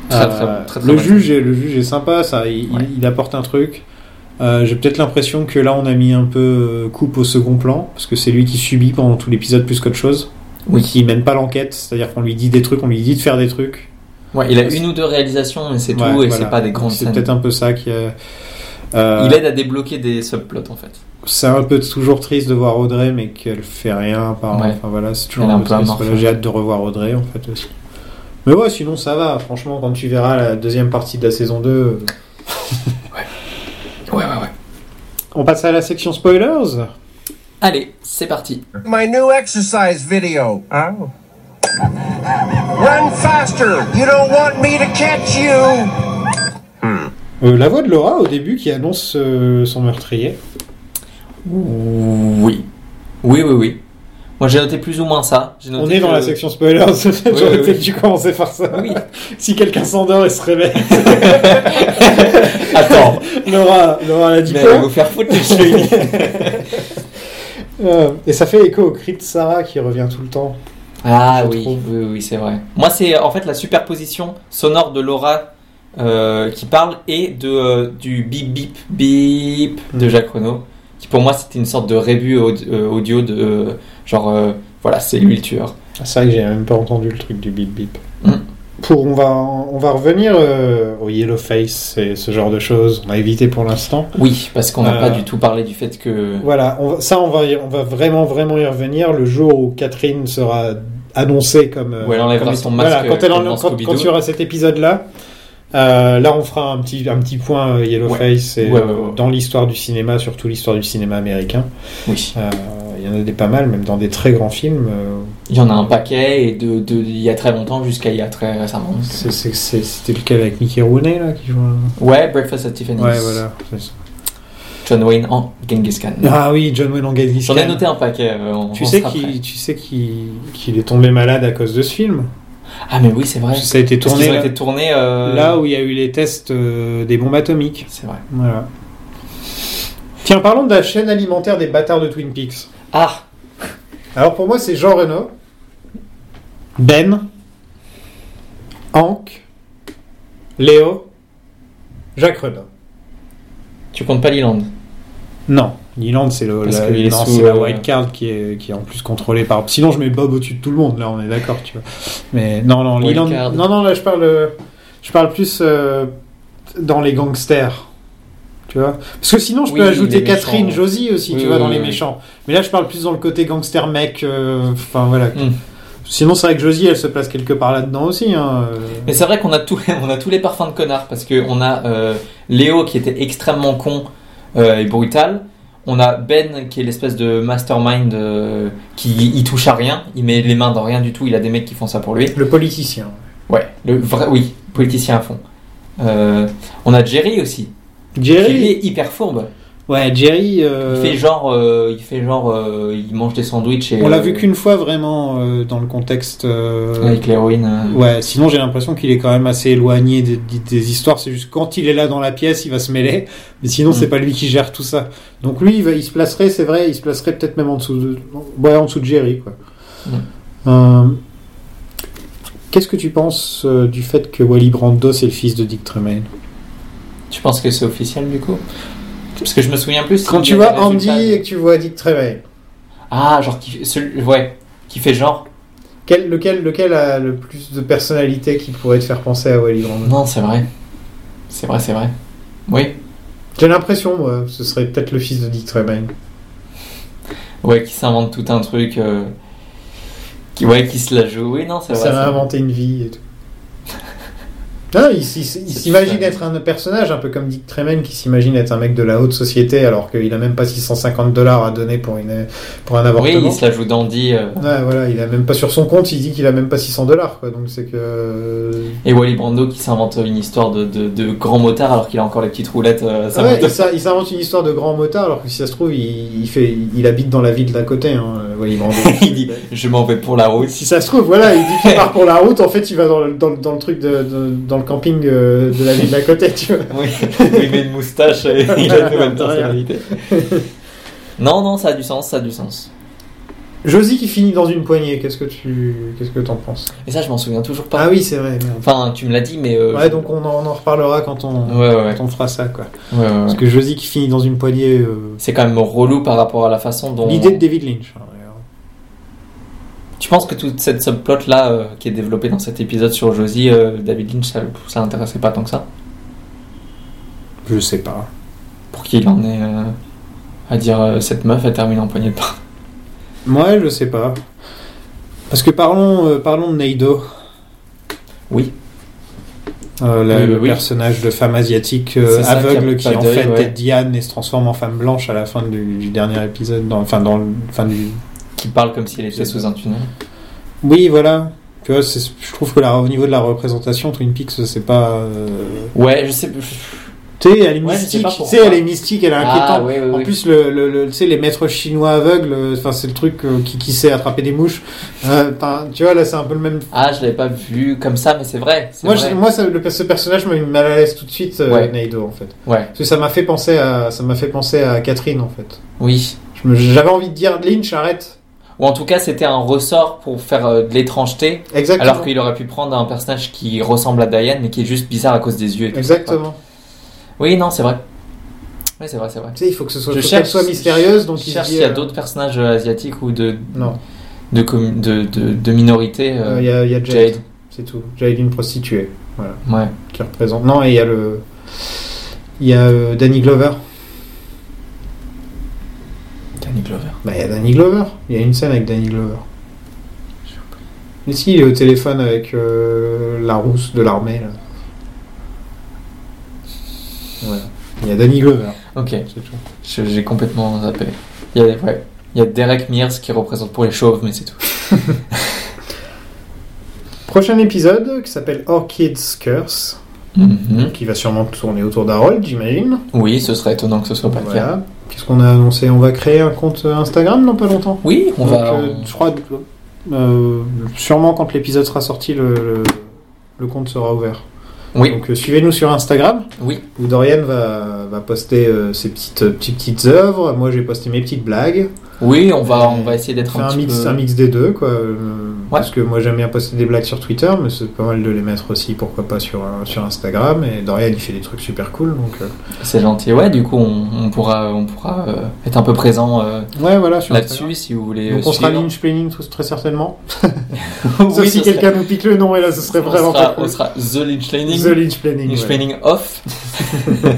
Speaker 4: Très,
Speaker 3: Euh,
Speaker 4: très, très, très
Speaker 3: le,
Speaker 4: bon
Speaker 3: juge est, le juge est sympa, ça. Il,
Speaker 4: Ouais.
Speaker 3: il- il apporte un truc. Euh, J'ai peut-être l'impression que là on a mis un peu euh, coupe au second plan parce que c'est lui qui subit pendant tout l'épisode plus qu'autre chose.
Speaker 4: Oui.
Speaker 3: Qui mène pas l'enquête, c'est-à-dire qu'on lui dit des trucs, on lui dit de faire des trucs.
Speaker 4: Ouais, il a une ou deux réalisations, mais c'est
Speaker 3: Ouais,
Speaker 4: tout, et
Speaker 3: voilà.
Speaker 4: c'est pas des grandes
Speaker 3: C'est
Speaker 4: scènes.
Speaker 3: peut-être un peu ça qui. euh, euh,
Speaker 4: Il aide à débloquer des subplots en fait.
Speaker 3: c'est un peu toujours triste de voir Audrey, mais qu'elle fait rien. Par...
Speaker 4: Ouais.
Speaker 3: Enfin voilà, c'est toujours
Speaker 4: Elle est
Speaker 3: un
Speaker 4: un
Speaker 3: peu
Speaker 4: peu
Speaker 3: triste.
Speaker 4: amorphe.
Speaker 3: Voilà, J'ai hâte de revoir Audrey en fait aussi. Mais ouais, sinon ça va. Franchement, quand tu verras la deuxième partie de la saison 2. euh,
Speaker 4: Ouais, ouais, ouais.
Speaker 3: On passe à la section spoilers.
Speaker 4: Allez, c'est parti.
Speaker 12: My new exercise video. Oh. Run faster! You don't want me to catch you!
Speaker 3: Euh, la voix de Laura au début qui annonce euh, son meurtrier.
Speaker 4: Oui. Oui, oui, oui. Moi j'ai noté plus ou moins ça. J'ai noté
Speaker 3: On est dans
Speaker 4: que-
Speaker 3: la section spoilers. J'aurais
Speaker 4: Oui, oui,
Speaker 3: peut-être
Speaker 4: oui.
Speaker 3: dû commencer par ça.
Speaker 4: Oui.
Speaker 3: si quelqu'un s'endort et se réveille,
Speaker 4: Attends,
Speaker 3: Laura, Laura l'a dit
Speaker 4: mais
Speaker 3: quoi
Speaker 4: allez vous faire foutre les cheveux.
Speaker 3: Euh, Et ça fait écho au cri de Sarah qui revient tout le temps.
Speaker 4: Ah
Speaker 3: Je
Speaker 4: oui, oui,
Speaker 3: trouve.
Speaker 4: oui, oui, c'est vrai. Moi c'est en fait la superposition sonore de Laura euh, qui parle et de, euh, du bip bip bip de
Speaker 3: Mhm.
Speaker 4: Jacques Renault, qui pour moi c'était une sorte de rébut aud- euh, audio de euh, genre euh, voilà, c'est lui le tueur.
Speaker 3: Ah, C'est vrai que j'ai même pas entendu le truc du bip bip.
Speaker 4: Mm.
Speaker 3: Pour, on, va, on va revenir euh, au yellow face et ce genre de choses. On a évité pour l'instant.
Speaker 4: Oui, parce qu'on n'a
Speaker 3: Euh,
Speaker 4: pas du tout parlé du fait que.
Speaker 3: Voilà, on va- ça on va, y- on va vraiment vraiment y revenir le jour où Catherine sera annoncée comme. euh,
Speaker 4: Où elle enlèvera
Speaker 3: comme-
Speaker 4: son masque,
Speaker 3: Voilà, quand, elle
Speaker 4: comme
Speaker 3: enlève-
Speaker 4: dans
Speaker 3: quand-
Speaker 4: Scooby-Doo.
Speaker 3: quand il y aura cet épisode là, là on fera un petit, un petit point euh, Yellowface et,
Speaker 4: Ouais, ouais,
Speaker 3: euh,
Speaker 4: ouais.
Speaker 3: dans l'histoire du cinéma, surtout l'histoire du cinéma américain.
Speaker 4: Oui.
Speaker 3: Euh, Il y en a des pas mal, même dans des très grands films. euh,
Speaker 4: Il y en a un paquet, et de, de, il y a très longtemps jusqu'à il y a très récemment.
Speaker 3: c'est- c'est- c'est- C'était lequel avec Mickey Rooney là qui joue un-
Speaker 4: Ouais, Breakfast at Tiffany's.
Speaker 3: Ouais, voilà. c'est ça.
Speaker 4: John Wayne en Genghis Khan.
Speaker 3: Ah oui, John Wayne en Genghis
Speaker 4: J'en ai noté un paquet. euh, on-
Speaker 3: Tu
Speaker 4: on
Speaker 3: sais
Speaker 4: sera prêt.
Speaker 3: qu'il tu sais qu'il qu'il est tombé malade à cause de ce film.
Speaker 4: Ah mais oui, c'est vrai.
Speaker 3: Ça a été
Speaker 4: Parce
Speaker 3: tourné
Speaker 4: qu'ils ont
Speaker 3: là,
Speaker 4: été tournés, euh,
Speaker 3: là où il y a eu les tests euh, des bombes atomiques.
Speaker 4: C'est vrai.
Speaker 3: Voilà. Tiens, parlons de la chaîne alimentaire des bâtards de Twin Peaks.
Speaker 4: Ah
Speaker 3: Alors pour moi, c'est Jean Reno, Ben, Hank, Léo, Jacques Reno.
Speaker 4: Tu comptes pas Leland
Speaker 3: Non, Leland, c'est le-
Speaker 4: Parce
Speaker 3: la,
Speaker 4: qu'il est
Speaker 3: non,
Speaker 4: sous,
Speaker 3: c'est la
Speaker 4: euh,
Speaker 3: wild card qui est, qui est en plus contrôlée par. Sinon, je mets Bob au-dessus de tout le monde. Là, on est d'accord, tu vois. Mais non, non,
Speaker 4: Wild
Speaker 3: Leland.
Speaker 4: card.
Speaker 3: Non, non, là, je parle, euh, je parle plus euh, dans les gangsters. Tu vois Parce que sinon, je peux
Speaker 4: Oui,
Speaker 3: ajouter
Speaker 4: les méchants.
Speaker 3: Catherine, Josie aussi,
Speaker 4: Oui,
Speaker 3: tu
Speaker 4: oui,
Speaker 3: vois, dans
Speaker 4: oui,
Speaker 3: les
Speaker 4: oui.
Speaker 3: méchants. Mais là, je parle plus dans le côté gangster mec. euh, Enfin, voilà.
Speaker 4: Hmm.
Speaker 3: Sinon, c'est vrai que Josie, elle se place quelque part là-dedans aussi. Hein. euh.
Speaker 4: Mais c'est vrai qu'on a tous les, on a tous les parfums de connards parce que on a euh, Léo qui était extrêmement con euh, et brutal. On a Ben qui est l'espèce de mastermind euh, qui il touche à rien, il met les mains dans rien du tout. Il a des mecs qui font ça pour lui.
Speaker 3: Le politicien.
Speaker 4: Ouais, le vrai, oui, politicien à fond. Euh, on a Jerry aussi.
Speaker 3: Jerry
Speaker 4: Jerry est hyper fourbe.
Speaker 3: Ouais, Jerry. euh,
Speaker 4: Il fait genre, euh, il fait genre, euh, il mange des sandwichs et
Speaker 3: On l'a
Speaker 4: euh,
Speaker 3: vu qu'une fois vraiment euh, dans le contexte. euh,
Speaker 4: avec l'héroïne. euh.
Speaker 3: Ouais, sinon j'ai l'impression qu'il est quand même assez éloigné des, des- des histoires. C'est juste quand il est là dans la pièce, il va se mêler. Mais sinon,
Speaker 4: Mm.
Speaker 3: c'est pas lui qui gère tout ça. Donc lui, il, va- il se placerait, c'est vrai, il se placerait peut-être même en dessous de, ouais, en dessous de Jerry. Quoi.
Speaker 4: Mm.
Speaker 3: Euh, Qu'est-ce que tu penses euh, du fait que Wally Brando, c'est le fils de Dick Tremaine
Speaker 4: Tu penses que c'est officiel du coup Parce que je me souviens plus.
Speaker 3: Quand
Speaker 4: il
Speaker 3: tu
Speaker 4: y a
Speaker 3: vois
Speaker 4: des résultats.
Speaker 3: Andy et que tu vois Dick Tremaine,
Speaker 4: Ah, genre qui, celui, ouais, qui fait genre.
Speaker 3: quel- lequel, lequel a le plus de personnalité qui pourrait te faire penser à Wally Brando
Speaker 4: Non, c'est vrai. C'est vrai, c'est vrai. Oui.
Speaker 3: J'ai l'impression, moi, ce serait peut-être le fils de Dick Tremaine.
Speaker 4: Ouais, qui s'invente tout un truc. euh, Qui, ouais, qui se la joue. Oui, non, c'est vrai.
Speaker 3: Ça
Speaker 4: c'est
Speaker 3: va
Speaker 4: vrai.
Speaker 3: inventer une vie et tout. Non, il, s- il s- il s'imagine être un personnage, un peu comme Dick Tremaine qui s'imagine être un mec de la haute société alors qu'il a même pas 650 dollars à donner pour, une, pour un
Speaker 4: Oui,
Speaker 3: avortement.
Speaker 4: il se la joue d'Andy. euh,
Speaker 3: Ouais, voilà, il a même pas sur son compte, il dit qu'il a même pas 600 dollars, quoi. Donc c'est que.
Speaker 4: Et Wally Brando qui s'invente une histoire de, de, de grand motard alors qu'il a encore les petites roulettes. euh, ça
Speaker 3: Ouais,
Speaker 4: monte.
Speaker 3: il s'in- il s'invente une histoire de grand motard alors que si ça se trouve, il, il fait, il habite dans la ville d'à côté, hein, Wally Brando.
Speaker 4: il dit Je m'en vais pour la route.
Speaker 3: Si ça se trouve, voilà, il dit qu'il part pour la route, en fait, il va dans le, dans, le- dans le truc de, de- dans le camping euh, de la ville d'à côté, tu vois.
Speaker 4: Oui, il met une moustache et il a une nouvelle personnalité. Non, non, ça a du sens, ça a du sens.
Speaker 3: Josie qui finit dans une poignée, qu'est-ce que tu qu'est-ce que t'en penses
Speaker 4: Et ça, je m'en souviens toujours pas.
Speaker 3: Ah oui, c'est vrai. merde.
Speaker 4: Enfin, tu me l'as dit, mais. euh,
Speaker 3: Ouais, donc on en, on en reparlera quand on,
Speaker 4: Ouais, ouais, ouais.
Speaker 3: quand on fera ça, quoi.
Speaker 4: Ouais, ouais, ouais.
Speaker 3: Parce que Josie qui finit dans une poignée, euh,
Speaker 4: C'est quand même relou par rapport à la façon dont.
Speaker 3: l'idée de David Lynch. hein, d'ailleurs.
Speaker 4: Tu penses que toute cette subplot là euh, qui est développée dans cet épisode sur Josie, euh, David Lynch, ça, ça l'intéressait pas tant que ça
Speaker 3: Je sais pas.
Speaker 4: Pour qu'il en est euh, à dire euh, cette meuf, elle termine en poignée de pain.
Speaker 3: Moi, je sais pas. Parce que parlons euh, parlons de Neido.
Speaker 4: Oui.
Speaker 3: Euh, la-
Speaker 4: Oui,
Speaker 3: le
Speaker 4: oui, oui.
Speaker 3: personnage de femme asiatique euh,
Speaker 4: C'est ça,
Speaker 3: aveugle
Speaker 4: qui
Speaker 3: qui,
Speaker 4: a pas
Speaker 3: en
Speaker 4: d'œil,
Speaker 3: fait
Speaker 4: ouais.
Speaker 3: est Diane et se transforme en femme blanche à la fin du, du dernier épisode, dans, enfin dans le fin du
Speaker 4: Qui parle comme s'il était sous un tunnel.
Speaker 3: Oui, voilà. Tu vois, c'est- je trouve que là, au niveau de la représentation, Twin Peaks, c'est pas. euh,
Speaker 4: Ouais, je sais.
Speaker 3: Tu sais, elle est
Speaker 4: Ouais, je sais
Speaker 3: mystique.
Speaker 4: pas
Speaker 3: Tu
Speaker 4: pourquoi.
Speaker 3: sais, elle est mystique, elle est
Speaker 4: Ah,
Speaker 3: inquiétante.
Speaker 4: ouais, ouais,
Speaker 3: en
Speaker 4: ouais.
Speaker 3: plus, le, le, le- tu sais, les maîtres chinois aveugles, euh, enfin, c'est le truc euh, qui, qui sait attraper des mouches. Euh, enfin, tu vois, là, c'est un peu le même.
Speaker 4: Ah, je l'avais pas vu comme ça, mais c'est vrai. c'est
Speaker 3: Moi,
Speaker 4: vrai.
Speaker 3: je- moi, ça- le, ce personnage m'a mis mal à l'aise tout de suite, euh,
Speaker 4: Ouais.
Speaker 3: Naido, en fait.
Speaker 4: Ouais,
Speaker 3: Parce que ça m'a fait penser à, ça m'a fait penser à Catherine, en fait.
Speaker 4: oui.
Speaker 3: Je me- J'avais envie de dire Lynch, arrête.
Speaker 4: Ou en tout cas, c'était un ressort pour faire euh, de l'étrangeté.
Speaker 3: Exactement.
Speaker 4: Alors qu'il aurait pu prendre un personnage qui ressemble à Diane, mais qui est juste bizarre à cause des yeux. et tout.
Speaker 3: Exactement.
Speaker 4: Oui, non, c'est vrai. Oui, c'est vrai, c'est vrai.
Speaker 3: Tu sais, il faut que ce soit,
Speaker 4: Je
Speaker 3: faut
Speaker 4: cherche-
Speaker 3: qu'elle soit mystérieuse, donc
Speaker 4: je
Speaker 3: il se
Speaker 4: cherche
Speaker 3: dit,
Speaker 4: s'il y a
Speaker 3: euh,
Speaker 4: d'autres personnages euh, asiatiques ou de,
Speaker 3: Non.
Speaker 4: de, commu- de, de, de minorités.
Speaker 3: Il
Speaker 4: euh,
Speaker 3: y, a- y a Jade,
Speaker 4: Jade.
Speaker 3: c'est tout. Jade, une prostituée, voilà,
Speaker 4: Ouais.
Speaker 3: qui représente. Non, et il y a le, il y a euh, Danny Glover.
Speaker 4: Danny Glover.
Speaker 3: Bah, il y a Danny Glover. Il y a une scène avec Danny Glover. Mais si, il est au téléphone avec euh, la rousse de l'armée. là. Voilà. Il y a Danny Glover.
Speaker 4: Ok,
Speaker 3: C'est tout.
Speaker 4: Je- j'ai complètement zappé. Il y, a, ouais. Il y a Derek Mears qui représente pour les chauves, mais c'est tout.
Speaker 3: Prochain épisode qui s'appelle Orchid's Curse.
Speaker 4: Mm-hmm.
Speaker 3: qui va sûrement tourner autour d'Harold, j'imagine.
Speaker 4: Oui, ce serait étonnant que ce soit pas le cas.
Speaker 3: Voilà. Qu'est-ce qu'on a annoncé On va créer un compte Instagram dans pas longtemps.
Speaker 4: Oui, on
Speaker 3: Donc,
Speaker 4: va-
Speaker 3: euh, je crois, euh, sûrement quand l'épisode sera sorti, le, le- le compte sera ouvert.
Speaker 4: Oui.
Speaker 3: Donc euh, suivez-nous sur Instagram.
Speaker 4: Oui.
Speaker 3: Où Dorian va, va poster euh, ses petites, petites petites œuvres. Moi, j'ai posté mes petites blagues.
Speaker 4: Oui, on va, on va essayer d'être
Speaker 3: Faire
Speaker 4: un,
Speaker 3: un,
Speaker 4: petit
Speaker 3: mix,
Speaker 4: peu...
Speaker 3: un mix des deux, quoi. euh, Parce que moi, j'aime bien poster des blagues sur Twitter, mais c'est pas mal de les mettre aussi, pourquoi pas, sur, euh, sur Instagram. Et Dorian, il fait des trucs super cool. Donc, euh,
Speaker 4: C'est gentil. Ouais, du coup, on, on pourra, on pourra euh, être un peu présent euh,
Speaker 3: Ouais, voilà, sur
Speaker 4: là-dessus
Speaker 3: Instagram.
Speaker 4: si vous voulez.
Speaker 3: Donc
Speaker 4: euh,
Speaker 3: on sera
Speaker 4: suivre.
Speaker 3: Lynch Planning tout- très certainement. Sauf
Speaker 4: Oui,
Speaker 3: si
Speaker 4: ce
Speaker 3: quelqu'un
Speaker 4: serait-
Speaker 3: nous pique le nom et là ce serait
Speaker 4: on
Speaker 3: vraiment
Speaker 4: sera-
Speaker 3: pas cool.
Speaker 4: On sera The Lynch Planning.
Speaker 3: The Lynch Planning,
Speaker 4: Lynch
Speaker 3: ouais.
Speaker 4: Planning off.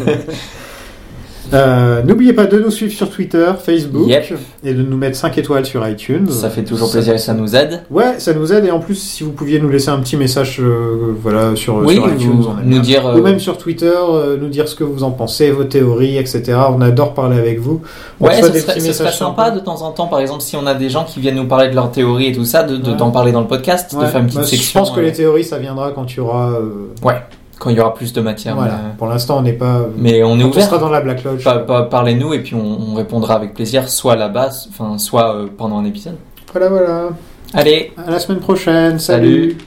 Speaker 3: Euh, N'oubliez pas de nous suivre sur Twitter, Facebook
Speaker 4: Yep.
Speaker 3: et de nous mettre 5 étoiles sur iTunes.
Speaker 4: Ça fait toujours plaisir et ça nous aide.
Speaker 3: Ouais, ça nous aide et en plus si vous pouviez nous laisser un petit message euh, voilà sur,
Speaker 4: Oui,
Speaker 3: sur iTunes,
Speaker 4: vous-
Speaker 3: on aime
Speaker 4: nous
Speaker 3: bien.
Speaker 4: dire, euh,
Speaker 3: ou même sur Twitter, euh, nous dire ce que vous en pensez, vos théories, etc. On adore parler avec vous. On
Speaker 4: Ouais,
Speaker 3: reçoit
Speaker 4: ce
Speaker 3: des
Speaker 4: serait,
Speaker 3: petits
Speaker 4: ce serait
Speaker 3: messages
Speaker 4: sympa de temps en temps, par exemple, si on a des gens qui viennent nous parler de leur théorie et tout ça, de de-
Speaker 3: Ouais.
Speaker 4: d'en parler dans le podcast, de
Speaker 3: Ouais,
Speaker 4: faire une petite
Speaker 3: bah,
Speaker 4: section.
Speaker 3: Je pense que
Speaker 4: euh,
Speaker 3: les théories, ça viendra quand tu auras. euh,
Speaker 4: Ouais, quand il y aura plus de matière.
Speaker 3: Voilà.
Speaker 4: mais-
Speaker 3: Pour l'instant, on n'est pas.
Speaker 4: bah, Mais on est
Speaker 3: Quand
Speaker 4: ouvert.
Speaker 3: sera dans la Black Lodge.
Speaker 4: Pa- pa- Parlez-nous et puis on, on répondra avec plaisir, soit là-bas, enfin, soit euh, pendant un épisode.
Speaker 3: Voilà, voilà.
Speaker 4: Allez.
Speaker 3: À la semaine prochaine.
Speaker 4: Salut.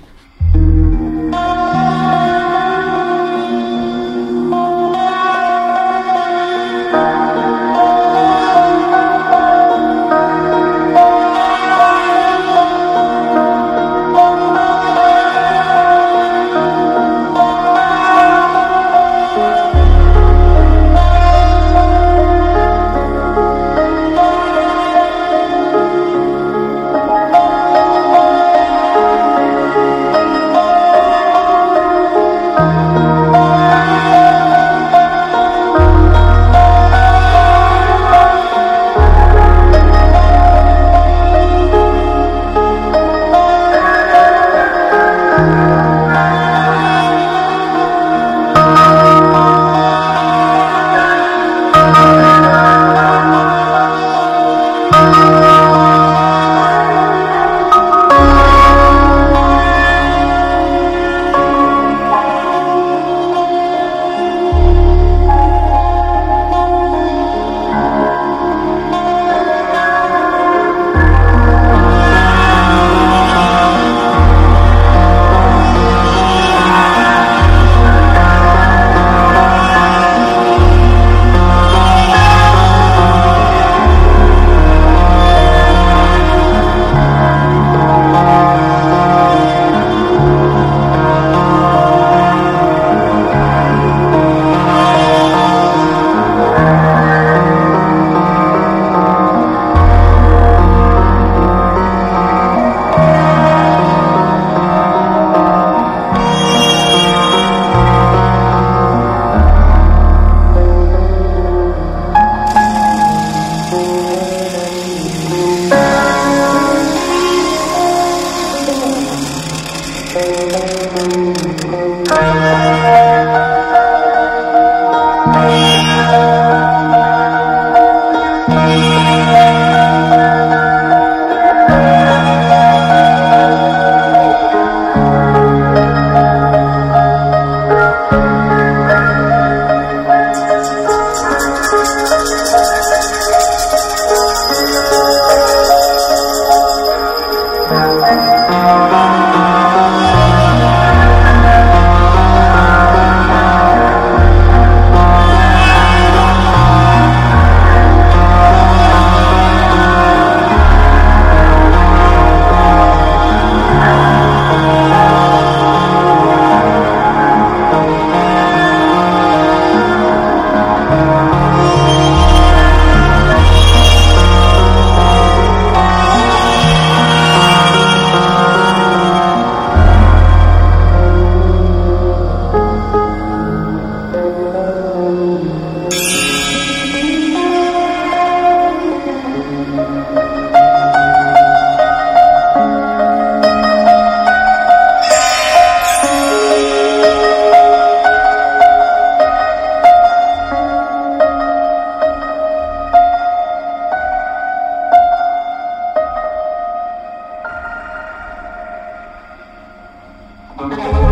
Speaker 13: Thank you.